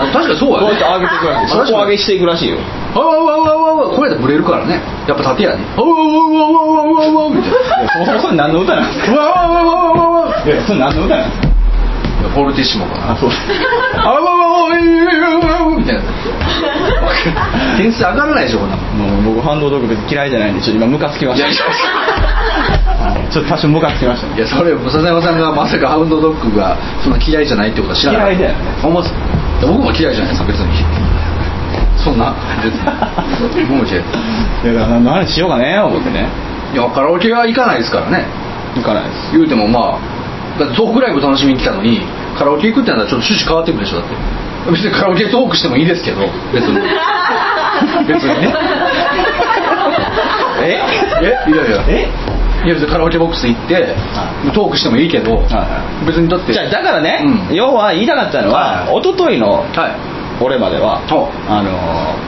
[SPEAKER 2] でも確かにそうや
[SPEAKER 10] こ
[SPEAKER 2] ね
[SPEAKER 10] うやって上げていくらしい底上げしていくら
[SPEAKER 2] [LAUGHS]
[SPEAKER 10] しいよ
[SPEAKER 2] あわわわわわこれでブレるからねやっぱ縦や
[SPEAKER 4] [LAUGHS]
[SPEAKER 2] ねあわわわわわわわみたいな
[SPEAKER 4] そもそもそれ何の歌なんですか
[SPEAKER 2] わわわわわわ
[SPEAKER 4] [LAUGHS]
[SPEAKER 2] わ
[SPEAKER 4] いやそれ何の歌なんですか
[SPEAKER 2] フォルティッシモかな
[SPEAKER 4] あそう
[SPEAKER 2] あわわわわわみたいな点数上がらないでしょこんなもん
[SPEAKER 4] もう僕反動毒別に嫌いじゃないんでちょっと今ムカつきま
[SPEAKER 2] い
[SPEAKER 4] し
[SPEAKER 2] やい
[SPEAKER 4] た
[SPEAKER 2] や
[SPEAKER 4] ちょっと多少ムカつきました
[SPEAKER 2] い
[SPEAKER 4] ね
[SPEAKER 2] やそれ笹山さんがまさかハウンドドッグがそんな嫌いじゃないってことは知らない
[SPEAKER 4] 嫌いだよね
[SPEAKER 2] 思わず僕も嫌いじゃないですか別にそんな別に僕も嫌い
[SPEAKER 4] いやだから何の話しようかね思ってね
[SPEAKER 2] いやカラオケは行かないですからね
[SPEAKER 4] 行かないです
[SPEAKER 2] 言うてもまあだってトークライブ楽しみに来たのにカラオケ行くってなったらちょっと趣旨変わってくるでしょだって別にカラオケトークしてもいいですけど別に別にね
[SPEAKER 4] え
[SPEAKER 2] えいやいや
[SPEAKER 4] え
[SPEAKER 2] いや別にカラオケボックス行ってトークしてもいいけど、
[SPEAKER 4] は
[SPEAKER 2] 別にだって
[SPEAKER 4] じゃあだからね、
[SPEAKER 2] うん
[SPEAKER 4] 要は言いたかったのは、
[SPEAKER 2] はい
[SPEAKER 4] 一昨日の
[SPEAKER 2] はい
[SPEAKER 4] 俺までは、
[SPEAKER 2] は
[SPEAKER 4] あ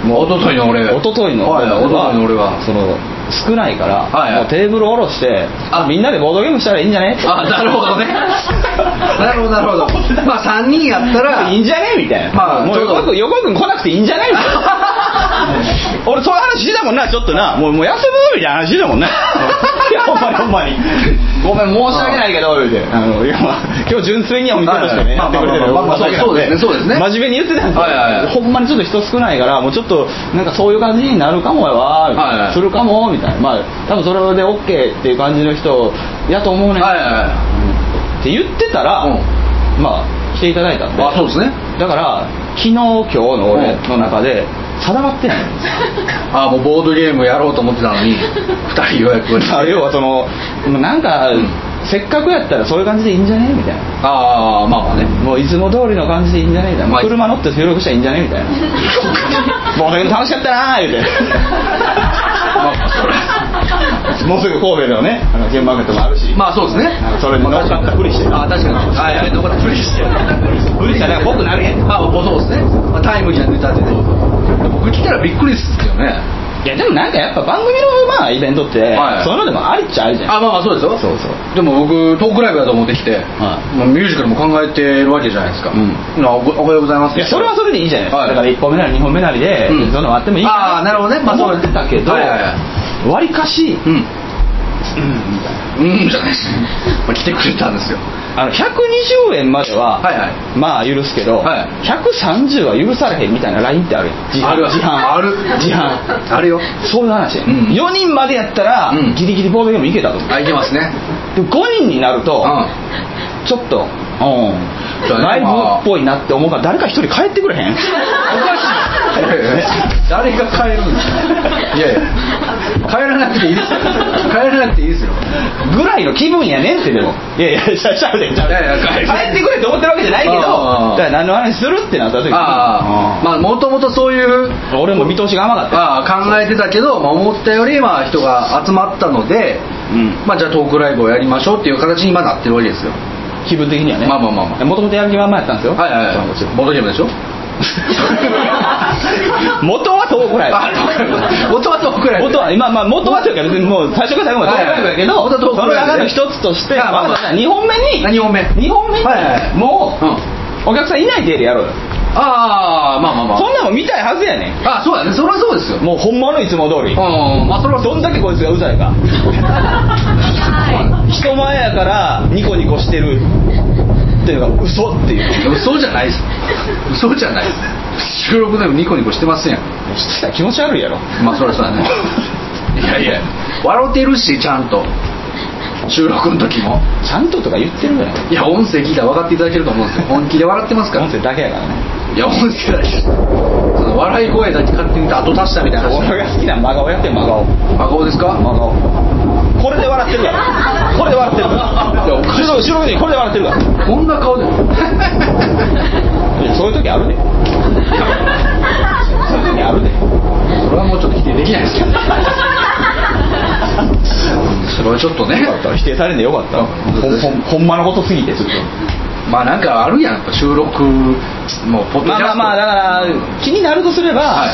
[SPEAKER 4] の
[SPEAKER 2] もう一昨日の俺
[SPEAKER 4] 一昨日の
[SPEAKER 2] はい
[SPEAKER 4] 俺
[SPEAKER 2] はい一昨日の俺は
[SPEAKER 4] その少ないから、
[SPEAKER 2] はいはい
[SPEAKER 4] もうテーブル下ろして
[SPEAKER 2] あ
[SPEAKER 4] みんなでボードゲームしたらいいんじゃね
[SPEAKER 2] あなるほ
[SPEAKER 4] [LAUGHS]
[SPEAKER 2] どねなるほどなるほどまあ3人やったら
[SPEAKER 4] いいんじゃねみたいな、
[SPEAKER 2] まあ
[SPEAKER 4] もう
[SPEAKER 2] ちょっと
[SPEAKER 4] 横井君横井君来なくていいんじゃねみた
[SPEAKER 2] [LAUGHS]
[SPEAKER 4] いな俺そういう話してたもんなちょっとなもうもう休むみたいな話してたも
[SPEAKER 2] [LAUGHS]
[SPEAKER 4] んないやほんまにほんまにごめん申し訳ないけど言うてあのいや、まあ、今日純粋にお店として
[SPEAKER 2] はいはい
[SPEAKER 4] ねやってくれてる
[SPEAKER 2] まあまあまあまあ
[SPEAKER 4] 申し訳ない
[SPEAKER 2] そうですねそうですね
[SPEAKER 4] 真面目に言ってたんですよ、
[SPEAKER 2] はいはいはい
[SPEAKER 4] ほんまにちょっと人少ないからもうちょっとなんかそういう感じになるかもやわみた
[SPEAKER 2] はいはい
[SPEAKER 4] するかもみたいなまあ多分それで OK っていう感じの人やと思うねん、
[SPEAKER 2] はいはいはい
[SPEAKER 4] って言ってたら、
[SPEAKER 2] うん
[SPEAKER 4] まあ来ていただいたんで
[SPEAKER 2] あそうですね
[SPEAKER 4] だから昨日今日の俺の中で定まってないんです
[SPEAKER 2] [LAUGHS] あもうボードゲームやろうと思ってたの
[SPEAKER 4] [LAUGHS]
[SPEAKER 2] に2人予約をして
[SPEAKER 4] よ要はそのなんか、
[SPEAKER 2] ん
[SPEAKER 4] せっかくやったらそういう感じでいいんじゃねみたい
[SPEAKER 2] ああまあまあね
[SPEAKER 4] なもういつも通りの感じでいいんじゃねみたいな、
[SPEAKER 2] まあ
[SPEAKER 4] 車乗って収録したらいいんじゃねみ
[SPEAKER 2] [LAUGHS]
[SPEAKER 4] たいな「もうだけど楽しかったな」言うてもうすぐ神戸のねあの現場マーケットもあるし
[SPEAKER 2] まあそうですね
[SPEAKER 4] なんか [LAUGHS] それに乗っかったふりして
[SPEAKER 2] あ確かにはいはい残ったふりして
[SPEAKER 4] ふりしたら僕なるやん
[SPEAKER 2] あもうそうですね、まあ、タイムリーなネタでね僕来たらびっくりですよね
[SPEAKER 4] いやでもなんかやっぱ番組のまあイベントって、
[SPEAKER 2] はい
[SPEAKER 4] そういうのでもありっちゃありじゃん
[SPEAKER 2] あまあまあそうですよ
[SPEAKER 4] そうそう
[SPEAKER 2] でも僕トークライブだと思ってきて、
[SPEAKER 4] はい
[SPEAKER 2] まあミュージカルも考えてるわけじゃないですか、
[SPEAKER 4] うん
[SPEAKER 2] なおおはようございます
[SPEAKER 4] いやそれはそれでいいじゃないですか、
[SPEAKER 2] はい
[SPEAKER 4] だから1本目なり2本目なりで、
[SPEAKER 2] うん
[SPEAKER 4] そういうのもあってもいい
[SPEAKER 2] あーなるほどねまあ
[SPEAKER 4] 思ってたけど
[SPEAKER 2] はいはいは
[SPEAKER 4] わりかし
[SPEAKER 2] うんうんじゃないですまあ来てくれたんですよ
[SPEAKER 4] あの120円までは、
[SPEAKER 2] はいはい
[SPEAKER 4] まあ許すけど、
[SPEAKER 2] はい
[SPEAKER 4] 130は許されへんみたいなラインってあるやん自販
[SPEAKER 2] ある
[SPEAKER 4] 自販
[SPEAKER 2] ある
[SPEAKER 4] 自販
[SPEAKER 2] あるよ
[SPEAKER 4] そういう話、
[SPEAKER 2] うん
[SPEAKER 4] 4人までやったら、
[SPEAKER 2] うん
[SPEAKER 4] ギリギリボードゲームいけたと思う
[SPEAKER 2] あいけますね
[SPEAKER 4] でも5人になると、
[SPEAKER 2] う
[SPEAKER 4] ちょっと、うん、
[SPEAKER 2] そうね
[SPEAKER 4] ライブっぽいなって思うから誰か一人帰ってくれへ
[SPEAKER 2] ん
[SPEAKER 4] ん
[SPEAKER 2] いやいや誰が帰るんですかいやいや帰らなくていいですよ帰らなくていいですよ
[SPEAKER 4] ぐらいの気分やねんってでもいやいやしゃしゃうでしゃうで
[SPEAKER 2] いやいや帰る
[SPEAKER 4] 帰ってくれって思ってるわけじゃないけどだ
[SPEAKER 2] ああ
[SPEAKER 4] から何の話するってなった時に
[SPEAKER 2] ああまあもともとそういう
[SPEAKER 4] うん俺も見通しが甘かったよ
[SPEAKER 2] まあ、考えてたけど、まあ、思ったよりまあ人が集まったので、
[SPEAKER 4] うん
[SPEAKER 2] まあ、じゃあトークライブをやりましょうっていう形に今なってるわけですよ
[SPEAKER 4] 気分的にはね
[SPEAKER 2] まあまあまあまあ
[SPEAKER 4] もともとやる気満々やったんですよ
[SPEAKER 2] はいはい
[SPEAKER 4] もちろん
[SPEAKER 2] はいボードゲームでし
[SPEAKER 4] [LAUGHS]
[SPEAKER 2] ょ
[SPEAKER 4] 元はトークライ
[SPEAKER 2] あトークライブ元はトークライブ
[SPEAKER 4] 元は今まあ元はというか別にもう最初から最後までトークライブやけど、
[SPEAKER 2] はいはい元はトー
[SPEAKER 4] そ
[SPEAKER 2] ク
[SPEAKER 4] の
[SPEAKER 2] ライブ
[SPEAKER 4] 中の一つとして
[SPEAKER 2] いやまあまあ
[SPEAKER 4] まずじゃあ二本目に
[SPEAKER 2] 何本目
[SPEAKER 4] 二本目に
[SPEAKER 2] はいはいはい
[SPEAKER 4] も
[SPEAKER 2] うん
[SPEAKER 4] うお客さんいない手でやろうよ
[SPEAKER 2] ああまあまあまあ
[SPEAKER 4] そんなもん見たいはずやねん
[SPEAKER 2] あそうだねそれはそうですよ
[SPEAKER 4] もうほんまのいつも通り
[SPEAKER 2] うんまあそれは
[SPEAKER 4] どんだけこいつがうざいか人前やからニコニコしてるっていうのが嘘っていう
[SPEAKER 2] 嘘じゃないです嘘じゃないです収録でもニコニコしてませんやん
[SPEAKER 4] してたら気持ち悪いやろ
[SPEAKER 2] まあそりゃそうだね [LAUGHS] いやいや笑ってるしちゃんと収録の時も
[SPEAKER 4] ちゃんととか言ってるぐらい
[SPEAKER 2] いや音声聞いたら分かっていただけると思うんですよ本気で笑ってますから
[SPEAKER 4] 音声だけやからね
[SPEAKER 2] いや音声だけその笑い声だけ勝手に後足したみたいな話
[SPEAKER 4] 俺が好きな真顔やって真顔真
[SPEAKER 2] 真顔ですか
[SPEAKER 4] 顔これで笑ってるからこれで笑ってるから
[SPEAKER 2] いやおかしい
[SPEAKER 4] 後ろ後ろにこれで笑ってるか
[SPEAKER 2] こんな顔で
[SPEAKER 4] らいやそういう時あるでそういう時あるで
[SPEAKER 2] それはもうちょっと否定できない
[SPEAKER 1] [LAUGHS]
[SPEAKER 2] ですけどそれはちょっとね
[SPEAKER 4] よかった否定されんでよかったほんほんほんまのことすぎてちょっと
[SPEAKER 2] まあなんかあるやんやっぱ収録もうポッドキャスト
[SPEAKER 4] まあまあまあだから気になるとすれ
[SPEAKER 2] は
[SPEAKER 4] ば、
[SPEAKER 2] い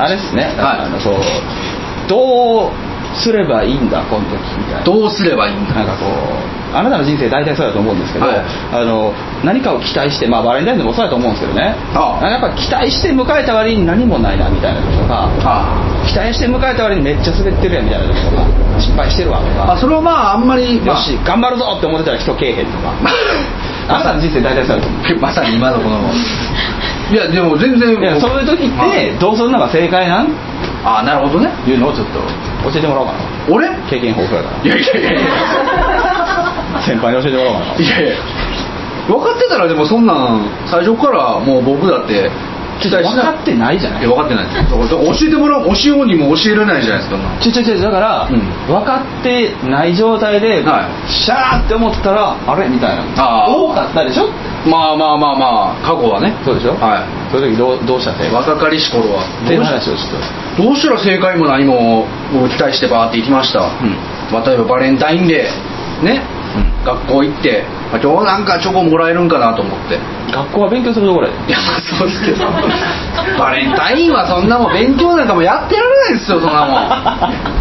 [SPEAKER 4] あれですね、
[SPEAKER 2] はい
[SPEAKER 4] あのそうどうすればいいんだこの時みたいな
[SPEAKER 2] どうすればいいんだ
[SPEAKER 4] なんかこう
[SPEAKER 1] あなたの人生大体そうだと思うんですけど、
[SPEAKER 2] はい
[SPEAKER 1] あの何かを期待して、まあ、バレンタインでもそうだと思うんですけどね
[SPEAKER 2] ああ
[SPEAKER 1] やっぱ期待して迎えた割に何もないなみたいなこととか
[SPEAKER 2] あ
[SPEAKER 1] 期待して迎えた割にめっちゃ滑ってるやんみたいなこととか失敗してるわとか
[SPEAKER 2] ああそれはまああんまり、
[SPEAKER 1] よ
[SPEAKER 2] まあ、
[SPEAKER 1] し頑張るぞって思ってたら人けえへんと
[SPEAKER 2] [LAUGHS]
[SPEAKER 1] かあなたの人生大体そうだと思う
[SPEAKER 2] まさに今のこのいやでも全然
[SPEAKER 1] [LAUGHS] いやそういう時
[SPEAKER 2] ま
[SPEAKER 1] ってどうするのが正解なん
[SPEAKER 2] ああなるほどね
[SPEAKER 1] いうのをちょっと教えてもらおうかな
[SPEAKER 2] 俺い
[SPEAKER 1] 経験豊富やか
[SPEAKER 2] やいやいやい
[SPEAKER 1] ら先輩に教えてもらおうかな
[SPEAKER 2] やいやいや分かってたらでもそんなん最初からもう僕だって期待し
[SPEAKER 1] 分
[SPEAKER 2] な
[SPEAKER 1] かってないじゃない
[SPEAKER 2] いや分かってないですだから教えてもらう教えようにも教えれないじゃないですかそんな
[SPEAKER 1] ちょちょちょだから、
[SPEAKER 2] うん
[SPEAKER 1] 分かってない状態で、
[SPEAKER 2] はい
[SPEAKER 1] シャーって思ったらあれみたいな
[SPEAKER 2] あー
[SPEAKER 1] 多かったでしょ
[SPEAKER 2] まあまあまあまあ過去はね
[SPEAKER 1] そうでしょ
[SPEAKER 2] はい
[SPEAKER 1] そういう時どうどうしたら正解
[SPEAKER 2] 若かりし頃は
[SPEAKER 1] っていう話をちょっ
[SPEAKER 2] どうしたら正解も何も僕期待してバーって行きました、
[SPEAKER 1] ん
[SPEAKER 2] まあ、例えばバレンタインデーね、学校行って、まあ、今日なんかチョコもらえるんかなと思って
[SPEAKER 1] と学校は勉強するところやで
[SPEAKER 2] いやまあそうですけどバレンタインはそんなもん勉強なんかもやってられないですよそんなもん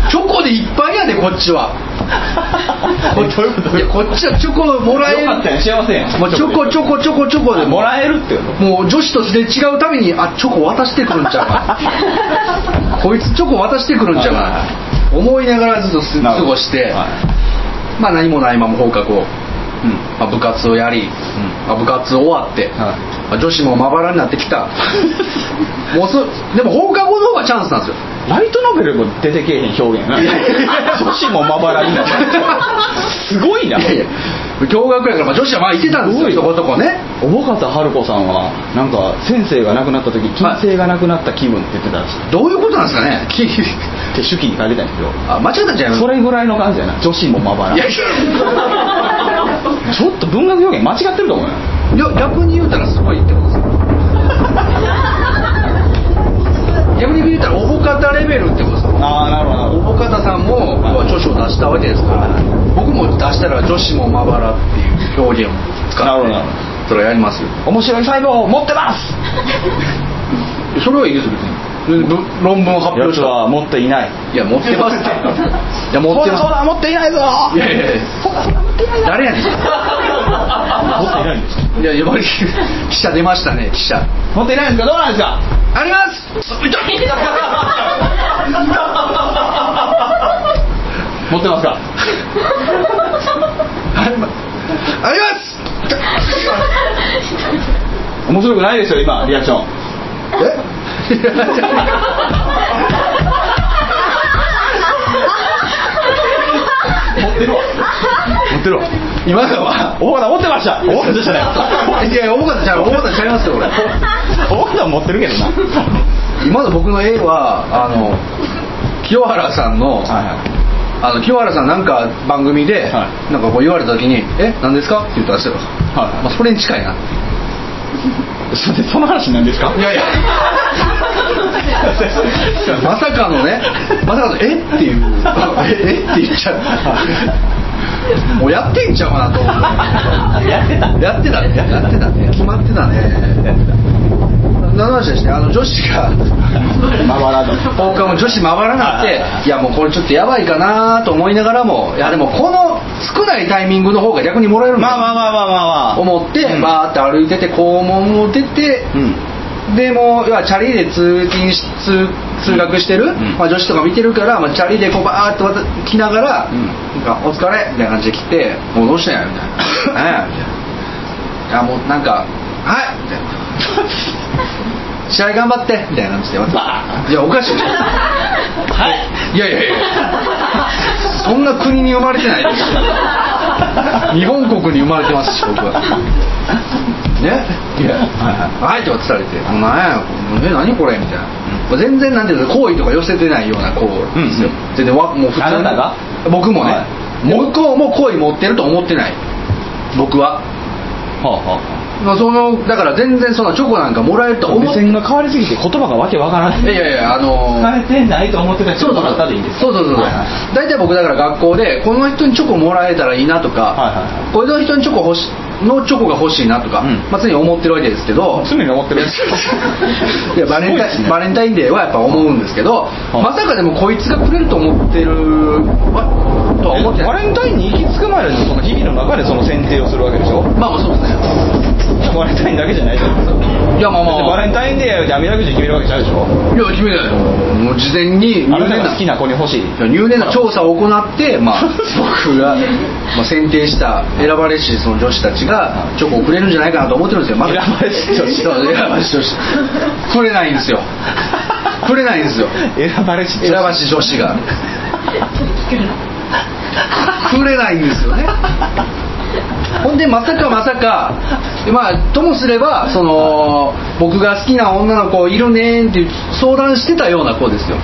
[SPEAKER 2] チョコでいっぱいやでこっちはこっちいやこっちはチョコもらえる
[SPEAKER 1] よかったやん幸せやん
[SPEAKER 2] もうチョコチョコチョコチョコで
[SPEAKER 1] あもらえるっていうの
[SPEAKER 2] もう女子とすれ違うためにあチョコ渡してくるんち
[SPEAKER 1] [LAUGHS]
[SPEAKER 2] ゃうかなこいつチョコ渡してくるんちゃうか
[SPEAKER 1] はいはい
[SPEAKER 2] な思いながらずっとす
[SPEAKER 1] なる
[SPEAKER 2] 過
[SPEAKER 1] ほど
[SPEAKER 2] ごして、
[SPEAKER 1] は
[SPEAKER 2] まあ何もないまま放課後、
[SPEAKER 1] うん
[SPEAKER 2] まあ、部活をやり、まあ、部活終わって、
[SPEAKER 1] はい
[SPEAKER 2] まあ女子もまばらになってき
[SPEAKER 1] [LAUGHS]
[SPEAKER 2] たもうそでも放課後の方がチャンスなんですよ
[SPEAKER 1] いライトノベルも出てけえへん表現やな女子もまばらにな
[SPEAKER 2] [LAUGHS]
[SPEAKER 1] るすごいない
[SPEAKER 2] やいや共学やから、まあ、女子はまあいてたんですよ
[SPEAKER 1] す
[SPEAKER 2] そ
[SPEAKER 1] ごい
[SPEAKER 2] こそこね
[SPEAKER 1] 小方春子さんはなんか先生が亡くなった時金星がなくなった気分って言ってたらしい、
[SPEAKER 2] どういうことなんですかねき
[SPEAKER 1] って [LAUGHS] 手記に書いてたんですよ
[SPEAKER 2] あ間違ったんじゃない
[SPEAKER 1] それぐらいの感じやな女子もまばら
[SPEAKER 2] いやい
[SPEAKER 1] [LAUGHS]
[SPEAKER 2] や
[SPEAKER 1] ちょっと文学表現間違ってると思うよ
[SPEAKER 2] いや逆に言うたらすごいってこと
[SPEAKER 1] [LAUGHS]
[SPEAKER 2] ですよ逆に言うたらおぼかたレベルってことですよ
[SPEAKER 1] ああなるほどなる
[SPEAKER 2] おぼかたさんもこう著書を出したわけですから僕も出したら女子もまばらっていう表現を使
[SPEAKER 1] なる
[SPEAKER 2] っ
[SPEAKER 1] ほど
[SPEAKER 2] て
[SPEAKER 1] なるほ
[SPEAKER 2] それはやりますよ
[SPEAKER 1] ど面白い細胞を持ってます
[SPEAKER 2] [LAUGHS] それはいいです別にぶ論文を発
[SPEAKER 1] や
[SPEAKER 2] 表
[SPEAKER 1] つ
[SPEAKER 2] した
[SPEAKER 1] は持っていない
[SPEAKER 2] いや持ってますっていや持ってます
[SPEAKER 1] そうだそうだ持っていないぞ
[SPEAKER 2] いやいやいや誰やねん
[SPEAKER 1] 持っていないんです
[SPEAKER 2] いやいやばい記者出ましたね記者
[SPEAKER 1] 持っていないんですかどうなんですか
[SPEAKER 2] あります
[SPEAKER 1] 持ってますか
[SPEAKER 2] あります
[SPEAKER 1] 面白くないですよ今リアクションえ持ってるわ持ってるわ
[SPEAKER 2] 今のは
[SPEAKER 1] 大方持ってました大方じゃない
[SPEAKER 2] いや重かったじゃん重かったちゃいますよ俺
[SPEAKER 1] [LAUGHS] 大方持ってるけどな
[SPEAKER 2] 今の僕の絵はあの清原さんの、
[SPEAKER 1] はいはい
[SPEAKER 2] あの清原さんなんか番組で、
[SPEAKER 1] は
[SPEAKER 2] なんかこう言われた時に「え何ですか?」って言ったらしいよ、まあ、それに近いな
[SPEAKER 1] それその話なんですか
[SPEAKER 2] いや
[SPEAKER 1] [LAUGHS]
[SPEAKER 2] いやまさかのねまさかの「えっ?」ていう「ええっ?」て言っちゃうもうやってんちゃうかなと思
[SPEAKER 1] やってた
[SPEAKER 2] うやってたねやってたね決まってたね何の話でしたあの女子が
[SPEAKER 1] まばらの
[SPEAKER 2] 放課後女子まばらなっていやもうこれちょっとやばいかなと思いながらもいやでもこの少ないタイミングの方が逆にもらえるんだ
[SPEAKER 1] まあまあまあまあまあまあ
[SPEAKER 2] 思って
[SPEAKER 1] うん
[SPEAKER 2] バーって歩いてて校門を出て、
[SPEAKER 1] うん
[SPEAKER 2] でも要はチャリで通勤し通通学してる、まあ、女子とか見てるから、まあ、チャリでこうバーって渡来ながら「
[SPEAKER 1] ん
[SPEAKER 2] なんかお疲れ」みたいな感じで来て「もうどうしたんや」みたいな「何や」みたいな「いやもうなんかはい」みたいな「試合頑張って」みたいな感じで渡いやおかしいはいいやいやいやそんな国に生まれてないです日本国に生まれてますし僕はねいやはいはいとか伝われて「もうなんやこれえ何これ」みたいな、まあ全然なんていうの好意とか寄せてないような子ですよ、全然わもう普通に
[SPEAKER 1] あなたが
[SPEAKER 2] 僕もね、
[SPEAKER 1] は
[SPEAKER 2] 向こうも好意持ってると思ってない僕は、
[SPEAKER 1] はあは
[SPEAKER 2] まあ、そのだから全然そんなチョコなんかもらえると
[SPEAKER 1] あ
[SPEAKER 2] は思
[SPEAKER 1] 目
[SPEAKER 2] って
[SPEAKER 1] 線が変わりすぎて言葉がわけわからない
[SPEAKER 2] いやいやいやあのー
[SPEAKER 1] 使えてないと思ってた人
[SPEAKER 2] そうそう
[SPEAKER 1] も
[SPEAKER 2] そ
[SPEAKER 1] らった
[SPEAKER 2] う
[SPEAKER 1] でいいんです
[SPEAKER 2] そうそうそう
[SPEAKER 1] はいはい
[SPEAKER 2] 大体僕だから学校でこの人にチョコもらえたらいいなとか、
[SPEAKER 1] はいはいは
[SPEAKER 2] この人にチョコ欲しのチョコが欲しいなとか、
[SPEAKER 1] うん
[SPEAKER 2] まあ、常に思ってるわけですけ
[SPEAKER 1] [LAUGHS]
[SPEAKER 2] ど
[SPEAKER 1] 常に思ってるんです
[SPEAKER 2] いやバレンタ
[SPEAKER 1] すごい
[SPEAKER 2] イン、
[SPEAKER 1] ですね
[SPEAKER 2] バレンタインデーはやっぱ思うんですけど、
[SPEAKER 1] い
[SPEAKER 2] まさかでもこいつがくれると思ってるわとは思って
[SPEAKER 4] バ
[SPEAKER 2] ない
[SPEAKER 4] レンタインに行き着くまでのその日々の中でその選定をするわけでしょ
[SPEAKER 2] まあまあそうですね
[SPEAKER 4] バレンタインだけじゃないじゃないですか
[SPEAKER 2] いやまあま
[SPEAKER 4] だって
[SPEAKER 2] あ
[SPEAKER 4] バレンタインデーで網だくじ決めるわけじゃないでしょ
[SPEAKER 2] いや決めないよもう事前に
[SPEAKER 4] あ
[SPEAKER 2] 入
[SPEAKER 4] なた
[SPEAKER 2] 念
[SPEAKER 4] が
[SPEAKER 2] な
[SPEAKER 4] 好きな子に欲しい
[SPEAKER 2] いや入念な調査を行って、まあ、僕が、まあ、選定した選ばれしその女子たちがチョコをくれるんじゃないかなと思ってるんですよ、ま、
[SPEAKER 4] 選ばれし女子
[SPEAKER 2] そう選ばれし女子くれないんですよくれないんですよ
[SPEAKER 4] 選ばれし
[SPEAKER 2] 選ばし女子がくれないんですよねほんでまさかまさかまあともすればその僕が好きな女の子いるねんっていう相談してたような子ですよ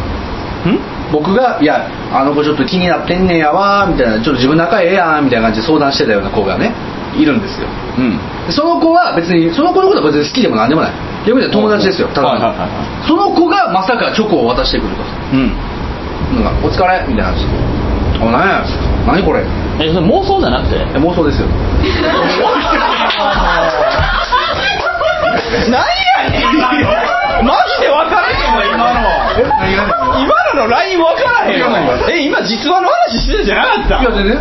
[SPEAKER 2] 僕が「いやあの子ちょっと気になってんねんやわ」みたいな「ちょっと自分仲ええやん」みたいな感じで相談してたような子がねいるんですよ
[SPEAKER 4] うん
[SPEAKER 2] その子は別にその子のことは別に好きでも何でもない逆に友達ですよただの、
[SPEAKER 4] はいはいはいは
[SPEAKER 2] その子がまさかチョコを渡してくると
[SPEAKER 4] うん
[SPEAKER 2] なんか「お疲れ」みたいな話「おなんや何これ」
[SPEAKER 11] えそれ妄想じゃなくて
[SPEAKER 2] え妄想 [LAUGHS] ですよ
[SPEAKER 4] 何やねんマジで分からへんわ今の今ののライン分からへんわえ今実話の話してたじゃなか
[SPEAKER 2] い
[SPEAKER 4] っ
[SPEAKER 2] や全然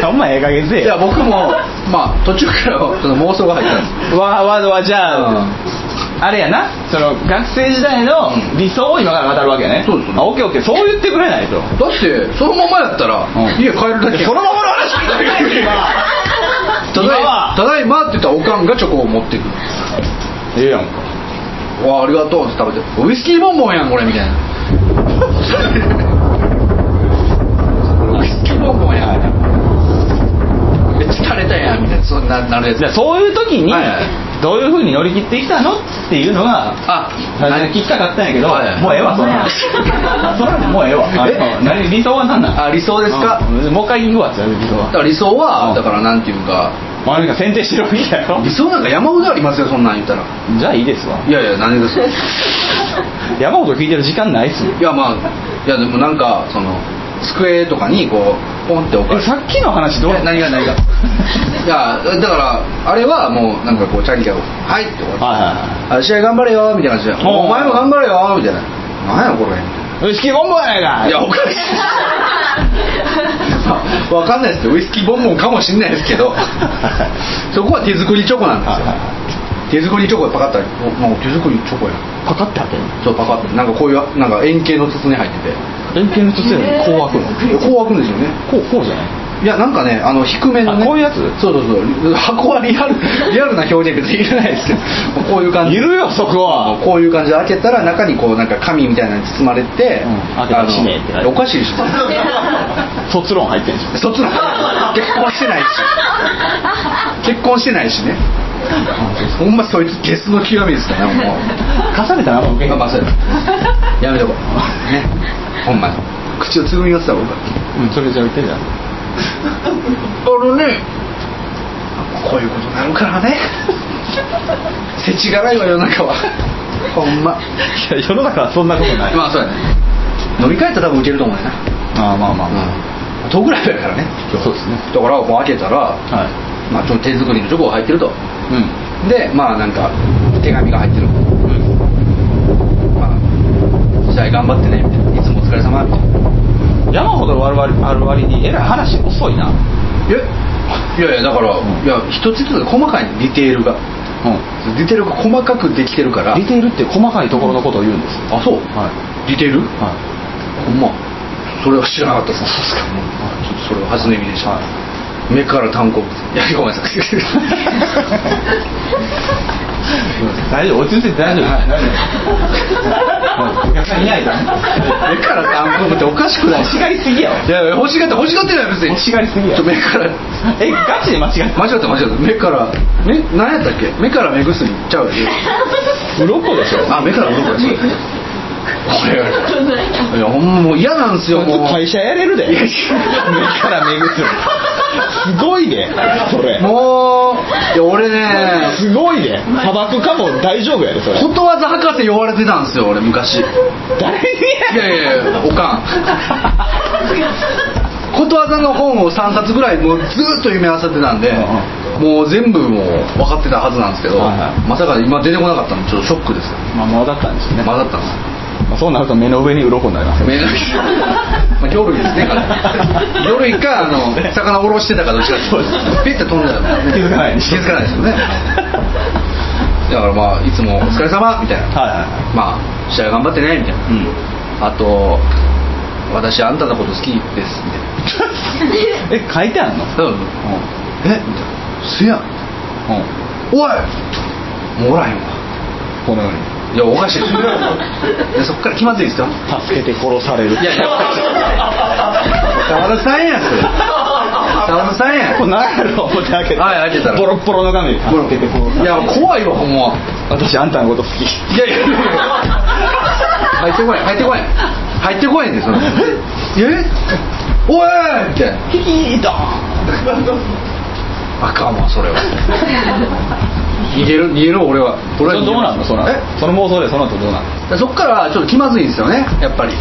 [SPEAKER 4] たお前ええ加減せ
[SPEAKER 2] いや僕もまあ途中からその妄想が入ったんです
[SPEAKER 4] わわわじゃあ、
[SPEAKER 2] うん
[SPEAKER 4] あれやなその学生時代の理想を今から語るわけやね
[SPEAKER 2] そうです
[SPEAKER 4] あオッケーオッケーそう言ってくれないと
[SPEAKER 2] だってそのままやったら、
[SPEAKER 4] ん
[SPEAKER 2] 家帰るだけやん
[SPEAKER 4] そのままの話聞いてくれ [LAUGHS]
[SPEAKER 2] ただい
[SPEAKER 4] は
[SPEAKER 2] ただいまって言ったらおかんがチョコを持ってくる
[SPEAKER 4] ええやんか
[SPEAKER 2] わあありがとうって食べてウイスキーボンボンやんこれみたいなこれウイスキーボンボンやんめっちゃ垂れたやんみたいなそんななるやつ
[SPEAKER 4] じゃあそういう時に、
[SPEAKER 2] はいはい
[SPEAKER 4] どういうふうに乗り切ってきたのっていうのが
[SPEAKER 2] あ
[SPEAKER 4] 最初に聞きたかったんやけど、
[SPEAKER 2] はいはい
[SPEAKER 4] もうええわそんなんそんなんもうええわあ
[SPEAKER 2] え
[SPEAKER 4] [LAUGHS] そう何理想は何なん
[SPEAKER 2] あ理想ですか、
[SPEAKER 4] うんもう一回言うわじゃあ理想
[SPEAKER 2] だ
[SPEAKER 4] は
[SPEAKER 2] から理想は、
[SPEAKER 4] うん
[SPEAKER 2] だからなんていうか
[SPEAKER 4] まあなんか選定してるわけやろ
[SPEAKER 2] 理想なんか山ほどありますよそんなん言ったら
[SPEAKER 4] じゃあいいですわ
[SPEAKER 2] いやいや何ですか
[SPEAKER 4] [LAUGHS] 山ほど聞いてる時間ないっすよ
[SPEAKER 2] いやまあいやでもなんかその机とかにこうポンって置かれ
[SPEAKER 4] え
[SPEAKER 2] て
[SPEAKER 4] さっきの話どう
[SPEAKER 2] え何が
[SPEAKER 4] [LAUGHS]
[SPEAKER 2] 何がいやだからあれはもうなんかこうチャリキャを「はい」って終わって
[SPEAKER 4] はいはいはい
[SPEAKER 2] あ試合頑張れよみたいな感じで「
[SPEAKER 4] おう
[SPEAKER 2] お前も頑張れよ」みたいな「何やこれ」み
[SPEAKER 4] ウイスキーボンボンやない
[SPEAKER 2] たい
[SPEAKER 4] か
[SPEAKER 2] ないやおかし
[SPEAKER 4] [LAUGHS]
[SPEAKER 2] いわかんないですけどウイスキーボンボンかもしんないですけど
[SPEAKER 4] [LAUGHS]
[SPEAKER 2] そこは手作りチョコなんですよ手作りチョコでパカッと開けておもう手作りチョコや
[SPEAKER 11] パカって開ける
[SPEAKER 2] そうパカッとなんかこういうなんか円形の筒に入ってて
[SPEAKER 11] 連携の人つやこう開くの
[SPEAKER 2] いやこう開くんですよね
[SPEAKER 11] こうこうじゃない
[SPEAKER 2] いやなんかねあの低めのね
[SPEAKER 4] あこういうやつ
[SPEAKER 2] そうそうそう箱はリア [LAUGHS] ルリアルな表現別にいらないですけどこういう感じ
[SPEAKER 4] いるよそこは
[SPEAKER 2] こういう感じで開けたら中にこうなんか紙みたいなのに包まれて、
[SPEAKER 11] うん開けたら
[SPEAKER 2] あの
[SPEAKER 11] 閉めって書いて
[SPEAKER 2] おかしいでしょ
[SPEAKER 11] 卒論入ってんじ
[SPEAKER 2] そっちの結婚してないし結婚してないしねほんまそいつゲスの極みですからねもう
[SPEAKER 4] 貸されたな僕
[SPEAKER 2] 頑張せるやめとこうねほんまに口をつぐみますわ僕は
[SPEAKER 4] うんそれじゃあ言ってんじゃん
[SPEAKER 2] あのねこういうことになるからね世知辛いわ世の中はほんま
[SPEAKER 4] いや世の中はそんなことない
[SPEAKER 2] まあそうやね飲み会やったら多分ウケると思うよな
[SPEAKER 4] まあまあまあま
[SPEAKER 2] うん遠くらいやからね
[SPEAKER 4] あそうですね
[SPEAKER 2] だからもう開けたら、
[SPEAKER 4] はい
[SPEAKER 2] まあ、ちょっと手作りのチョコが入ってると
[SPEAKER 4] うん
[SPEAKER 2] でまあなんか手紙が入ってる、まあ試合頑張ってねみたいないつもお疲れ様みたいな
[SPEAKER 4] 山ほどある割ある割にえらい話遅いな
[SPEAKER 2] えいやいやだから、いや一つ一つ細かいねディテールが
[SPEAKER 4] う
[SPEAKER 2] ディテールが細かくできてるから
[SPEAKER 4] ディテールって細かいところのことを言うんです
[SPEAKER 2] あそう、
[SPEAKER 4] はい
[SPEAKER 2] ディテール
[SPEAKER 4] は
[SPEAKER 2] ほんまそれは知らなかったです確かにちょっとそれは初耳でした、目から炭鉱物いやごめんなさい
[SPEAKER 4] い大丈夫落ち着いて大丈夫
[SPEAKER 2] はい
[SPEAKER 4] はいお客さんいないから
[SPEAKER 2] 目から炭鉱物っておかしくない
[SPEAKER 4] 欲しがりすぎやわ
[SPEAKER 2] いやいや欲しがって欲しがってない別に
[SPEAKER 4] 欲しがりすぎや
[SPEAKER 2] ちょ目 [LAUGHS] から
[SPEAKER 4] えガチで間違え
[SPEAKER 2] 間違った間違った目から目何やったっけ目から目薬ちゃ [LAUGHS] うよ
[SPEAKER 4] た鱗でしょ
[SPEAKER 2] あ目から鱗ですこれいやほんまもう嫌なんですよ
[SPEAKER 4] こい
[SPEAKER 2] もう
[SPEAKER 4] つ会社やれるで
[SPEAKER 2] いや違う
[SPEAKER 4] 目から目薬すごいでそれ
[SPEAKER 2] もういや俺ね
[SPEAKER 4] すごいね砂漠かも大丈夫やでそれ
[SPEAKER 2] ことわざ博士呼ばれてたんですよ俺昔い
[SPEAKER 4] 誰に
[SPEAKER 2] やいやいやおかんことわざの本を3冊ぐらいもうずーっと夢あさってたんでもう全部もう分かってたはずなんですけど
[SPEAKER 4] はいはい
[SPEAKER 2] まさか今出てこなかったのちょっとショックですよ
[SPEAKER 4] まあもうだったんですね
[SPEAKER 2] 混ざったんです
[SPEAKER 1] まあそうなると目の上に鱗になり
[SPEAKER 2] [LAUGHS]
[SPEAKER 1] ますよ
[SPEAKER 2] 目の下まあ魚類ですね魚類かあの魚おろしてたかどっちかそうですピッて飛んじゃうからね
[SPEAKER 1] 気づかない
[SPEAKER 2] 気づかな
[SPEAKER 1] [LAUGHS]
[SPEAKER 2] いですよねだからまあいつも「お疲れ様みたいな
[SPEAKER 1] はいはいは
[SPEAKER 2] まあ試合頑張ってねみたい
[SPEAKER 1] いうん
[SPEAKER 2] なあと私あんたのこと好きですみたいな
[SPEAKER 1] え書いてあんの
[SPEAKER 2] 多分えみたいなすやん
[SPEAKER 1] うん
[SPEAKER 2] おいもうおらへんわ
[SPEAKER 1] このように
[SPEAKER 2] いやお
[SPEAKER 1] [LAUGHS]
[SPEAKER 2] かしいですよでそっから気まずいですよ
[SPEAKER 1] 助けて殺される
[SPEAKER 2] いやいや沢田さんやそれ沢田さんや
[SPEAKER 1] これ何やろ思って開けた
[SPEAKER 2] はい開けたら
[SPEAKER 1] ボロッボロの紙ボロけて殺され
[SPEAKER 2] い
[SPEAKER 1] る
[SPEAKER 2] や怖いわほんま
[SPEAKER 1] 私あんたのこと好き
[SPEAKER 2] いやいやいや入ってこない入ってこない入ってこないんですよえおいみたいな
[SPEAKER 1] ヒキード
[SPEAKER 2] あかんわ
[SPEAKER 1] [LAUGHS]
[SPEAKER 2] それは逃げる逃げる俺は
[SPEAKER 1] そ
[SPEAKER 2] 俺
[SPEAKER 1] れ
[SPEAKER 2] は逃げ
[SPEAKER 1] どうなんのその
[SPEAKER 2] え
[SPEAKER 1] その妄想でその後どうなんの
[SPEAKER 2] そっからちょっと気まずいんですよねやっぱり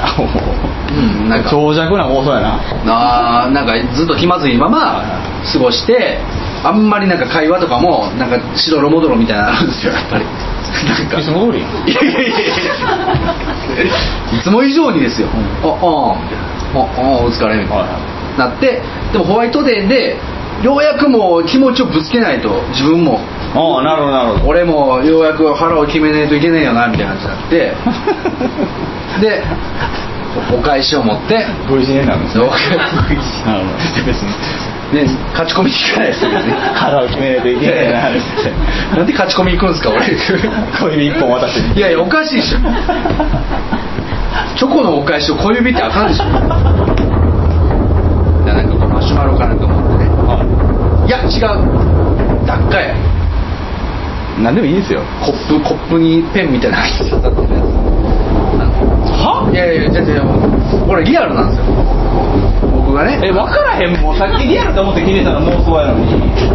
[SPEAKER 1] あも
[SPEAKER 2] うん [LAUGHS] なん
[SPEAKER 1] う
[SPEAKER 2] か
[SPEAKER 1] 長尺な妄想やな
[SPEAKER 2] なあなんかずっと気まずいまま過ごしてあんまりなんか会話とかもなんかしどろもどろみたいなのあるんですよやっぱりなんか
[SPEAKER 1] いつも通り
[SPEAKER 2] いやいやいやいやいつも以上にですよ、ああみたいなああお疲れみたいな、
[SPEAKER 1] はいは
[SPEAKER 2] なってでもホワイトデーでようやくもう気持ちをぶつけないと自分も
[SPEAKER 1] ああなるほどなるほど
[SPEAKER 2] 俺もようやく腹を決めないといけないよなみたいな感じ
[SPEAKER 1] [LAUGHS]
[SPEAKER 2] になってでおお返しを持って
[SPEAKER 1] VGA なんですね
[SPEAKER 2] お返し
[SPEAKER 1] なるほど別に
[SPEAKER 2] ね、勝ち込みに行かないですよ別に
[SPEAKER 1] [LAUGHS] 腹を決めないといけないなって
[SPEAKER 2] [LAUGHS] なんで勝ち込み行くんですか俺
[SPEAKER 1] [LAUGHS] 小指一本渡して
[SPEAKER 2] いやいやおかしいでしょチョコのお返しを小指ってあかんでしょだからなんかこうマシュマロかなんか持ってねいや違うダッカや
[SPEAKER 1] 何でもいいですよ
[SPEAKER 2] コップコップにペンみたいなのが刺さってるやつはいやいやいやいやいやこれリアルなんですよ僕がね
[SPEAKER 1] え分からへんもうさっきリアルと思って聞いてたの妄想やのに
[SPEAKER 2] だか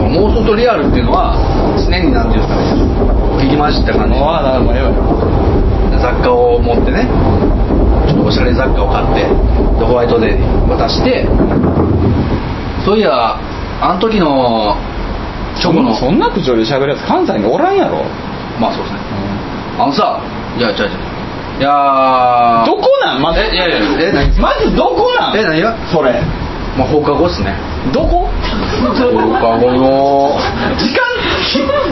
[SPEAKER 2] ら妄想とリアルっていうのは常に何ていうんですかね入り混じった感じ
[SPEAKER 1] ああなるほどええわよ
[SPEAKER 2] 雑貨を持ってねちょっとおしゃれ雑貨を買ってでホワイトデーに渡してそういやあの時のチョコの
[SPEAKER 1] そんな口調で喋るやつ関西におらんやろ
[SPEAKER 2] まあそうですねあのさいや違う違ういやー
[SPEAKER 1] どこなんまず
[SPEAKER 2] えいやいやえ何
[SPEAKER 1] まずどこなん
[SPEAKER 2] え何が
[SPEAKER 1] それ
[SPEAKER 2] まあ放課後っすね
[SPEAKER 1] どこ
[SPEAKER 2] 放課後の
[SPEAKER 1] 時間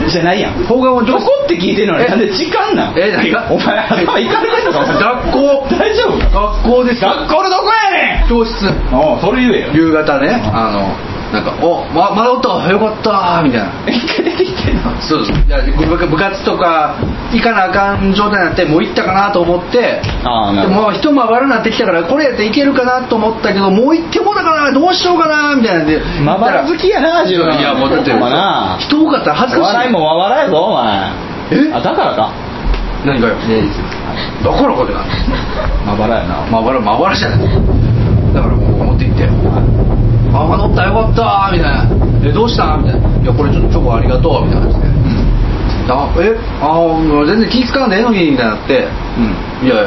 [SPEAKER 1] じゃないやん
[SPEAKER 2] 放課後の
[SPEAKER 1] どこって聞いてるのに
[SPEAKER 2] え
[SPEAKER 1] なんで時間なん
[SPEAKER 2] え何が
[SPEAKER 1] お前頭いかれてんのかお前
[SPEAKER 2] [LAUGHS] 学校
[SPEAKER 1] 大丈夫
[SPEAKER 2] 学校です
[SPEAKER 1] 学校のどこやねん
[SPEAKER 2] 教室
[SPEAKER 1] おうそれ言えよ
[SPEAKER 2] 夕方ねあのなんか「おままだおったよかった」みたいな
[SPEAKER 1] 一回出てきてんの
[SPEAKER 2] そうですいや部部活とか行かなあかん状態になってもう行ったかなと思って
[SPEAKER 1] ああな
[SPEAKER 2] で
[SPEAKER 1] るほど
[SPEAKER 2] も一回悪なってきたからこれやっていけるかなと思ったけどもう行ってもだからどうしようかなみたいなんで
[SPEAKER 1] まばら好きやな自分
[SPEAKER 2] いやもうだって
[SPEAKER 1] ほんまな
[SPEAKER 2] 人多かったら恥ずかしい
[SPEAKER 1] 笑いもわ笑いぞお前
[SPEAKER 2] え
[SPEAKER 1] あだからか
[SPEAKER 2] 何がよだからこれが
[SPEAKER 1] まばらやな
[SPEAKER 2] まばらまばらじゃないだからもう持って行って「ああ乗ったよかった」みたいな「えどうした?」みたいな「いやこれちょっとチョコありがとう」みたいな感じで「あえあもう全然気使わんでええのに」みたいになって
[SPEAKER 1] うん
[SPEAKER 2] いやいや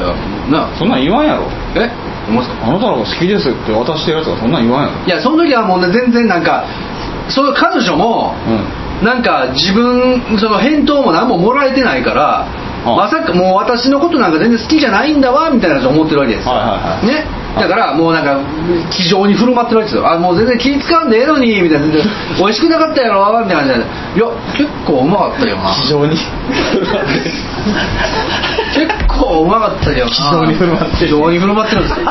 [SPEAKER 2] な
[SPEAKER 1] そんなん言わんやろ
[SPEAKER 2] え思いますか
[SPEAKER 1] あなたのこと好きですって渡してるやつがそんなん言わんやろ
[SPEAKER 2] いやその時はもうね全然なんかその彼女も、
[SPEAKER 1] うん
[SPEAKER 2] なんか自分その返答も何ももらえてないから
[SPEAKER 1] あ
[SPEAKER 2] まさかもう私のことなんか全然好きじゃないんだわみたいなこと思ってるわけですよ、
[SPEAKER 1] はいはいはい
[SPEAKER 2] ねだからもうなんか気丈に振る舞ってるわけですよあもう全然気使わんでええのにみたいな全然美味しくなかったやろみたいな感じでいや結構うまかったよな
[SPEAKER 1] 非常に
[SPEAKER 2] 結構うまかったよな
[SPEAKER 1] 気丈に振る舞ってる
[SPEAKER 2] 気丈に振る舞って
[SPEAKER 1] [LAUGHS]
[SPEAKER 2] るんですよ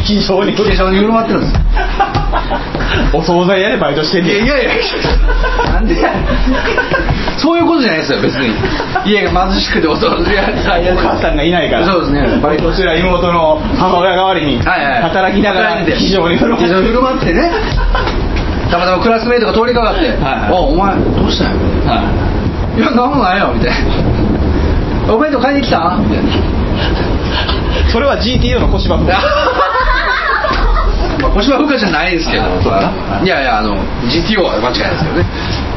[SPEAKER 1] 非常に
[SPEAKER 2] 気丈に振る舞ってるんですよ
[SPEAKER 1] お惣菜屋でバイトしてん
[SPEAKER 2] いや
[SPEAKER 1] ね
[SPEAKER 2] い
[SPEAKER 1] ん
[SPEAKER 2] やいやなんでやそういうことじゃないですよ別に家が貧しくておそういや最
[SPEAKER 1] お
[SPEAKER 2] 悪
[SPEAKER 1] 母さんがいないから
[SPEAKER 2] そうですねバイト
[SPEAKER 1] こちら妹の母親代わりに
[SPEAKER 2] はいはい
[SPEAKER 1] 働きながら
[SPEAKER 2] 働いて
[SPEAKER 1] 非常に
[SPEAKER 2] 非常に振る舞ってねたまたまクラスメイトが通りかかって「
[SPEAKER 1] はいはい
[SPEAKER 2] おお前どうしたんや」いやなんもないよ」みたいな「お弁当買いに来た?」みたいな
[SPEAKER 1] それは GTO の腰箱
[SPEAKER 2] [LAUGHS] まあ小芝風花じゃないですけど
[SPEAKER 1] あーそうだ
[SPEAKER 2] いやいやあの GTO は間違いないですけどね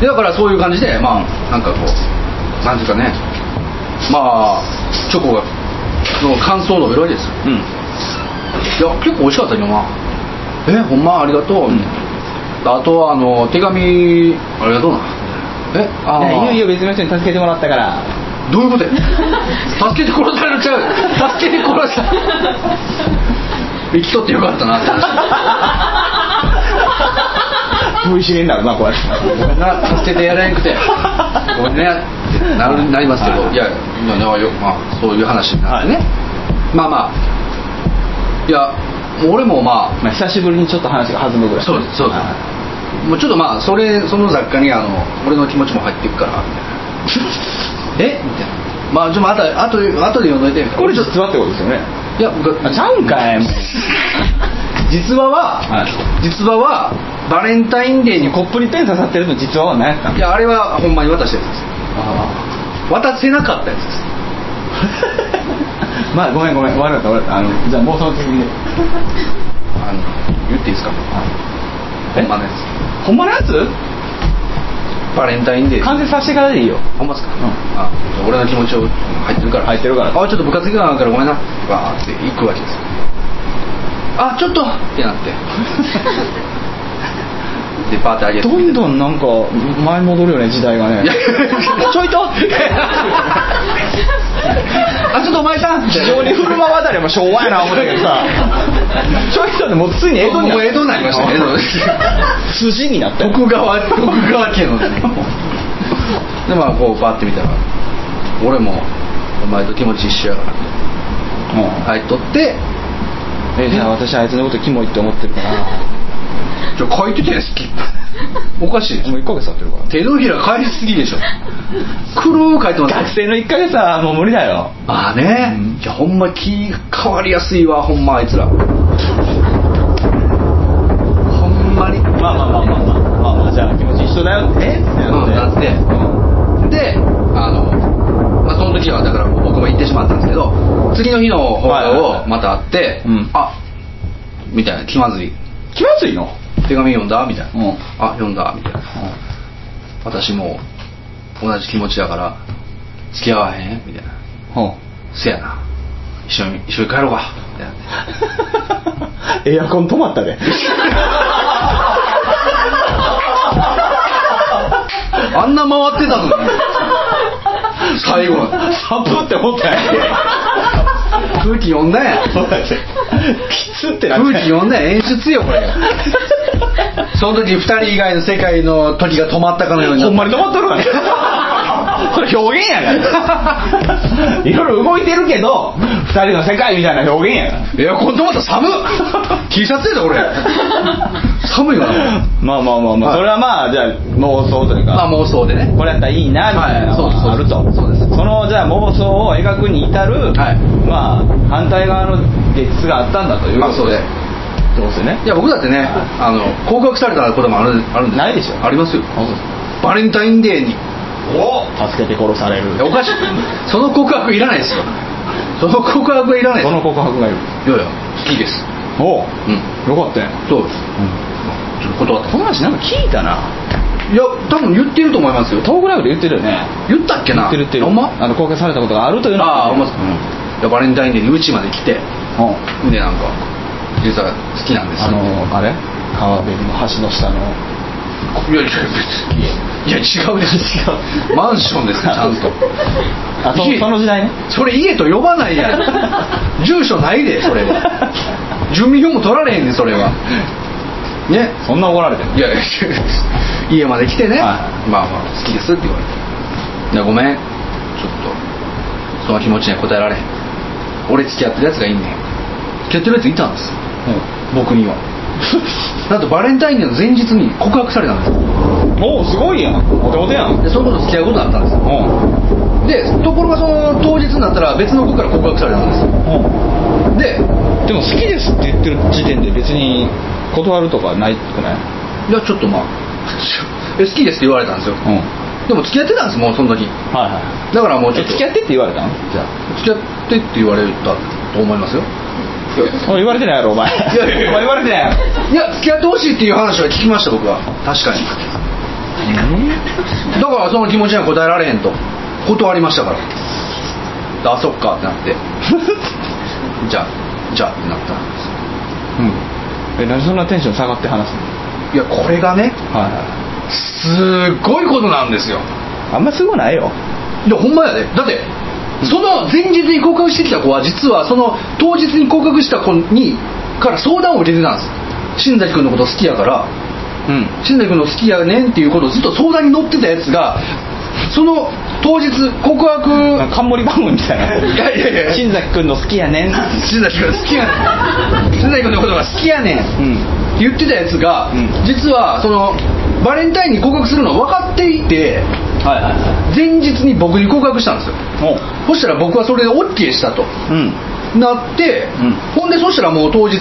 [SPEAKER 2] でだからそういう感じでまあなんかこうなんていうかねまあチョコがの感想の色々ですよ
[SPEAKER 1] うん
[SPEAKER 2] いや結構美味しかったよなえほんまありがとう、みたいなあとはあの手紙ありがとうなえあ
[SPEAKER 1] い
[SPEAKER 2] あ
[SPEAKER 1] やいよいよ別の人に助けてもらったから
[SPEAKER 2] どういうこと
[SPEAKER 1] [LAUGHS]
[SPEAKER 2] や助けて殺されるちゃう助けて
[SPEAKER 1] [LAUGHS]
[SPEAKER 2] 殺した生きとってよかったなって
[SPEAKER 1] 無意識になるな、こうや
[SPEAKER 2] ご
[SPEAKER 1] って。
[SPEAKER 2] めんな助けてやれんくてごめんねってなるなりますけど、い、や今ねよ、まあ、そういう話になってね、まあまあいやもう俺もまあ
[SPEAKER 1] まあ、久しぶりにちょっと話が弾むぐらい。
[SPEAKER 2] そうですそうです
[SPEAKER 1] はい
[SPEAKER 2] もうちょっとまあそれその雑貨にあの俺の気持ちも入っていくからみた
[SPEAKER 1] [LAUGHS]
[SPEAKER 2] いなえみたいなまあちょっとまたあとあとで読んどいてみたいな
[SPEAKER 1] これちょっと座ってことですよね。
[SPEAKER 2] いや僕
[SPEAKER 1] あちゃうんかいもう
[SPEAKER 2] [LAUGHS] 実話は、
[SPEAKER 1] はい
[SPEAKER 2] 実話はバレンタインデーに
[SPEAKER 1] コ
[SPEAKER 2] こ
[SPEAKER 1] ップにペン刺さってるの実は何やったの
[SPEAKER 2] いやあれはほんまに渡したやつです渡せなかったやつです
[SPEAKER 1] [LAUGHS] まあごめんごめん悪かった悪かったあのじゃあ妄想的に
[SPEAKER 2] あの言っていいですかほんまのやつ
[SPEAKER 1] ほんまのやつ
[SPEAKER 2] バレンタインデー
[SPEAKER 1] 完成させてからでいいよ
[SPEAKER 2] ほんまっすか、あ俺の気持ちを入ってるから
[SPEAKER 1] 入ってるから
[SPEAKER 2] あちょっと部活行くからごめんなわーって行くわけですよあちょっとってなって
[SPEAKER 1] [LAUGHS]
[SPEAKER 2] でパーってあげて
[SPEAKER 1] どんどんなんか前戻るよね時代がねちょいと
[SPEAKER 2] あちょっとお前さん
[SPEAKER 1] 非常に振る舞わたりも昭和やな思ったけど [LAUGHS] さちょいとでもうついに江戸に
[SPEAKER 2] もう江戸になりましたね
[SPEAKER 1] 筋になったよ
[SPEAKER 2] 徳川徳川家のねでまあこうバーって見たら俺もお前と気持ち一緒やから
[SPEAKER 1] うん
[SPEAKER 2] 入っとって
[SPEAKER 1] えじゃあ私あいつのことキモいって思ってるから
[SPEAKER 2] ちょ書いてたやつ
[SPEAKER 1] [LAUGHS]
[SPEAKER 2] きおかしいでしょ
[SPEAKER 1] もう1ヶ月経ってるから
[SPEAKER 2] 手のひら返りすぎでしょ黒く書いてますよ
[SPEAKER 1] 学生の1ヶ月はもう無理だよ
[SPEAKER 2] ああね、いやほんま気変わりやすいわほんまあいつらほん
[SPEAKER 1] まあまあまあまあまあま
[SPEAKER 2] まに
[SPEAKER 1] あまあじゃあ気持ち一緒だよえって
[SPEAKER 2] うん
[SPEAKER 1] な
[SPEAKER 2] な
[SPEAKER 1] っ
[SPEAKER 2] って
[SPEAKER 1] て
[SPEAKER 2] であの、まあ、その時はだから僕も行ってしまったんですけど次の日の放
[SPEAKER 1] はいはい
[SPEAKER 2] 課
[SPEAKER 1] は
[SPEAKER 2] 後
[SPEAKER 1] い
[SPEAKER 2] また会って、
[SPEAKER 1] うん
[SPEAKER 2] あみたいな気まずい
[SPEAKER 1] 気まずいの
[SPEAKER 2] 手紙読んだみたいな、
[SPEAKER 1] うん
[SPEAKER 2] あ読んだみたいな私も同じ気持ちやから付き合わへんみたいな
[SPEAKER 1] ほう
[SPEAKER 2] せやな一緒に一緒に帰ろうかみたいな
[SPEAKER 1] エアコン止まったで
[SPEAKER 2] [LAUGHS] あんな回ってたのに最
[SPEAKER 1] [LAUGHS]
[SPEAKER 2] 後
[SPEAKER 1] サプって思ったや
[SPEAKER 2] 空気読んだやん [LAUGHS]
[SPEAKER 1] きつってな
[SPEAKER 2] 空気読んだやん演出よこれその時二人以外の世界の時が止まったかのように
[SPEAKER 1] ほんまに止まっとるわねこれ表現やからいろいろ動いてるけど二人の世界みたいな表現やから
[SPEAKER 2] [LAUGHS] エアコン止まった寒っ T シャツやでこれ寒いわ
[SPEAKER 1] まあまあまあまあ、
[SPEAKER 2] はい
[SPEAKER 1] それはまあじゃあ妄想というか、
[SPEAKER 2] まあ妄想でね
[SPEAKER 1] これやったらいいなみたいなのがあ
[SPEAKER 2] はい
[SPEAKER 1] ると、
[SPEAKER 2] そうですそうですそうです
[SPEAKER 1] のじゃあ妄想を描くに至る、
[SPEAKER 2] はい
[SPEAKER 1] まあ反対側の現実があったんだという
[SPEAKER 2] ま
[SPEAKER 1] こ
[SPEAKER 2] あ
[SPEAKER 1] と
[SPEAKER 2] そうで
[SPEAKER 1] どうせね
[SPEAKER 2] いや僕だってねあの告白されたこともあるあるんですよ
[SPEAKER 1] ないでしょ
[SPEAKER 2] ありますよバレンタインデーに
[SPEAKER 1] 助けて殺される
[SPEAKER 2] いやおかしいその告白いらないですよその告白はいらないです
[SPEAKER 1] その告白がいる
[SPEAKER 2] いやいや好きです
[SPEAKER 1] おお
[SPEAKER 2] うん
[SPEAKER 1] よかったやん
[SPEAKER 2] そうです、ちょっと断った
[SPEAKER 1] この話なんか聞いたない
[SPEAKER 2] や多分言ってると思いますよ
[SPEAKER 1] トークライブで言ってるよね
[SPEAKER 2] 言ったっけ
[SPEAKER 1] 言
[SPEAKER 2] な
[SPEAKER 1] ってる言ってる
[SPEAKER 2] ほんま
[SPEAKER 1] あの公開されたことがあるというのは
[SPEAKER 2] ああほんまっすかいやバレンタインデーにうちまで来て
[SPEAKER 1] うんうん
[SPEAKER 2] でなんか実は好きなんです
[SPEAKER 1] あ
[SPEAKER 2] よ
[SPEAKER 1] のあれ川辺の橋の下の
[SPEAKER 2] いやいやいや違うです
[SPEAKER 1] [LAUGHS]
[SPEAKER 2] 違うマンションですよちゃんと
[SPEAKER 1] あそ
[SPEAKER 2] 家
[SPEAKER 1] その時代ね
[SPEAKER 2] それ家と呼ばないや [LAUGHS] ん住所ないでそれは住民票も取られへんねんそれはね
[SPEAKER 1] そんな怒られてる
[SPEAKER 2] いやいや家まで来てね、
[SPEAKER 1] はい
[SPEAKER 2] まあまあ好きですって言われて「いやごめんちょっとその気持ちには応えられへん俺付き合ってるやつがいんねん付き合ってるやついたんですよ僕には [LAUGHS] なんとバレンタインデーの前日に告白されたんですよ
[SPEAKER 1] うんおおすごいやんお手お手やんうん
[SPEAKER 2] でそのこと付き合うことになったんですよでところがその当日になったら別の子から告白されたんですよ
[SPEAKER 1] うん
[SPEAKER 2] で
[SPEAKER 1] でも好きですって言ってる時点で別に断るとかないくない
[SPEAKER 2] いやちょっとまあ [LAUGHS] え好きですって言われたんですよ
[SPEAKER 1] うん
[SPEAKER 2] でも付き合ってたんですもうその時
[SPEAKER 1] はいは
[SPEAKER 2] だからもうちょっと
[SPEAKER 1] 付き合ってって言われたのじゃ
[SPEAKER 2] 付き合ってって言われたと思いますよ
[SPEAKER 1] あ言われてないやろお前
[SPEAKER 2] いやいやいや
[SPEAKER 1] お前言われてないやろ
[SPEAKER 2] いや付き合ってほしいっていう話は聞きました僕は確かにだからその気持ちには応えられへんと断りましたからであそっかって
[SPEAKER 1] [LAUGHS]
[SPEAKER 2] なってじゃあじゃあってなったんです
[SPEAKER 1] うんえなんでそんなテンション下がって話すの
[SPEAKER 2] いやこれがね
[SPEAKER 1] はいは
[SPEAKER 2] すっごいことなんですよ
[SPEAKER 1] いあんますごないよ
[SPEAKER 2] いやほんまやでだってその前日に告白してきた子は実はその当日に告白した子にから相談を受けてたんです新崎君のこと好きやから
[SPEAKER 1] うん。
[SPEAKER 2] 新崎君の好きやねんっていうことをずっと相談に乗ってたやつがその当日告白
[SPEAKER 1] なんか冠番組みたいな。
[SPEAKER 2] いやいやいや
[SPEAKER 1] 新崎くんの好きやねん。
[SPEAKER 2] 新崎君好きや
[SPEAKER 1] [LAUGHS]
[SPEAKER 2] ねん新崎君のことが好きやねん
[SPEAKER 1] うん。
[SPEAKER 2] 言ってたやつが、
[SPEAKER 1] うん
[SPEAKER 2] 実はそのバレンタインに告白するの分かっていて
[SPEAKER 1] はいはいはい。
[SPEAKER 2] 前日に僕に告白したんですよ
[SPEAKER 1] お
[SPEAKER 2] そしたら僕はそれで OK したと
[SPEAKER 1] うん。
[SPEAKER 2] なって、
[SPEAKER 1] うん
[SPEAKER 2] ほんでそしたらもう当日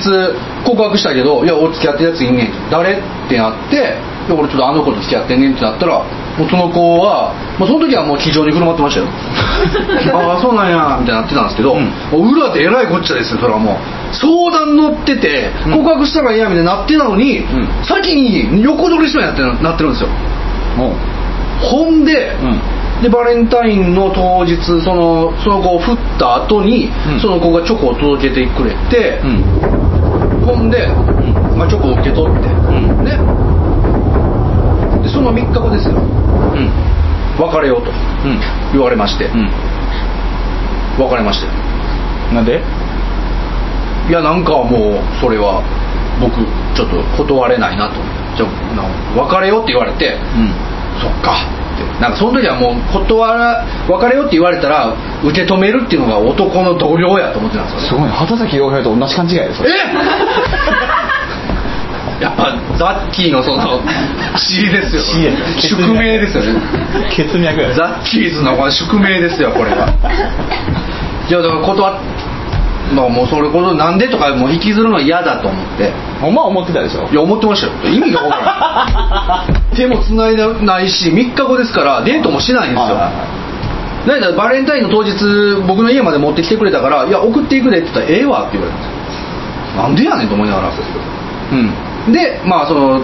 [SPEAKER 2] 告白したけど「いや俺付き合ってるやついんねん」誰?」ってなって「いや俺ちょっとあの子と付き合ってんねん」ってなったらもうその子は、まあ、その時はもう気丈に振る舞ってましたよ
[SPEAKER 1] [LAUGHS]
[SPEAKER 2] ああそうなんやみたいになってたんですけど、もう裏でえらいこっちゃですよそれはもう相談乗ってて告白したらいいやみたいになってたのに、
[SPEAKER 1] ん
[SPEAKER 2] 先に横取りしてもやってななってるんですよ
[SPEAKER 1] おう。
[SPEAKER 2] ほんで、
[SPEAKER 1] うん。
[SPEAKER 2] でバレンタインの当日そのその子を振った後に、
[SPEAKER 1] うん
[SPEAKER 2] その子がチョコを届けてくれて、
[SPEAKER 1] うん。
[SPEAKER 2] ほんで、まあ、チョコを受け取って、
[SPEAKER 1] ん
[SPEAKER 2] ねでその3日後ですよ
[SPEAKER 1] うん。
[SPEAKER 2] 別れようと
[SPEAKER 1] うん。
[SPEAKER 2] 言われまして、
[SPEAKER 1] う
[SPEAKER 2] 別れまして
[SPEAKER 1] ん。なんで
[SPEAKER 2] いやなんかもうそれは僕ちょっと断れないなとじゃあなん別れようって言われて、
[SPEAKER 1] うん。
[SPEAKER 2] そっかってなんかその時はもう断ら別れようって言われたら受け止めるっていうのが男の同僚やと思ってたんですよね
[SPEAKER 11] すごいね畑崎洋平と同じ勘違いですよ
[SPEAKER 2] え [LAUGHS] やっぱザッキーのその知りですよ
[SPEAKER 1] 知りです
[SPEAKER 2] 宿命ですよね
[SPEAKER 1] 血脈や
[SPEAKER 2] ザッキーズのこの宿命ですよこれはいやだから断っまあもうそれこそなんでとかもう引きずるの嫌だと思って
[SPEAKER 1] ほんま思ってたでしょ
[SPEAKER 2] いや思ってましたよ意味が分からな
[SPEAKER 1] [LAUGHS]
[SPEAKER 2] い手も繋いでないし3日後ですからデートもしないんですよだからバレンタインの当日僕の家まで持ってきてくれたから「いや送っていくで」って言ったら「ええわ」って言われたんですよなんでやねんと思いながら
[SPEAKER 1] うん。
[SPEAKER 2] でまあその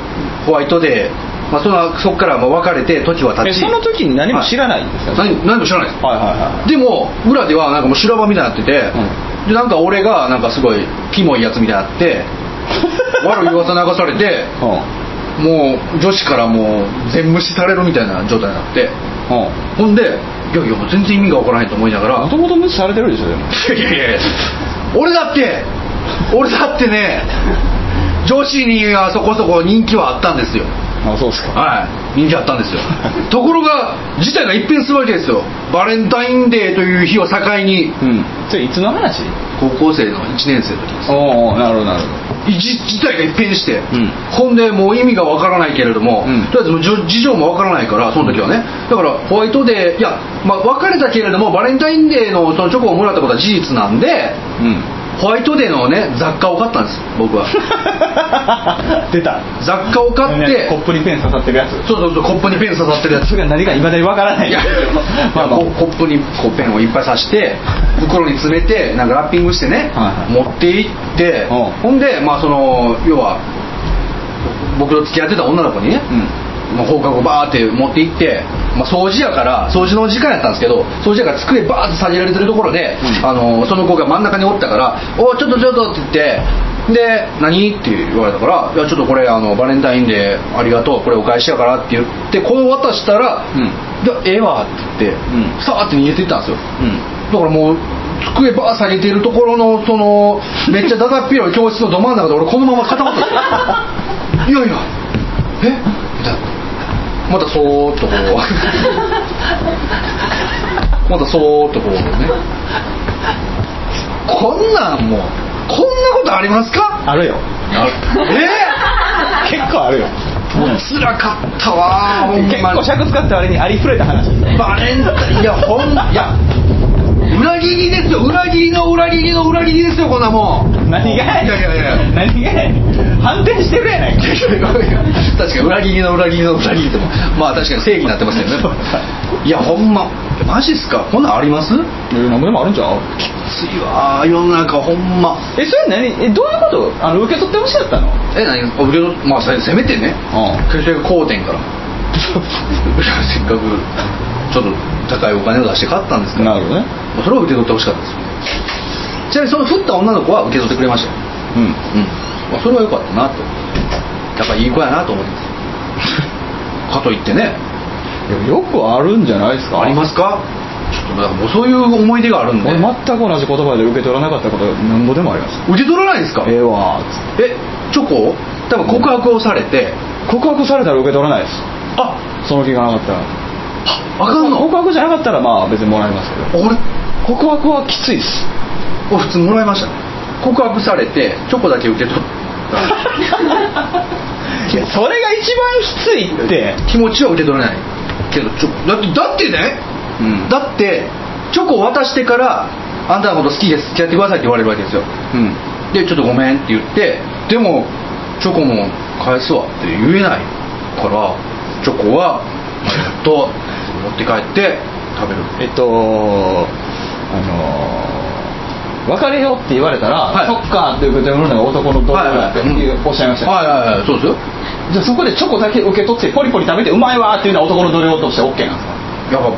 [SPEAKER 2] ホワイトデー、まあ、そのそこからもう別れて時は経
[SPEAKER 1] え
[SPEAKER 2] ち
[SPEAKER 1] その時に何も知らないんですよね
[SPEAKER 2] はい何何も知らないです
[SPEAKER 1] はいはいは
[SPEAKER 2] でも裏ではなんかもう修羅場みたいになってて、でなんか俺がなんかすごいキモいやつみたいになって
[SPEAKER 1] [LAUGHS]
[SPEAKER 2] 悪い噂流されてもう女子からもう全無視されるみたいな状態になって
[SPEAKER 1] うん。うん。
[SPEAKER 2] ほんでいやいやもう全然意味がわからないと思いながら
[SPEAKER 1] もともと無視されてるでしょでも
[SPEAKER 2] いやいやいや俺だって俺だってね女子にはそこそこ人気はあったんですよ
[SPEAKER 1] あそうですか
[SPEAKER 2] はい人気あったん
[SPEAKER 1] [LAUGHS]
[SPEAKER 2] ですよところが事態が一変するわけですよバレンタインデーという日を境に
[SPEAKER 1] うんそれいつの話
[SPEAKER 2] 高校生の1年生の時です
[SPEAKER 1] おおなるほどなるほど
[SPEAKER 2] いじ事態が一変して、
[SPEAKER 1] うん
[SPEAKER 2] ほんでもう意味がわからないけれども、
[SPEAKER 1] うん
[SPEAKER 2] とりあえずもうじょ事情もわからないからその時はねだからホワイトデーいや、まあ、別れたけれどもバレンタインデーのそのチョコをもらったことは事実なんで
[SPEAKER 1] うん
[SPEAKER 2] ホワイトデーのね雑貨を買ったんです
[SPEAKER 1] [LAUGHS]
[SPEAKER 2] 僕は
[SPEAKER 1] 出た
[SPEAKER 2] 雑貨を買って
[SPEAKER 1] コップにペン刺さってるやつ
[SPEAKER 2] そうそうそうコップにペン刺さってるやつ
[SPEAKER 1] それが何かいまだにわからない
[SPEAKER 2] いやいやいや
[SPEAKER 1] [LAUGHS] まあまあ
[SPEAKER 2] こコップにこうペンをいっぱい刺して袋に詰めてなんかラッピングしてね、
[SPEAKER 1] はいはい
[SPEAKER 2] 持って行って
[SPEAKER 1] うん
[SPEAKER 2] ほんでまあその要は僕と付き合ってた女の子にね、まあ、放課後バーって持って行って、まあ、掃除やから掃除の時間やったんですけど掃除やから机バーって下げられてるところで、あのその子が真ん中におったから「おいちょっとちょっと」って言って「で何?」って言われたから「いやちょっとこれあのバレンタインデーありがとうこれお返しやから」って言ってこれを渡したら「
[SPEAKER 1] うん
[SPEAKER 2] いやええわ」って言って、
[SPEAKER 1] う
[SPEAKER 2] さーって逃げていったんですよ
[SPEAKER 1] うん
[SPEAKER 2] だからもう机ばー下げてるところのそのめっちゃだだっ広い教室のど真ん中で俺このまま固まっ
[SPEAKER 1] [LAUGHS]
[SPEAKER 2] たんですよいやいやえみたいなまたそーっとこうまたそーっとこうねこんなんもうこんなことありますか
[SPEAKER 1] あるよ
[SPEAKER 2] え
[SPEAKER 1] 結構あるよ
[SPEAKER 2] ー、もう辛かったわーほんま
[SPEAKER 1] 結
[SPEAKER 2] に
[SPEAKER 1] 構尺使って割にありふれた話
[SPEAKER 2] バレンタインいやほんいや裏切りですよ裏切りの裏切りの裏切りですよこんなもん
[SPEAKER 1] 何がやねん
[SPEAKER 2] いやいやいやいや
[SPEAKER 1] 何がやねん反転してるやないか
[SPEAKER 2] 確かに裏切りの裏切りの裏切りってもまあ確かに正義になってますよね
[SPEAKER 1] [LAUGHS]
[SPEAKER 2] いやほんまマジっすかこんなんあります
[SPEAKER 1] 何でもあるんちゃう
[SPEAKER 2] ついわ世の中ほんま
[SPEAKER 1] えそれ何えどういうことあの受け取ってほしかったの
[SPEAKER 2] え何お受け取っまあせせめてね
[SPEAKER 1] う
[SPEAKER 2] 結局
[SPEAKER 1] [LAUGHS]
[SPEAKER 2] 高点からせっかくちょっと高いお金を出して買ったんですから
[SPEAKER 1] なるほどね
[SPEAKER 2] それを受け取ってほしかったですよねちなみにその振った女の子は受け取ってくれましたよ
[SPEAKER 1] うん
[SPEAKER 2] うん、まあ、それは良かった
[SPEAKER 4] [LAUGHS]
[SPEAKER 2] なとやっぱいい子やなと思ってますかといってね
[SPEAKER 4] よくあるんじゃないですか
[SPEAKER 2] ありますかちょっとなんかもうそういう思い出があるんで
[SPEAKER 4] 俺全く同じ言葉で受け取らなかったことなんぼでもあります
[SPEAKER 2] 受け取らないんですか
[SPEAKER 4] ええわーっつっ
[SPEAKER 2] えチョコ多分告白をされて
[SPEAKER 4] て告白されたら受け取らないです
[SPEAKER 2] あ
[SPEAKER 4] その気がなかったら
[SPEAKER 2] あかんの
[SPEAKER 4] 告白じゃなかったらまあ別にもらいますけど
[SPEAKER 2] 俺
[SPEAKER 4] 告白はきついっす
[SPEAKER 2] 俺普通もらいましたね告白されてチョコだけ受け取っ
[SPEAKER 4] いやそれが一番きついって
[SPEAKER 2] た気持ちは受け取れないけどチョコだってだってね、
[SPEAKER 4] うん
[SPEAKER 2] だってチョコ渡してから「あんたのこと好きです付き合ってください」って言われるわけですよ
[SPEAKER 4] うん
[SPEAKER 2] で「ちょっとごめん」って言ってでもチョコも返すわって言えないからチョコはちょっと持って帰って食べる
[SPEAKER 4] えっとあのー別れようって言われたら、
[SPEAKER 2] はい
[SPEAKER 4] そっかって受け取るのが男の道具だっていうおっしゃいましたよ
[SPEAKER 2] は
[SPEAKER 4] ね、
[SPEAKER 2] いはいはいそうですよ
[SPEAKER 4] じゃあそこでチョコだけ受け取ってポリポリ食べてうまいわーっていうのは男の度量として OK なんですか
[SPEAKER 2] や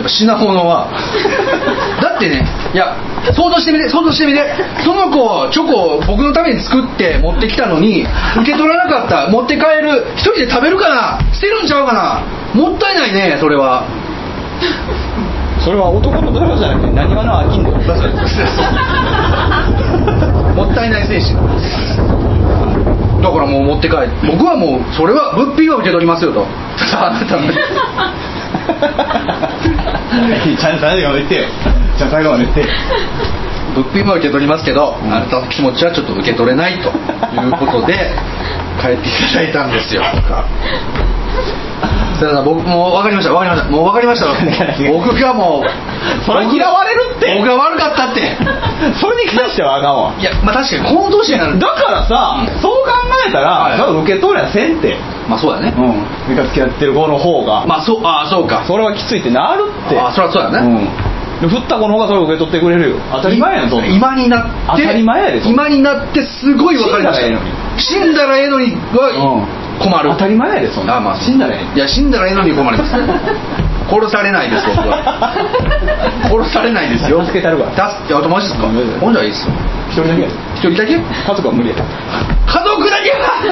[SPEAKER 2] っぱやっぱ品物は
[SPEAKER 4] [LAUGHS]
[SPEAKER 2] だってねいや想像してみて想像してみてその子チョコを僕のために作って持ってきたのに受け取らなかった持って帰る一人で食べるかな捨てるんちゃうかなもったいないねそれは
[SPEAKER 4] それは男の度量じゃなくて何がなあきん
[SPEAKER 2] [LAUGHS]
[SPEAKER 4] の
[SPEAKER 2] もったいない精神だからもう持って帰る僕はもうそれは物品は受け取ります
[SPEAKER 4] [LAUGHS]
[SPEAKER 2] よとただあなたの
[SPEAKER 4] ちゃんと最後まで言ってよちゃんと最後まで言ってよ
[SPEAKER 2] 物品も受け取りますけど、あなたの気持ちはちょっと受け取れないということで帰っていただいたんです
[SPEAKER 4] [LAUGHS]
[SPEAKER 2] よただ僕もう分かりました分かりましたもう分かりました僕がもう
[SPEAKER 4] それ嫌われるって
[SPEAKER 2] 僕が悪かったって
[SPEAKER 4] [LAUGHS] それに関してはあかんわ
[SPEAKER 2] いやまあ確かにこの年になる
[SPEAKER 4] だからさ、そう考えたら、
[SPEAKER 2] はい
[SPEAKER 4] 多分受け取りゃせんって
[SPEAKER 2] まあそうだね
[SPEAKER 4] うんが付き合ってる子の方が、
[SPEAKER 2] まあそうああそうか
[SPEAKER 4] それはきついってなるって
[SPEAKER 2] ああそりゃそうだね、
[SPEAKER 4] うんで振った子の方がそれを受け取ってくれるよ当たり前やんそんなん
[SPEAKER 2] 今になって
[SPEAKER 4] 当たり前やでそんな
[SPEAKER 2] 今になってすごい分かりました死んだらええのには困る、
[SPEAKER 4] 当たり前やでそんな
[SPEAKER 2] あまあ
[SPEAKER 4] 死んだらええ
[SPEAKER 2] いや死んだらええのに困 [LAUGHS] ります殺されないです僕 [LAUGHS] は殺されないですよ
[SPEAKER 4] 助けたるから
[SPEAKER 2] 助けあとマジですか
[SPEAKER 4] うん
[SPEAKER 2] ほんじゃいいっすよ
[SPEAKER 4] 一人だけやで
[SPEAKER 2] 一人だけ
[SPEAKER 4] 家族は無理やった
[SPEAKER 2] 家族だけは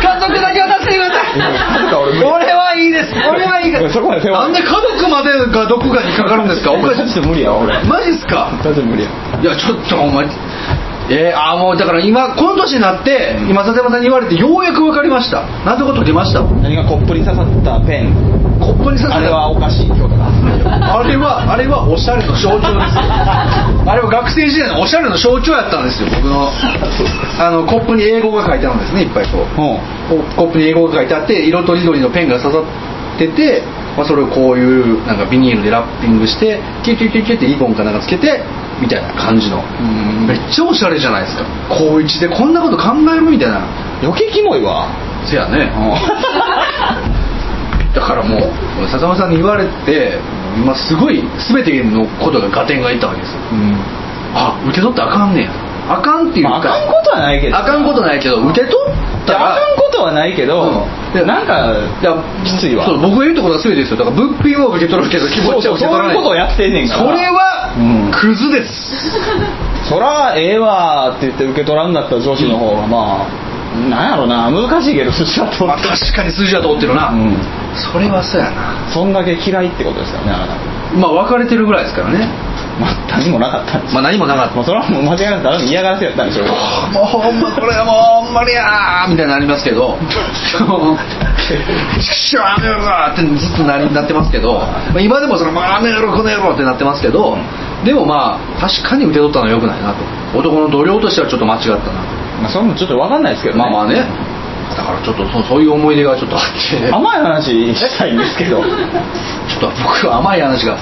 [SPEAKER 2] 家族だけは助けてくだ
[SPEAKER 4] 家族は俺
[SPEAKER 2] さい
[SPEAKER 4] 無理
[SPEAKER 2] 俺はいいです俺はいいか
[SPEAKER 4] おいそこまで背負
[SPEAKER 2] らな
[SPEAKER 4] わ
[SPEAKER 2] んで家族までがどこかにかかるんですかおかしい
[SPEAKER 4] マジで無理や俺
[SPEAKER 2] マジっすか
[SPEAKER 4] 家族無理や
[SPEAKER 2] いやちょっとお前えー、あーもうだから今この年になって今里山さんに言われてようやく分かりましたなんてこと出ましたコ
[SPEAKER 4] 何がコップに刺さったペン
[SPEAKER 2] ップに刺さ
[SPEAKER 4] あれはおかしい今日とか
[SPEAKER 2] あれはあれはおしゃれの象徴ですよあれは学生時代のおしゃれの象徴やったんですよ僕のあのコップに英語が書いてあるんですねいっぱいこうココップに英語が書いてあって色とりどりのペンが刺さってて、まあ、それをこういうなんかビニールでラッピングしてキュキュキュキュってリボンかなんかつけてみたいな感じの
[SPEAKER 4] ん
[SPEAKER 2] めっちゃおしゃれじゃないですか高一でこんなこと考えるみたいな
[SPEAKER 4] 余計キモいわ
[SPEAKER 2] せやねだからもう笹山さんに言われて、まあ、すごい全てのことが合点がいったわけですよ
[SPEAKER 4] うん
[SPEAKER 2] あ受け取ったらあかんねやあかんっていうか、
[SPEAKER 4] まああかんことはないけど
[SPEAKER 2] あかんことないけど受け取った
[SPEAKER 4] じゃ
[SPEAKER 2] ら
[SPEAKER 4] ああかんことはないけど
[SPEAKER 2] うんいや
[SPEAKER 4] なん
[SPEAKER 2] いや
[SPEAKER 4] かきついわ
[SPEAKER 2] そう僕が言うところは全てですよだから物品は受け取るけど気持ちは受け取らない
[SPEAKER 4] そうそうそういうことをやってんねんから
[SPEAKER 2] それは、
[SPEAKER 4] うん
[SPEAKER 2] クズです
[SPEAKER 4] そらええわーって言って受け取らんだったら女子の方がまあなんやろな難しいけど寿司だと
[SPEAKER 2] まあ確かに数字は通ってるな、
[SPEAKER 4] うん
[SPEAKER 2] それはそうやな
[SPEAKER 4] そんだけ嫌いってことですよねあなた
[SPEAKER 2] まあ別れてるぐらいですからね
[SPEAKER 4] まあ何もなかったんです
[SPEAKER 2] まあ何もなかった
[SPEAKER 4] まあそれはもう間違いなく誰も嫌がらせやったんでしょうけど
[SPEAKER 2] もうほんまこれはもうほんまにやーみたいになりますけ [LAUGHS] どちくしょうあの野郎ってずっとなりなってますけど、まあ、今でもそのまああの野郎この野郎ってなってますけどでもまあ確かに受け取ったのは良くないなと男の度量としてはちょっと間違ったな
[SPEAKER 4] まあそれもちょっと分かんないですけど、
[SPEAKER 2] まあまあねだからちょっとそそういう思い出がちょっとあ [LAUGHS] ってちょっ
[SPEAKER 4] 甘い話したいんですけ
[SPEAKER 2] [LAUGHS]
[SPEAKER 4] ど
[SPEAKER 2] と僕は甘い話が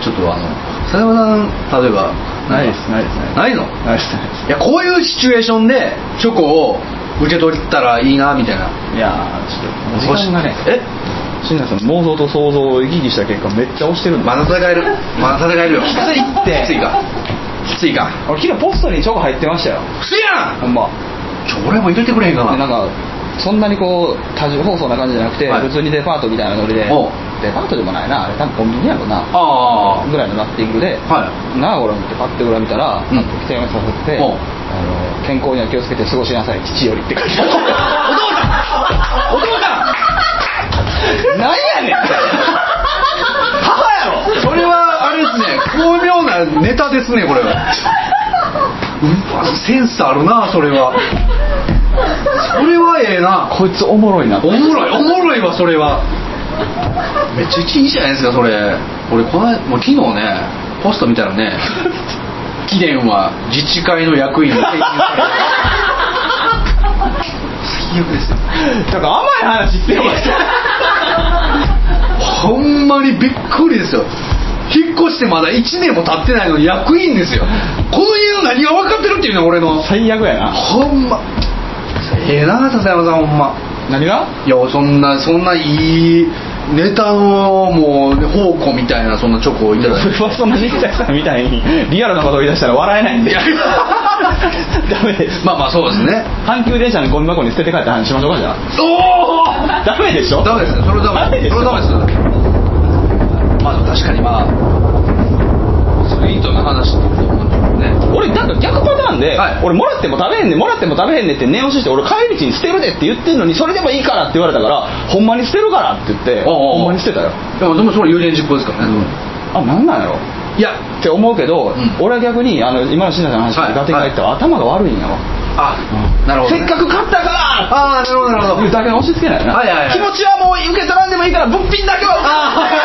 [SPEAKER 2] ちょっとあの佐山さん例えば
[SPEAKER 4] ないですないですないです
[SPEAKER 2] ないの
[SPEAKER 4] ないですないで
[SPEAKER 2] いやこういうシチュエーションでチョコを受け取ったらいいなみたいな
[SPEAKER 4] すいやーちょっと時間がね
[SPEAKER 2] え
[SPEAKER 4] 椎名さん妄想と想像を行き来した結果めっちゃ押してるんだ
[SPEAKER 2] まだ戦えるまだ戦えるよき
[SPEAKER 4] つ [LAUGHS] いって
[SPEAKER 2] きついかきついか
[SPEAKER 4] 俺昨日ポストにチョコ入ってましたよ
[SPEAKER 2] きついや
[SPEAKER 4] ほんま
[SPEAKER 2] んちょ俺も入れてくれへんか
[SPEAKER 4] でなん
[SPEAKER 2] な
[SPEAKER 4] かそんなにこう多重放送な感じじゃなくて、
[SPEAKER 2] はい
[SPEAKER 4] 普通にデパートみたいなノリで
[SPEAKER 2] おう
[SPEAKER 4] デパートでもないなあれ多分コンビニやろな
[SPEAKER 2] あ
[SPEAKER 4] ぐらいのラッティングで、
[SPEAKER 2] は
[SPEAKER 4] なあこれってパッて裏見たら、
[SPEAKER 2] うん
[SPEAKER 4] 北山さんって
[SPEAKER 2] おう
[SPEAKER 4] あの「健康には気をつけて過ごしなさい父より」って
[SPEAKER 2] [LAUGHS]
[SPEAKER 4] 書いてある
[SPEAKER 2] お父さんお父さん
[SPEAKER 4] 何やねん
[SPEAKER 2] すねこれはうわセンスあるなそれはそれはええな
[SPEAKER 4] こいつおもろいな
[SPEAKER 2] おもろいおもろいわそれはめっちゃいいじゃないですかそれ俺この間もう昨日ねポスト見たらね [LAUGHS] 貴殿は自治会の役員に転任された最悪ですよ
[SPEAKER 4] だから甘い話してよ
[SPEAKER 2] ほんまにびっくりですよ引っ越してまだ1年も経ってないのに役員ですよこの家の何が分かってるっていうの俺の
[SPEAKER 4] 最悪やな
[SPEAKER 2] ほんまええな笹山さんほんま
[SPEAKER 4] 何が
[SPEAKER 2] いやそんなそんないいネタのもう宝庫みたいなそんなチョコをいただいて
[SPEAKER 4] 俺はそんな西崎さんみたいにリアルなことを言い出したら笑えないんで [LAUGHS] ダメです
[SPEAKER 2] まあまあそうですね
[SPEAKER 4] 阪急電車のゴミ箱に捨てて帰った話しましょうかじゃ
[SPEAKER 2] おお
[SPEAKER 4] あダメでしょ
[SPEAKER 2] ダメですねそれダメですそれダメですまあでも確かにまあスイートな話ってこともね
[SPEAKER 4] 俺だから逆パターンで、
[SPEAKER 2] はい
[SPEAKER 4] 俺もらっても食べへんねんもらっても食べへんねんって念押しして俺帰り道に捨てるでって言ってんのにそれでもいいからって言われたからほんまに捨てるからって言って
[SPEAKER 2] おうおうおう
[SPEAKER 4] ほんまに捨てたよ
[SPEAKER 2] でもでもそれ有言実行ですからね、
[SPEAKER 4] あなんなんやろ
[SPEAKER 2] いや
[SPEAKER 4] って思うけど、
[SPEAKER 2] ん
[SPEAKER 4] 俺は逆にあの今の新田さんの話
[SPEAKER 2] はい
[SPEAKER 4] でガテンが言ったら、頭が悪いんやわ、
[SPEAKER 2] あ、なるほど、
[SPEAKER 4] せっかく買ったから
[SPEAKER 2] ああなるほどなるほど
[SPEAKER 4] いうだけの押し付けないな、
[SPEAKER 2] はいはいはい
[SPEAKER 4] 気持ちはもう受け取らんでもいいから物品だけは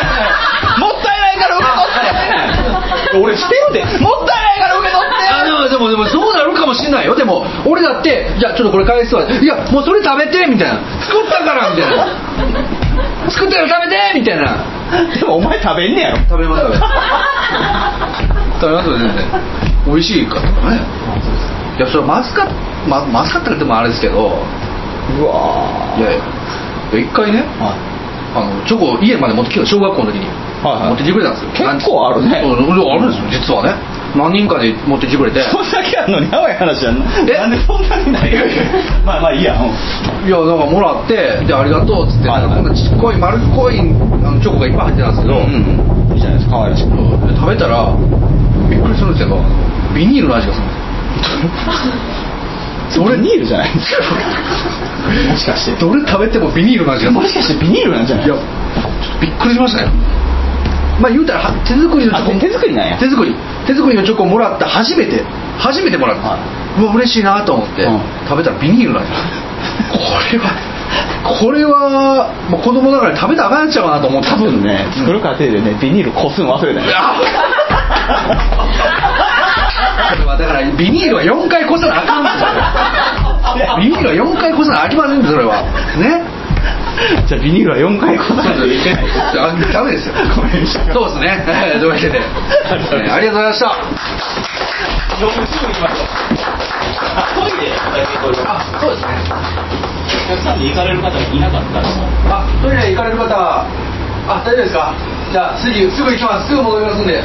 [SPEAKER 4] もったいないから受け取って俺捨てるでもったいないから受け取って
[SPEAKER 2] あでもでもでもそうなるかもしれないよでも俺だってじゃあちょっとこれ返すわいやもうそれ食べてみたいな作ったからみたいな作ったから食べてみたいな
[SPEAKER 4] でもお前食べんねやろ
[SPEAKER 2] 食べます食べます食べますよ全然美味しいからねいやそれはまずかっままずかったらでもあれですけど
[SPEAKER 4] うわ
[SPEAKER 2] いやいやいや一回ねあのチョコを家まで持ってきた小学校の時に
[SPEAKER 4] はいはい
[SPEAKER 2] 持ってきてくれたんですよ、
[SPEAKER 4] 結構あるね
[SPEAKER 2] そうそうあるんですよ実はね何人かで持ってきてくれて
[SPEAKER 4] そんだけあんのにやばい話やんな
[SPEAKER 2] え
[SPEAKER 4] なんでそんなにないまあまあいいやうん
[SPEAKER 2] いやなんかもらってでありがとうっつって、
[SPEAKER 4] はいはい
[SPEAKER 2] こんなちっこい丸っこいあのチョコがいっぱい入ってたんですけど、
[SPEAKER 4] うんいいじゃないですか可愛らしく
[SPEAKER 2] で食べたらびっくりするんですけどビニールの味がするん
[SPEAKER 4] [LAUGHS]
[SPEAKER 2] ですよ
[SPEAKER 4] ビニールじゃない
[SPEAKER 2] [LAUGHS]
[SPEAKER 4] ですかもしかして
[SPEAKER 2] どれ食べてもビニールの味が
[SPEAKER 4] もしかしてビニールなんじゃない
[SPEAKER 2] いやちょっとびっくりしましたねまあ言うたらは手作りのチョ
[SPEAKER 4] あ
[SPEAKER 2] コ
[SPEAKER 4] 手作りなんや
[SPEAKER 2] 手作り手作りのチョコもらった初めて初めてもらった、うわ嬉しいなと思って、
[SPEAKER 4] うん
[SPEAKER 2] 食べたらビニールの味これは
[SPEAKER 4] [LAUGHS]
[SPEAKER 2] これは、まあ、子供だから食べたらあかんやっちゃうかなと思った
[SPEAKER 4] 多
[SPEAKER 2] んですけど
[SPEAKER 4] 分ね作る過程でねビニールこすん忘れたんや
[SPEAKER 2] これはだからビニールは4回こさなあかんんですよビニールは4回こさなあきませんってそれはね
[SPEAKER 4] じゃあビニールは4回こさないといけない
[SPEAKER 2] あダメですよ
[SPEAKER 4] ごめんなさい
[SPEAKER 2] そうですねはいというわ
[SPEAKER 4] [LAUGHS]
[SPEAKER 2] けで、ねありがとうございました
[SPEAKER 4] トイレ
[SPEAKER 2] あそうですね
[SPEAKER 4] お客さんで行かれる方がいなかったらもう
[SPEAKER 2] あトイレ行かれる方はあ大丈夫ですかじゃあすぐすぐ行きますすぐ戻りますんで